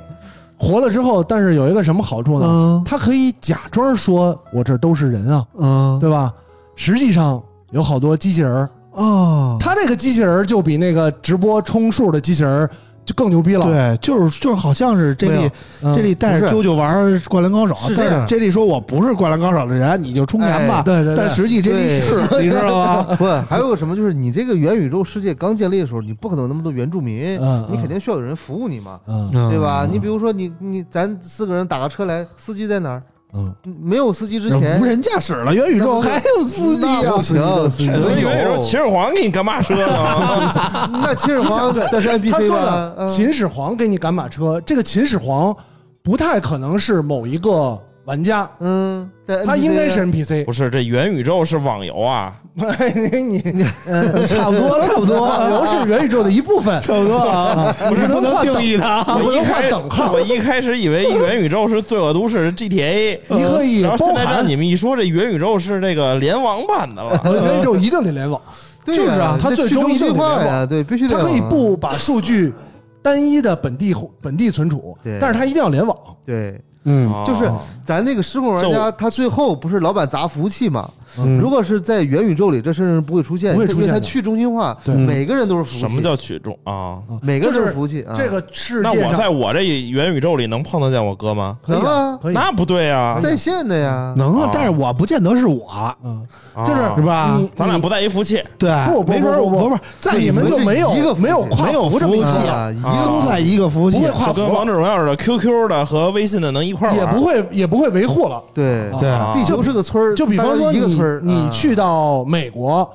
Speaker 5: 活了之后，但是有一个什么好处呢？
Speaker 2: 嗯
Speaker 5: 它可以假装说我这都是人啊，
Speaker 2: 嗯
Speaker 5: 对吧？实际上有好多机器人儿，
Speaker 2: 哦，
Speaker 5: 它这个机器人儿就比那个直播充数的机器人儿就更牛逼了。
Speaker 2: 对，就是就是好像是这
Speaker 3: 没
Speaker 2: 里
Speaker 3: 有
Speaker 5: 嗯，
Speaker 2: 这里带着
Speaker 3: 不是
Speaker 2: 啾啾玩《灌篮高手》，
Speaker 3: 是这
Speaker 2: 但是
Speaker 3: 样
Speaker 2: 这里说我不是《灌篮高手》的人，你就充钱吧
Speaker 3: 哎。
Speaker 5: 对对对
Speaker 2: 但实际这里
Speaker 3: 对
Speaker 2: 是， 你知道吗？
Speaker 3: 不，还有什么？就是你这个元宇宙世界刚建立的时候，你不可能有那么多原住民，
Speaker 5: 嗯
Speaker 3: 你肯定需要有人服务你嘛，
Speaker 5: 嗯，
Speaker 2: 嗯
Speaker 3: 对吧？你比如说你你咱四个人打个车来，司机在哪儿？
Speaker 5: 嗯，
Speaker 3: 没有司机之前
Speaker 2: 无人驾驶了，元宇宙还有司机
Speaker 3: 那不
Speaker 2: 啊？
Speaker 3: 行，
Speaker 5: 哎
Speaker 6: 我以为说
Speaker 3: 有
Speaker 6: 秦始皇给你干嘛车 呢？
Speaker 3: 那秦始皇那是
Speaker 5: 他
Speaker 3: NPC
Speaker 5: 说
Speaker 3: 吧？
Speaker 5: 的
Speaker 3: 嗯
Speaker 5: 秦始皇给你赶马车，这个秦始皇不太可能是某一个玩家，
Speaker 3: 嗯，但
Speaker 5: 他
Speaker 3: NPC
Speaker 5: 应该
Speaker 3: 啊
Speaker 5: 是 NPC
Speaker 6: 不。是，这元宇宙是网游啊！
Speaker 5: 哎 你你
Speaker 2: 差不多，差不多，
Speaker 5: 网游是元宇宙的一 部分，
Speaker 2: 差不多啊，
Speaker 5: 你
Speaker 2: 是
Speaker 5: 能
Speaker 2: 能
Speaker 5: 画等
Speaker 2: 定义啊它。
Speaker 5: 你
Speaker 6: 我
Speaker 5: 啊不
Speaker 6: 一
Speaker 5: 能画
Speaker 6: 开
Speaker 5: 等号
Speaker 6: 我，一开始以为元宇宙是《罪恶都市》GTA，
Speaker 5: 你可以
Speaker 6: 然后
Speaker 5: 呃包
Speaker 6: 现在让
Speaker 5: 含
Speaker 6: 你们一说，这元宇宙是这个联网版 的了。
Speaker 5: 元宇宙一定得 联网，
Speaker 3: 对
Speaker 5: 就是
Speaker 3: 啊
Speaker 5: 啊，他
Speaker 3: 这
Speaker 5: 最
Speaker 3: 去
Speaker 5: 终
Speaker 3: 中
Speaker 5: 一定
Speaker 3: 心
Speaker 5: 得
Speaker 3: 化
Speaker 5: 联
Speaker 3: 呀，
Speaker 5: 网
Speaker 3: 对，必须得
Speaker 5: 它可以
Speaker 3: 往啊
Speaker 5: 不把数据单一的本地本地存储
Speaker 3: 对，
Speaker 5: 但是它一定要联网。
Speaker 3: 对，
Speaker 2: 嗯，
Speaker 6: 啊哦
Speaker 3: 就是咱那个失控玩
Speaker 6: 就
Speaker 3: 家，他最后不是老板砸服务器嘛？
Speaker 6: 嗯
Speaker 3: 如果是在元宇宙里，这事儿是不会出现，
Speaker 5: 不会出
Speaker 3: 因为
Speaker 5: 现
Speaker 3: 它
Speaker 5: 的
Speaker 3: 去中心化，
Speaker 5: 对
Speaker 3: 每个人都是服务器，
Speaker 6: 什么叫取中啊？
Speaker 3: 每个人都
Speaker 5: 就是
Speaker 3: 服务器啊？
Speaker 5: 这个世
Speaker 6: 那
Speaker 5: 界
Speaker 6: 我在
Speaker 5: 上
Speaker 6: 我这元宇宙里能碰得见我哥吗？
Speaker 5: 可以
Speaker 3: 能啊
Speaker 5: 可以，
Speaker 6: 那不对啊！
Speaker 3: 在线的呀，
Speaker 2: 能啊
Speaker 6: 啊，
Speaker 2: 但是我不见得是我，
Speaker 5: 嗯，
Speaker 6: 啊
Speaker 5: 就是
Speaker 2: 是吧
Speaker 5: 你？
Speaker 6: 咱俩不在一服务器，
Speaker 2: 对，
Speaker 5: 不不
Speaker 2: 没准儿
Speaker 5: 不不不
Speaker 2: 我不是，在
Speaker 5: 你们
Speaker 3: 服
Speaker 5: 就
Speaker 3: 务器
Speaker 5: 没有
Speaker 3: 一个服务器
Speaker 5: 没有跨
Speaker 2: 没有
Speaker 5: 服这
Speaker 2: 服
Speaker 5: 么
Speaker 2: 务
Speaker 5: 一
Speaker 2: 器
Speaker 5: 说
Speaker 3: 啊，一
Speaker 6: 啊
Speaker 3: 个
Speaker 2: 都在一个服务器，
Speaker 5: 不会跨
Speaker 6: 就跟王者荣耀似的，QQ 的和微信的能一块儿
Speaker 5: 也
Speaker 3: 啊
Speaker 6: 玩，
Speaker 5: 不会也不会维护了。
Speaker 3: 对。
Speaker 2: 对
Speaker 6: 啊
Speaker 3: 地球是个村儿，
Speaker 5: 哦就比
Speaker 3: 大
Speaker 5: 方
Speaker 3: 家
Speaker 5: 说
Speaker 3: 一
Speaker 5: 你
Speaker 3: 个村儿，
Speaker 5: 你
Speaker 3: 啊
Speaker 5: 去到美国，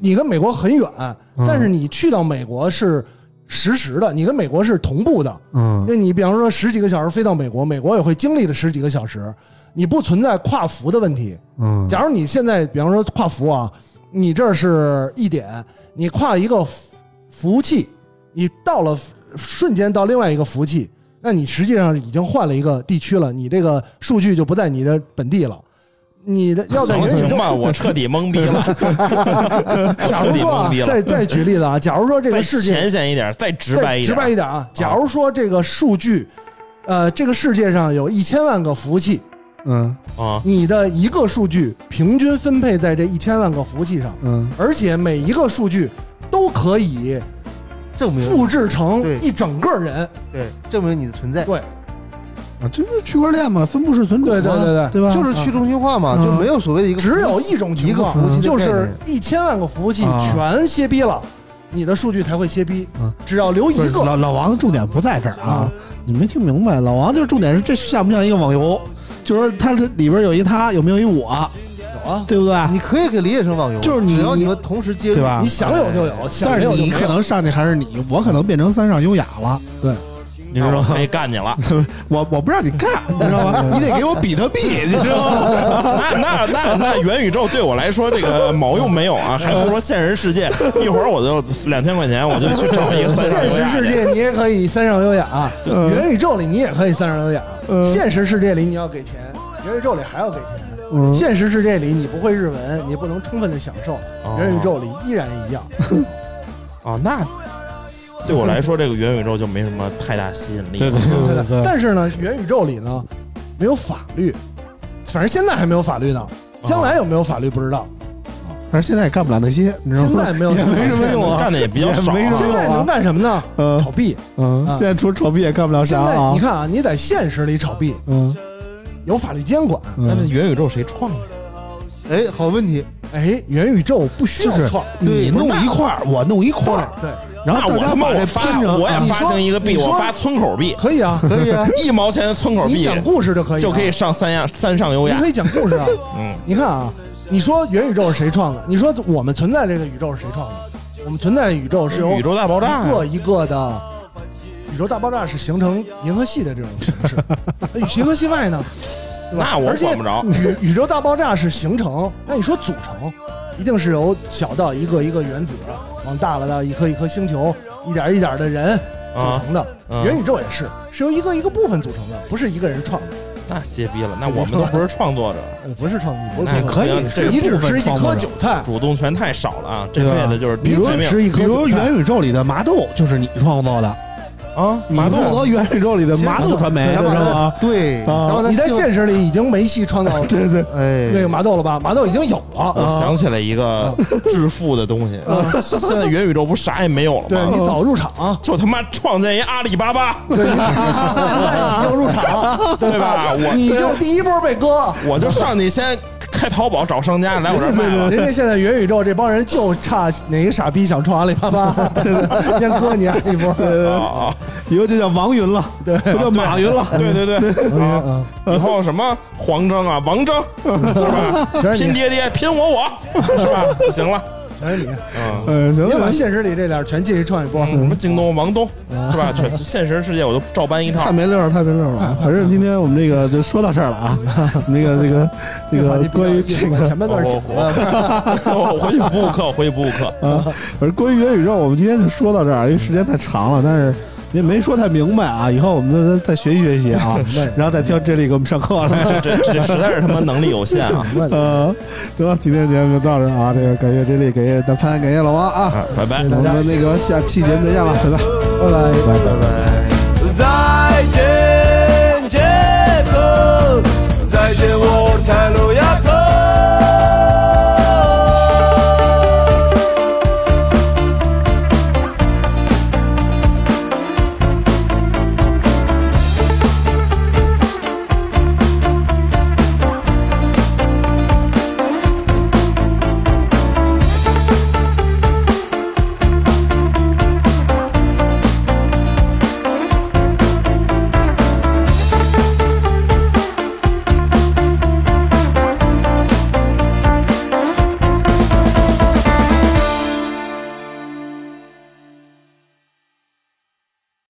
Speaker 5: 你跟美国很远，
Speaker 3: 嗯
Speaker 5: 但是你去到美国是实时的，你跟美国是同步的。
Speaker 2: 嗯
Speaker 5: 那你比方说十几个小时飞到美国，美国也会经历了十几个小时，你不存在跨服的问题。
Speaker 2: 嗯，
Speaker 5: 假如你现在比方说跨服啊，你这儿是一点，你跨一个服服务器，你到了瞬间到另外一个服务器，那你实际上已经换了一个地区了，你这个数据就不在你的本地了。你的要在
Speaker 6: 行了
Speaker 5: 元宇
Speaker 6: 行
Speaker 5: 宙，
Speaker 6: 吧，我彻底懵 逼了，
Speaker 5: 假如说啊
Speaker 6: 彻底懵逼，了
Speaker 5: 再再举例子啊，假如说这
Speaker 6: 再
Speaker 5: 个世界
Speaker 6: 浅显一点，再直白
Speaker 5: 再
Speaker 6: 一
Speaker 5: 直白
Speaker 6: 点
Speaker 5: 一，点啊，假如说这个数据，呃，这个世界上有一千万个服务器，
Speaker 2: 嗯
Speaker 6: 啊
Speaker 5: 你的一个数据平均分配在这一千万个服务器上，
Speaker 2: 嗯
Speaker 5: 而且每一个数据都可以
Speaker 3: 证明
Speaker 5: 复制成
Speaker 3: 对
Speaker 5: 一整个人。
Speaker 3: 对证明你的存在，
Speaker 5: 对
Speaker 2: 啊，这不是区块链嘛，分布式存储嘛，
Speaker 5: 对对对对啊
Speaker 2: 对吧？
Speaker 3: 就是去中心化嘛，
Speaker 2: 嗯
Speaker 3: 就没有所谓的一个服务器，
Speaker 5: 只有一种情
Speaker 3: 一个服务
Speaker 5: 况，
Speaker 3: 器的
Speaker 5: 就
Speaker 3: 概
Speaker 5: 是
Speaker 3: 念
Speaker 5: 一千万个服务器
Speaker 2: 啊
Speaker 5: 全歇逼了，你的数据才会歇逼
Speaker 2: 嗯。
Speaker 5: 只要留一
Speaker 2: 不是
Speaker 5: 个，
Speaker 2: 老老王的重点不在这儿啊
Speaker 5: 啊，
Speaker 2: 你没听明白，老王就是重点是这像不像一个网游，就是它这里边有一他，有没有一我，
Speaker 5: 有啊，
Speaker 2: 对不对？
Speaker 3: 你可以给理解成网游，啊
Speaker 2: 就是你
Speaker 3: 只要你们同时接入，
Speaker 2: 对吧
Speaker 5: 你想有就有，想
Speaker 2: 但
Speaker 5: 没
Speaker 2: 是
Speaker 5: 有就
Speaker 2: 你
Speaker 5: 没
Speaker 2: 可
Speaker 5: 有。
Speaker 2: 能上去还是你，我可能变成三上优雅了，
Speaker 6: 你知道可以干 你了，
Speaker 2: 我我不让你干，你知道吗？你得给我比特币，你知道吗？
Speaker 6: 那那那那元宇宙对我来说这个毛用没有啊，还不如说现实世界，一会儿我就两千块钱我就去找一个三上
Speaker 5: 现
Speaker 6: 悠
Speaker 5: 实
Speaker 6: 亚
Speaker 5: 世
Speaker 6: 去，
Speaker 5: 界你也可以三上优雅，
Speaker 2: 嗯
Speaker 5: 元宇宙里你也可以三上优雅。
Speaker 2: 嗯
Speaker 5: 现实世界里你要给钱，元宇宙里还要给钱。
Speaker 2: 嗯
Speaker 5: 现实世界里你不会日文，你不能充分的享受，
Speaker 2: 哦
Speaker 5: 元宇宙里依然一样。
Speaker 6: 啊，那对我来说这个元宇宙就没什么太大吸引力，
Speaker 2: 对对
Speaker 5: 对
Speaker 2: 对
Speaker 5: 的
Speaker 2: 对，
Speaker 5: 但是呢，元宇宙里呢没有法律，反正现在还没有法律呢，
Speaker 2: 哦
Speaker 5: 将来有没有法律不知道。
Speaker 2: 但是现在也干不了那些，你知道吗？
Speaker 5: 现在没有
Speaker 2: 也没什么用啊，
Speaker 6: 干的也比较少
Speaker 2: 也没什么
Speaker 5: 现
Speaker 2: 用
Speaker 5: 在能干什么呢？
Speaker 2: 嗯
Speaker 5: 炒币。
Speaker 2: 嗯，现在除了炒币也干不了
Speaker 5: 现
Speaker 2: 啥
Speaker 5: 在
Speaker 2: 啊
Speaker 5: 你。看啊，你在现实里炒币
Speaker 2: 嗯，
Speaker 5: 有法律监管，
Speaker 2: 嗯
Speaker 6: 那这元宇宙谁创的？
Speaker 3: 哎，好问题，
Speaker 5: 哎，元宇宙不需
Speaker 2: 就
Speaker 5: 要
Speaker 2: 是
Speaker 5: 创。
Speaker 2: 你弄一块儿，我弄一块儿，
Speaker 5: 对，
Speaker 2: 然后大
Speaker 6: 那我
Speaker 2: 家
Speaker 6: 他妈
Speaker 2: 把这
Speaker 6: 我
Speaker 2: 拼
Speaker 6: 发
Speaker 2: 成，嗯
Speaker 6: 我也
Speaker 5: 啊你
Speaker 6: 发
Speaker 5: 说
Speaker 6: 行一个币，
Speaker 5: 你说
Speaker 6: 我发村口币，
Speaker 5: 可 以啊，
Speaker 3: 可以啊，
Speaker 6: 一毛钱的村口
Speaker 5: 你
Speaker 6: 币
Speaker 5: 讲故事就可以，
Speaker 6: 就可以，上三亚三上优
Speaker 5: 你
Speaker 6: 雅
Speaker 5: 可，以讲故事 啊。
Speaker 6: 嗯，
Speaker 5: 你看啊，你说元宇宙是谁创的？你说我们存在这个宇宙是谁创的？我们存在的宇宙是由
Speaker 6: 宇宙大爆炸
Speaker 5: 一
Speaker 6: 呀
Speaker 5: 个一个的宇宙大爆炸是形成银河系的这种形式，那 银河系外呢？对吧
Speaker 6: 那我
Speaker 5: 而且
Speaker 6: 管不着
Speaker 5: 宇宇宙大爆炸是形成，那你说组成，一定是由小到一个一个原子，往大了到一颗一颗星球，一点一点的人组
Speaker 6: 啊
Speaker 5: 成的。
Speaker 6: 嗯
Speaker 5: 元宇宙也是，是由一个一个部分组成的，不是一个人创的，
Speaker 6: 那歇逼了，那我们都不是创作者，
Speaker 5: 呃不是创意，不是
Speaker 6: 那
Speaker 5: 创
Speaker 2: 也
Speaker 5: 意。
Speaker 2: 可以
Speaker 6: 这
Speaker 2: 是
Speaker 6: 个
Speaker 5: 你
Speaker 2: 一
Speaker 5: 只
Speaker 2: 部
Speaker 5: 是
Speaker 2: 分
Speaker 5: 一
Speaker 2: 创作
Speaker 5: 颗
Speaker 2: 者
Speaker 5: 韭，菜，
Speaker 6: 主动权太少了啊，这
Speaker 2: 对吧
Speaker 6: 辈子就是
Speaker 2: 比
Speaker 6: 低
Speaker 2: 如
Speaker 6: 水命
Speaker 5: 是一颗
Speaker 2: 比
Speaker 5: 韭
Speaker 2: 如
Speaker 5: 菜
Speaker 2: 元宇宙里的麻豆就是你创造的，
Speaker 6: 啊，
Speaker 2: 你
Speaker 6: 麻豆
Speaker 2: 负责元宇宙里的
Speaker 3: 其实
Speaker 2: 麻豆传媒，
Speaker 3: 咱
Speaker 2: 知
Speaker 3: 把
Speaker 2: 道
Speaker 3: 它
Speaker 2: 吗？
Speaker 3: 对，
Speaker 2: 啊
Speaker 3: 咱把它
Speaker 5: 你在
Speaker 3: 信用
Speaker 5: 现实里已经没戏创 造
Speaker 2: 对对，
Speaker 3: 哎，
Speaker 5: 那个麻豆了吧？麻豆已经有
Speaker 2: 哦
Speaker 5: 了，
Speaker 6: 我想起来一
Speaker 5: 啊
Speaker 6: 个致富的东西，现在元宇宙不是啥也没有了
Speaker 5: 对你
Speaker 6: 吗？
Speaker 5: 早入场，
Speaker 6: 就他妈创建一阿里巴巴，
Speaker 5: 对，你你早入场，
Speaker 6: 对吧？我
Speaker 5: 你就第一波被割，
Speaker 6: 我就上去先开淘宝找商家来我这儿卖了。
Speaker 5: 人家现在元宇宙这帮人就差哪个傻逼想创阿里巴巴，对对 先割你阿里波。
Speaker 6: 啊，
Speaker 2: 以后就叫王云了，对，不叫马云了。
Speaker 6: 对对对，啊，
Speaker 5: 嗯，
Speaker 6: 以后什么黄章啊、王章
Speaker 5: 全是
Speaker 6: 拼
Speaker 5: 你，
Speaker 6: 爹爹、拼我我，是吧？就行了，
Speaker 5: 全是你，
Speaker 6: 嗯。
Speaker 2: 嗯，行
Speaker 5: 别把
Speaker 2: 了，
Speaker 5: 现实里这俩全进去创一波。
Speaker 6: 什么京东、王东 是吧？全现实世界我都照搬一
Speaker 2: 太
Speaker 6: 套。
Speaker 2: 没溜儿，太没溜儿了。啊 反正今天我们这个就说到这儿了 啊，我们这个这个这
Speaker 5: 话
Speaker 2: 个
Speaker 5: 题比较
Speaker 2: 关于
Speaker 5: 有意思
Speaker 2: 这
Speaker 5: 我
Speaker 2: 个
Speaker 5: 前半段讲
Speaker 6: 我哦我我回去补补课，我回去补补课。
Speaker 2: 啊，反正关于元宇宙，我们今天就说到这儿，因为时间太长了，但是也没说太明白啊。以后我们再再学习学习 啊，然后再听这里给我们上课了。
Speaker 6: 这这这实在是他妈能力有限啊！
Speaker 2: 呃，行了，今天节目就到这儿啊。这个感谢这里，感谢大潘，感谢老王啊。
Speaker 6: 啊，拜拜。
Speaker 2: 我们那个下期节目再见了，拜拜，
Speaker 5: 拜拜。
Speaker 2: 拜拜。
Speaker 1: 在